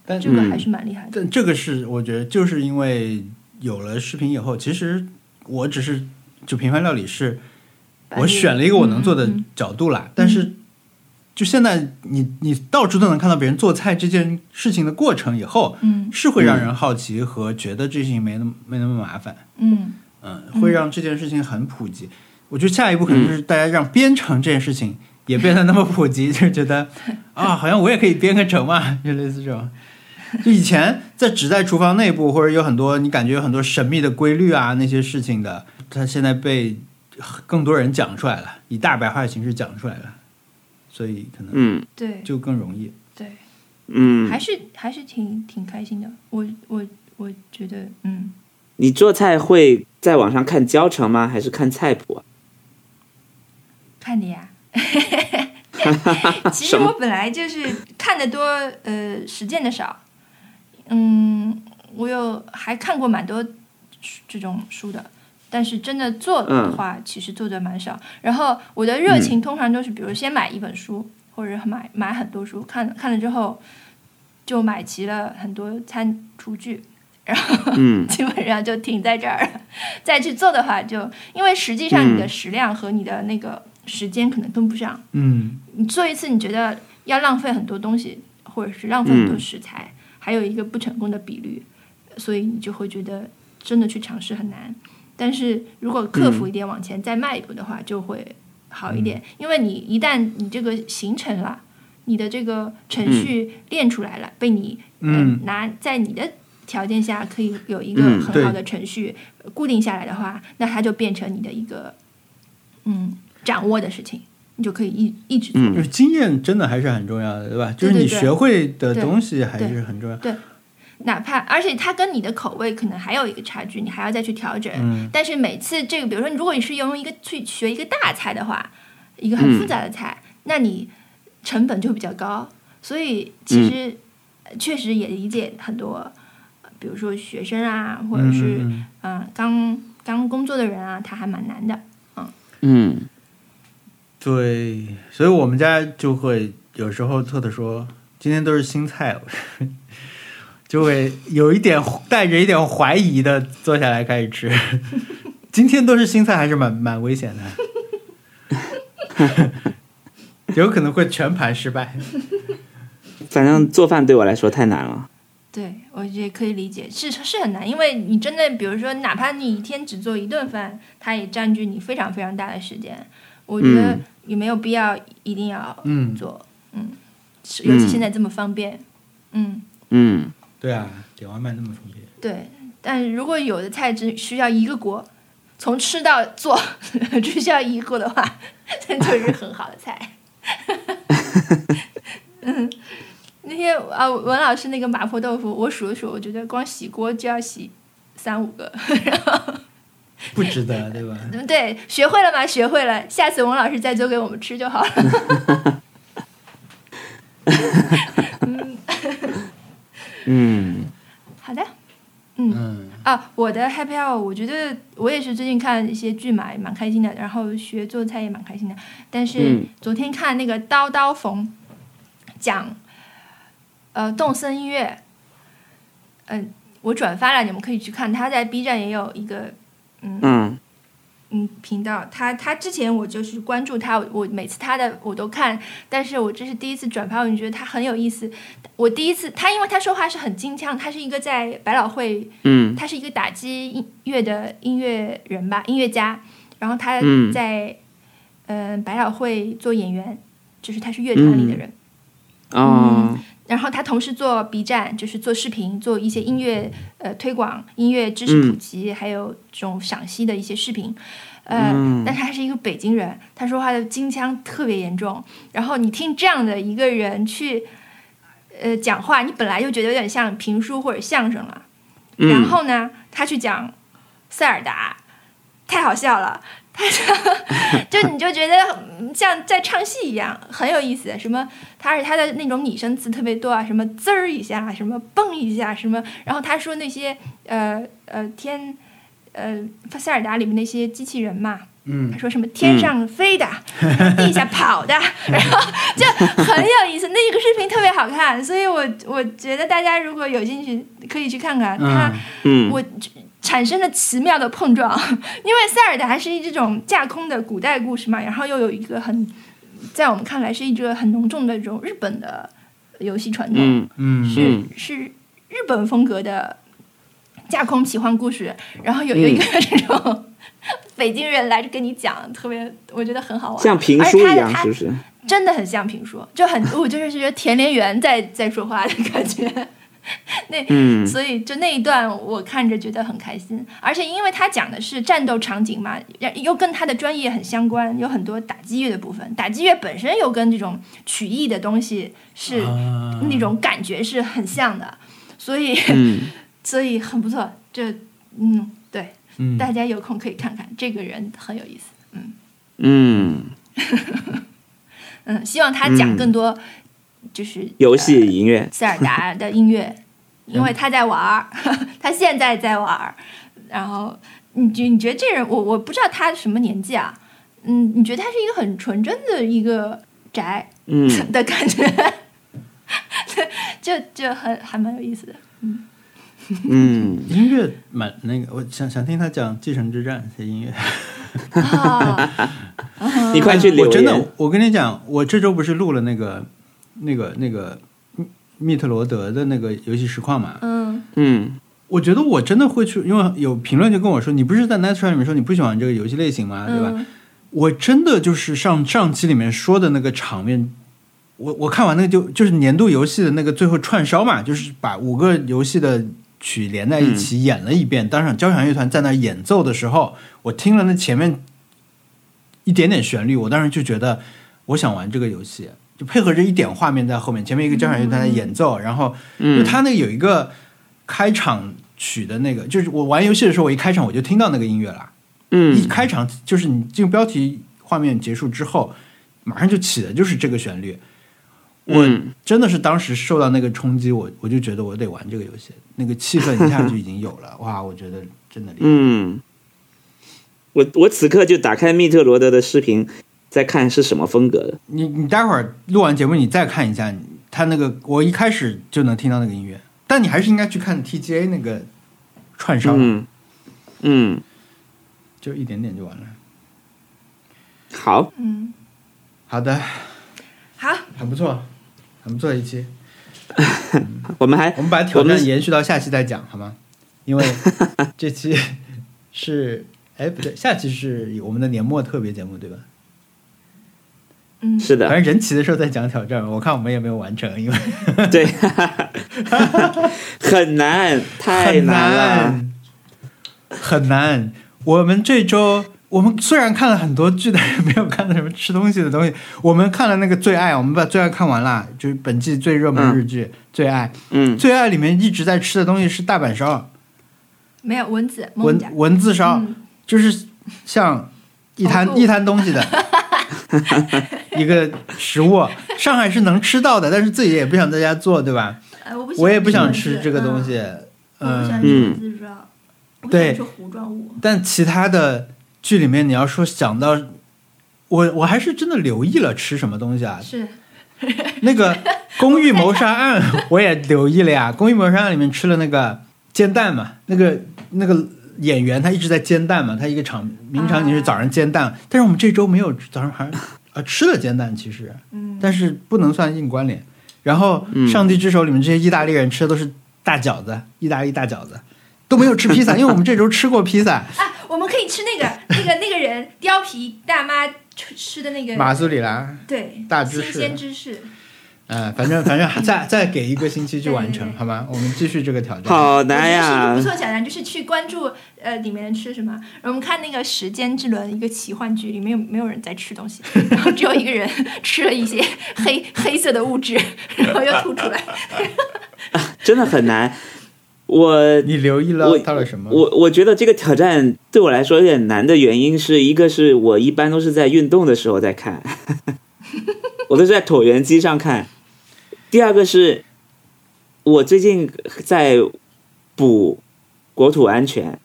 Speaker 2: 但
Speaker 3: 这个
Speaker 1: 嗯
Speaker 3: 还是蛮厉害的。
Speaker 2: 但这个是我觉得，就是因为有了视频以后，其实我只是就平凡料理是
Speaker 3: 把
Speaker 2: 我
Speaker 3: 这
Speaker 2: 选了一个我能做的
Speaker 3: 嗯嗯嗯
Speaker 2: 角度啦，但是就现在你你到处都能看到别人做菜这件事情的过程以后，
Speaker 3: 嗯
Speaker 2: 是会让人好奇和觉得这事情没那么没那么麻烦。
Speaker 3: 嗯
Speaker 2: 嗯，会让这件事情很普及。我觉得下一步可能就是大家让编程这件事情也变得那么普及， 就觉 得啊，好像我也可以编个程嘛， 就类似这种。就以前在只在厨房内部，或者有很多你感觉有很多神秘的规律啊那些事情的，它现在被更多人讲出来了，以大白话的形式讲出来了，所以可能
Speaker 1: 嗯，
Speaker 3: 对
Speaker 2: 就更容易。
Speaker 3: 对。
Speaker 1: 嗯，
Speaker 3: 还是还是挺挺开心的。我我我觉得，嗯，
Speaker 1: 你做菜会在网上看教程吗？还是看菜谱啊？
Speaker 3: 看的呀。
Speaker 1: 啊
Speaker 3: 其实我本来就是看的多，呃，实践的少。嗯，我有还看过蛮多书这种书的，但是真的做的话，其实做的蛮少。然后我的热情通常都是，比如先买一本书，或者买买很多书，看看了之后就买齐了很多餐厨具，然后
Speaker 1: 嗯
Speaker 3: 基本上就停在这儿了。再去做的话就，因为实际上你的食量和你的那个时间可能跟不上。
Speaker 2: 嗯
Speaker 3: 你做一次，你觉得要浪费很多东西，或者是浪费很多食材，还有一个不成功的比率，所以你就会觉得真的去尝试很难。但是如果克服一点，往前再迈一步的话，就会好一点，因为你一旦你这个形成了，你的这个程序练出来了，被你
Speaker 2: 嗯
Speaker 3: 呃拿在你的条件下可以有一个
Speaker 1: 嗯
Speaker 3: 很
Speaker 2: 对
Speaker 3: 好的程序、呃固定下来的话，那它就变成你的一个嗯掌握的事情，你就可以一一直做。
Speaker 1: 嗯
Speaker 2: 就是经验真的还是很重要的，对吧？就是
Speaker 3: 对
Speaker 2: 你
Speaker 3: 对
Speaker 2: 学会的
Speaker 3: 对
Speaker 2: 东西还
Speaker 3: 对
Speaker 2: 是很重要。
Speaker 3: 哪怕而且它跟你的口味可能还有一个差距，你还要再去调整。
Speaker 2: 嗯
Speaker 3: 但是每次这个，比如说，如果你是用一个去学一个大菜的话，一个很复杂的菜，那你成本就比较高。所以其
Speaker 2: 嗯
Speaker 3: 实呃确实也理解很多，呃比如说学生啊，或者是
Speaker 2: 嗯嗯嗯
Speaker 3: 嗯、呃刚刚工作的人啊，他还蛮难的。
Speaker 1: 嗯
Speaker 2: 对，所以我们家就会有时候特的说，今天都是 新菜，就会有一点带着一点怀疑的坐下来开始吃。 今天都是新菜，还是蛮蛮危险的， 有可能会全盘失败。
Speaker 1: 反正做饭对我来说太难了。
Speaker 3: 对，我也可以理解，是是很难，因为你真的，比如说，哪怕你一天只做一顿饭，它也占据你非常非常大的时间。我觉得
Speaker 1: 嗯
Speaker 3: 也没有必要一定要
Speaker 2: 嗯，
Speaker 3: 做，嗯，是尤其现在这么方便，嗯，
Speaker 1: 嗯，
Speaker 2: 对啊，点外卖那么方便，
Speaker 3: 对。但如果有的菜只需要一个锅，从吃到做 只需要一个锅的话， 那就是很好的菜。嗯，那天啊，文老师那个麻婆豆腐，我数了数，我觉得光洗锅就要洗三五个。 然后，
Speaker 2: 不值得，对吧？
Speaker 3: 嗯对，学会了吗？学会了，下次文老师再做给我们吃就好了。
Speaker 1: 嗯，
Speaker 3: 好的。
Speaker 2: 嗯
Speaker 3: 啊，我的 happy hour，我觉得我也是最近看一些剧嘛，也蛮开心的，然后学做菜也蛮开心的。但是
Speaker 1: 嗯
Speaker 3: 昨天看那个《刀刀缝》，讲呃动森音乐，嗯、我转发了，你们可以去看，他在 B 站也有一个
Speaker 1: 嗯，
Speaker 3: 嗯频道，他他之前我就是关注他，我我每次他的我都看，但是我这是第一次转发，我就觉得他很有意思。我第一次他因为他说话是很金腔，他是一个在百老汇。
Speaker 1: 嗯，
Speaker 3: 他是一个打击音乐的音乐人吧，音乐家。然后他
Speaker 1: 嗯
Speaker 3: 在嗯、呃百老汇做演员，就是他是乐团里的
Speaker 1: 嗯
Speaker 3: 人。
Speaker 1: 哦，
Speaker 3: 然后他同时做 B 站，就是做视频，做一些音乐呃推广、音乐知识普及，还有这种赏析的一些视频。呃，
Speaker 1: 嗯
Speaker 3: 但是他是一个北京人，他说话的京腔特别严重。然后你听这样的一个人去呃讲话，你本来就觉得有点像评书或者相声了。
Speaker 1: 嗯
Speaker 3: 然后呢，他去讲塞尔达，太好笑了。他 就你就觉得嗯像在唱戏一样，很有意思。什么，他而且他的那种拟声词特别多啊，什么滋儿一下，什么蹦一下，什么。然后他说那些呃呃天呃塞尔达里面那些机器人嘛，
Speaker 2: 嗯
Speaker 3: 他，说什么天上飞的，地下跑 的，然后就很有意思。那个视频特别好看，所以我我觉得大家如果有兴趣，可以去看看。它
Speaker 2: 嗯
Speaker 1: 嗯，
Speaker 3: 我产生了奇妙的碰撞， 因为塞尔达是一这种架空的古代故事嘛，然后又有一个很在我们看来是一个很浓重的这种日本的游戏传统。
Speaker 1: 嗯
Speaker 2: 嗯
Speaker 3: 是
Speaker 1: 嗯
Speaker 3: 是日本风格的架空奇幻故事，然后有有
Speaker 1: 嗯
Speaker 3: 一个这种 北京人来跟你讲，特别我觉得很好玩，
Speaker 1: 像评书一样，
Speaker 3: 哎而且他
Speaker 1: 是
Speaker 3: 的
Speaker 1: 不是？
Speaker 3: 他真的很像评书，就很我就是觉得田连元在在说话的感觉。那、
Speaker 1: 嗯
Speaker 3: 所以就那一段我看着觉得很开心，而且因为他讲的是战斗场景嘛，然又跟他的专业很相关，有很多打击乐的部分，打击乐本身又跟这种曲艺的东西是
Speaker 2: 啊
Speaker 3: 那种感觉是很像的，所以、
Speaker 1: 嗯，
Speaker 3: 所以很不错。这嗯，对，
Speaker 2: 嗯
Speaker 3: 大家有空可以看看，这个人很有意思。嗯
Speaker 1: 嗯，
Speaker 3: 嗯，希望他讲更多，就是呃
Speaker 1: 游戏音乐，
Speaker 3: 塞尔达的音乐，因为他在玩儿， 他现在在玩儿。然后你觉你觉得这人，我我不知道他什么年纪啊？嗯，你觉得他是一个很纯真的一个宅
Speaker 1: 嗯
Speaker 3: 的感觉，就就很还蛮有意思的。
Speaker 1: 嗯，
Speaker 2: 音乐蛮那个，我想想听他讲《继承之战》这音乐。
Speaker 3: 啊，
Speaker 1: 你快去留
Speaker 2: 嗯
Speaker 1: 言，
Speaker 2: 我真的，我跟你讲，我这周不是录了那个、那个、那个密密特罗德的那个游戏实况嘛？
Speaker 3: 嗯
Speaker 1: 嗯
Speaker 2: 我觉得我真的会去，因为有评论就跟我说，你不是在 n e t f l i 里面说你不喜欢这个游戏类型吗？对吧？
Speaker 3: 嗯
Speaker 2: 我真的就是上上期里面说的那个场面，我我看完那个就就是年度游戏的那个最后串烧嘛，就是把五个游戏的曲连在
Speaker 1: 嗯
Speaker 2: 一起演了一遍。当场交响乐团在那儿演奏的时候，我听了那前面一点点旋律，我当时就觉得我想玩这个游戏，就配合着一点画面在后面，前面一个交响乐团在演奏，然后就
Speaker 1: 嗯，
Speaker 2: 他那个有一个开场曲的那个，就是我玩游戏的时候，我一开场我就听到那个音乐了。一
Speaker 1: 嗯
Speaker 2: 开场就是你进入标题画面结束之后，马上就起的就是这个旋律。我
Speaker 1: 嗯
Speaker 2: 真的是当时受到那个冲击，我我就觉得我得玩这个游戏，那个气氛一下就已经有了。哇，我觉得真的厉害。
Speaker 1: 嗯，我我此刻就打开密特罗德的视频，在看是什么风格的。
Speaker 2: 你你待会儿录完节目你再看一下你他那个，我一开始就能听到那个音乐，但你还是应该去看 TGA 那个串烧，
Speaker 1: 嗯嗯，
Speaker 2: 就一点点就完了。
Speaker 1: 好，
Speaker 3: 嗯，
Speaker 2: 好的，
Speaker 3: 好，
Speaker 2: 很不错，很不错的一期。
Speaker 1: 我们还
Speaker 2: 我们把挑
Speaker 1: 我
Speaker 2: 战
Speaker 1: 们
Speaker 2: 延续到下期再讲好吗？因为这期是哎不对，下期是我们的年末特别节目对吧？
Speaker 3: 嗯，
Speaker 1: 是
Speaker 2: 反
Speaker 1: 的，
Speaker 2: 正人齐的时候再讲挑战，我看我们也没有完成，因为
Speaker 1: 对， 很难，太
Speaker 2: 很
Speaker 1: 了。
Speaker 2: 难，很难。我们这周我们虽然看了很多剧，但是没有看到什么吃东西的东西。我们看了那个《最爱》，我们把《最爱》看完了，就是本季最热门日剧《最爱》。
Speaker 1: 嗯
Speaker 2: 《最爱》里面一直在吃的东西是大阪烧、
Speaker 3: 没有蚊子，
Speaker 2: 文
Speaker 3: 梦甲，
Speaker 2: 文字烧，
Speaker 3: 嗯，
Speaker 2: 就是像一
Speaker 3: 呕
Speaker 2: 摊
Speaker 3: 吐
Speaker 2: 一摊东西的一个食物。上海是能吃到的，但是自己也不想在家做，对吧？
Speaker 3: 哎，我不喜欢
Speaker 2: 我也不想
Speaker 3: 蚊
Speaker 2: 吃
Speaker 3: 子
Speaker 2: 这个东，
Speaker 3: 嗯
Speaker 2: 西。
Speaker 3: 我不喜
Speaker 2: 嗯，
Speaker 3: 欢吃蚊子状，我不喜
Speaker 2: 对
Speaker 3: 欢吃糊状物，。
Speaker 2: 但其他的剧里面，你要说想到我，我还是真的留意了吃什么东西啊
Speaker 3: 是
Speaker 2: 那个《公寓谋杀案》 我也留意了呀，《公寓谋杀案》里面吃了那个煎蛋嘛，那个那个演员他一直在煎蛋嘛，他一个场名场景是早上煎蛋，但是我们这周没有早上还啊吃了煎蛋其实，
Speaker 3: 嗯，
Speaker 2: 但是不能算硬关联。然后
Speaker 1: 嗯
Speaker 2: 《上帝之手》里面这些意大利人吃的都是大饺子，意大利大饺子。都没有吃披萨，因为我们这周吃过披萨，
Speaker 3: 啊，我们可以吃 那个那个那个人貂皮大妈吃吃的那个
Speaker 2: 马苏里拉，
Speaker 3: 对
Speaker 2: 大芝士
Speaker 3: 新鲜芝士，
Speaker 2: 哎，反正反正 再再给一个星期去完
Speaker 3: 对
Speaker 2: 成，
Speaker 3: 对对
Speaker 2: 好吗？我们继续这个挑战。
Speaker 1: 好
Speaker 3: 我觉得
Speaker 1: 难
Speaker 3: 是一个不
Speaker 1: 呀！
Speaker 3: 错挑战，就是去关注呃里面吃什么。我们看那个《时间之轮》一个奇幻剧，里面有没有人在吃东西， 然后只有一个人吃了一些黑 黑色的物质，然后又吐出来。
Speaker 1: 真的很难。我
Speaker 2: 你留意
Speaker 1: 我
Speaker 2: 了到了什么？
Speaker 1: 我我觉得这个挑战对我来说有点难的原因是一个是我一般都是在运动的时候在看， 我都是在椭圆机上看。第二个是，我最近在补国土安全。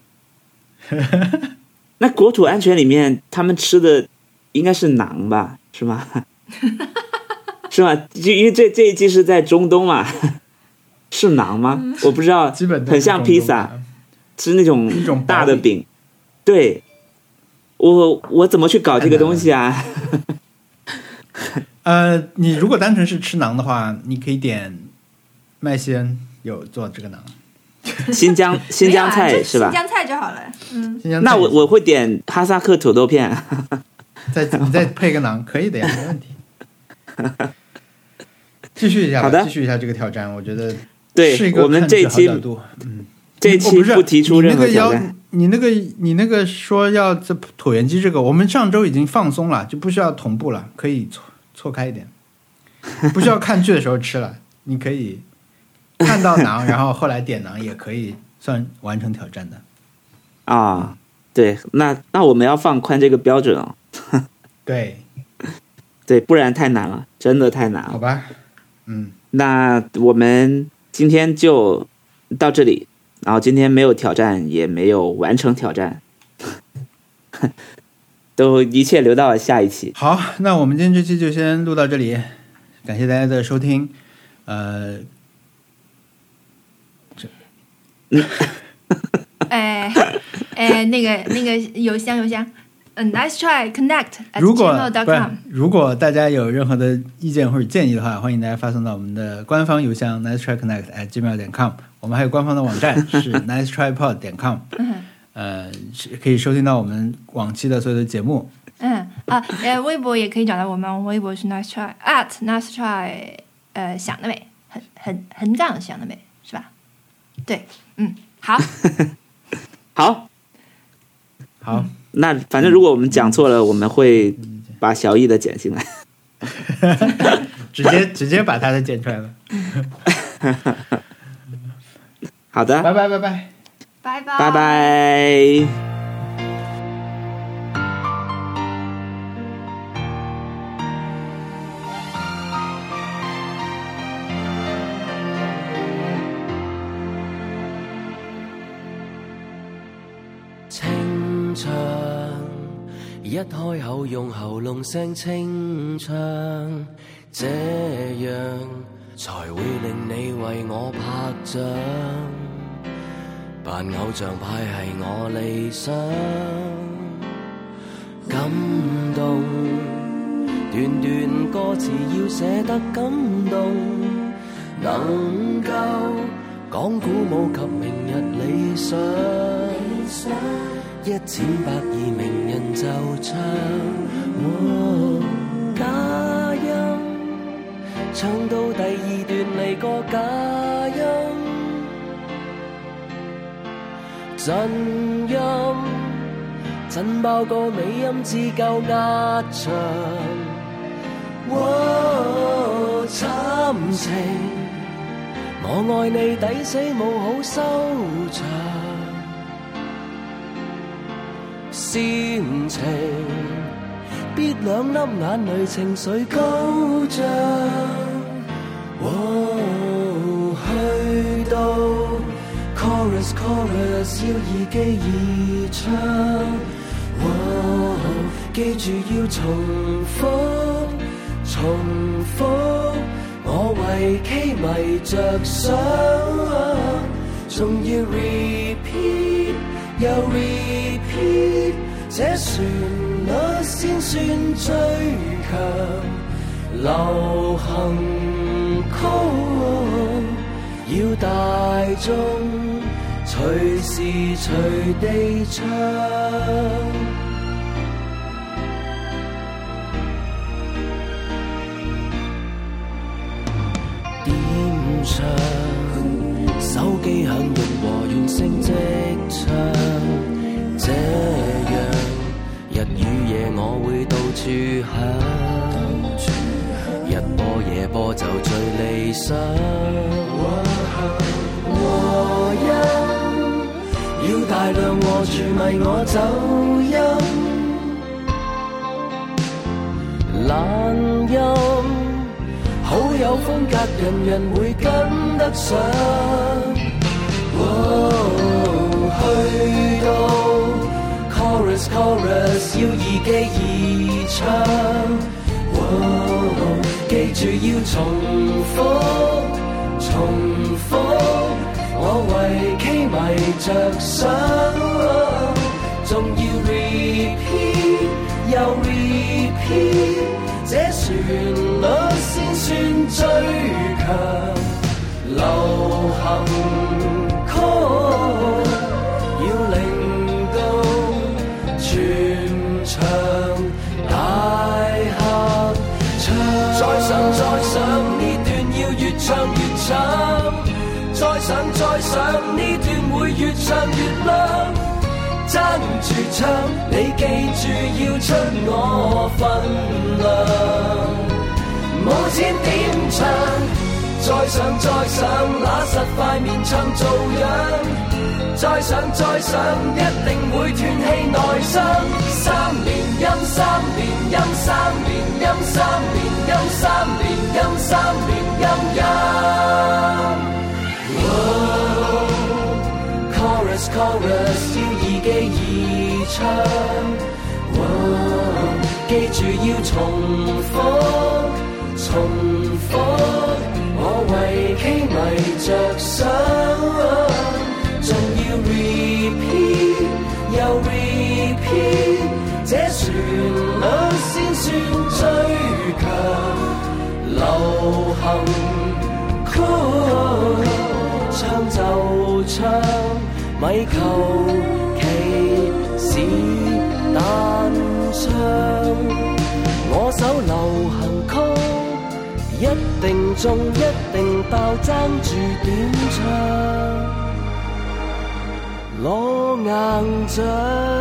Speaker 1: 那国土安全里面他们吃的应该是馕吧？是吗？ 是吗？就因为这这一季是在中东嘛， 是馕吗？我不知道，
Speaker 2: 基本都是
Speaker 1: 很像
Speaker 2: 这种
Speaker 1: 披萨
Speaker 2: 东西啊，
Speaker 1: 吃那种
Speaker 2: 一种薄
Speaker 1: 大的饼。对，我我怎么去搞
Speaker 3: 嗯
Speaker 1: 这个东西啊？
Speaker 2: 呃，你如果单纯是吃馕的话，你可以点麦仙有做这个馕。
Speaker 1: 新疆新疆
Speaker 3: 没有啊
Speaker 1: 菜
Speaker 3: 就是
Speaker 1: 吧
Speaker 3: 新？疆菜就好了，嗯，
Speaker 2: 新疆菜
Speaker 1: 那我我会点哈萨克土豆片。
Speaker 2: 再你再配个馕，可以的呀，没问题。继续一下吧，
Speaker 1: 好的
Speaker 2: 继续一下这个挑战，我觉得
Speaker 1: 对
Speaker 2: 是一个
Speaker 1: 我们
Speaker 2: 看
Speaker 1: 这
Speaker 2: 剧
Speaker 1: 一
Speaker 2: 好
Speaker 1: 期
Speaker 2: 角度。
Speaker 1: 这一
Speaker 2: 哦
Speaker 1: 期
Speaker 2: 不是
Speaker 1: 提出任何挑战。
Speaker 2: 你那个要你那个你那个说要这椭圆机这个，我们上周已经放松了，就不需要同步了，可以错错开一点，不需要看剧的时候吃了，你可以看到馕，然后后来点馕也可以算完成挑战的。
Speaker 1: 啊、对，那那我们要放宽这个标准哦，
Speaker 2: 对，
Speaker 1: 对，不然太难了，真的太难
Speaker 2: 好
Speaker 1: 了。
Speaker 2: 吧，嗯，
Speaker 1: 那我们今天就到这里，然后今天没有挑战，也没有完成挑战， 都一切留到下一期。
Speaker 2: 好，那我们今天这期就先录到这里，感谢大家的收听，呃，
Speaker 3: 哎哎，那个那个邮箱邮箱，嗯，nice try connect at
Speaker 2: 如果
Speaker 3: gmail.com
Speaker 2: 不。如果大家有任何的意见或者建议的话，欢迎大家发送到我们的官方邮箱 nice try connect at gmail 点 com。我们还有官方的网站是 nice try pod 点 com，
Speaker 3: 嗯
Speaker 2: 呃，是可以收听到我们往期的所有的节目。
Speaker 3: 嗯啊，呃，微博也可以找到我们，我们微博是 nice try at nice try，呃，想得美，很很横杠想得美是吧？对，嗯，好，
Speaker 1: 好，
Speaker 2: 好，
Speaker 1: 那反正如果我们讲错了，我们会把小易的剪进来。
Speaker 2: 直接直接把它的剪出来了。
Speaker 1: 好的，
Speaker 2: 拜拜拜拜。
Speaker 3: 拜拜，
Speaker 1: 拜拜。
Speaker 4: 清唱，一開口用喉嚨聲清唱，這樣才會令你為我拍掌。扮偶像派係我理想，感動段段歌詞要寫得感動，能夠講鼓舞及明日理想，一展百二名人就唱。哦假音唱到第二段嚟個假音，真音。震爆個美音只夠壓場。哇，慘情，我愛你抵死冇好收場。煽情，必兩粒眼淚情緒高漲。哦，去到 chorus chorus 要耳機易唱，哦，記住要重複重複，我為 K 迷着想，仲要 repeat 又 repeat，這旋律先算最強。流行曲，要大眾隨時隨地唱。點唱？手機響，融和完聲即唱。這樣日與夜，我會到處響。日播夜播就最理想。和音要大量和住咪我走音，懶音好有風格，人人會跟得上。哦去到 chorus chorus 要易記易唱。哦記住要重複，重複，我為 K 迷着想，仲要 repeat 又 repeat，這旋律先算最強。流行曲要令到全場大合唱。再想再想，呢段要越唱越慘。再想再想，呢段會越唱越亮。爭住唱，你記住要出我份量。冇錢點唱？再想再想，揦實塊面唱做樣。再上再上，一定會斷氣內傷。三連音，三連音，三連音，三連音，三連音，三連音音。哦 chorus chorus 要易記易唱，哦記住要重複重複，我為 K 迷着想。仲要 repeat 又 repeat，這旋律先算最強。流行曲唱就唱，咪求其是但唱。我首流行曲一定中，一定爆，爭住點唱。攞硬獎。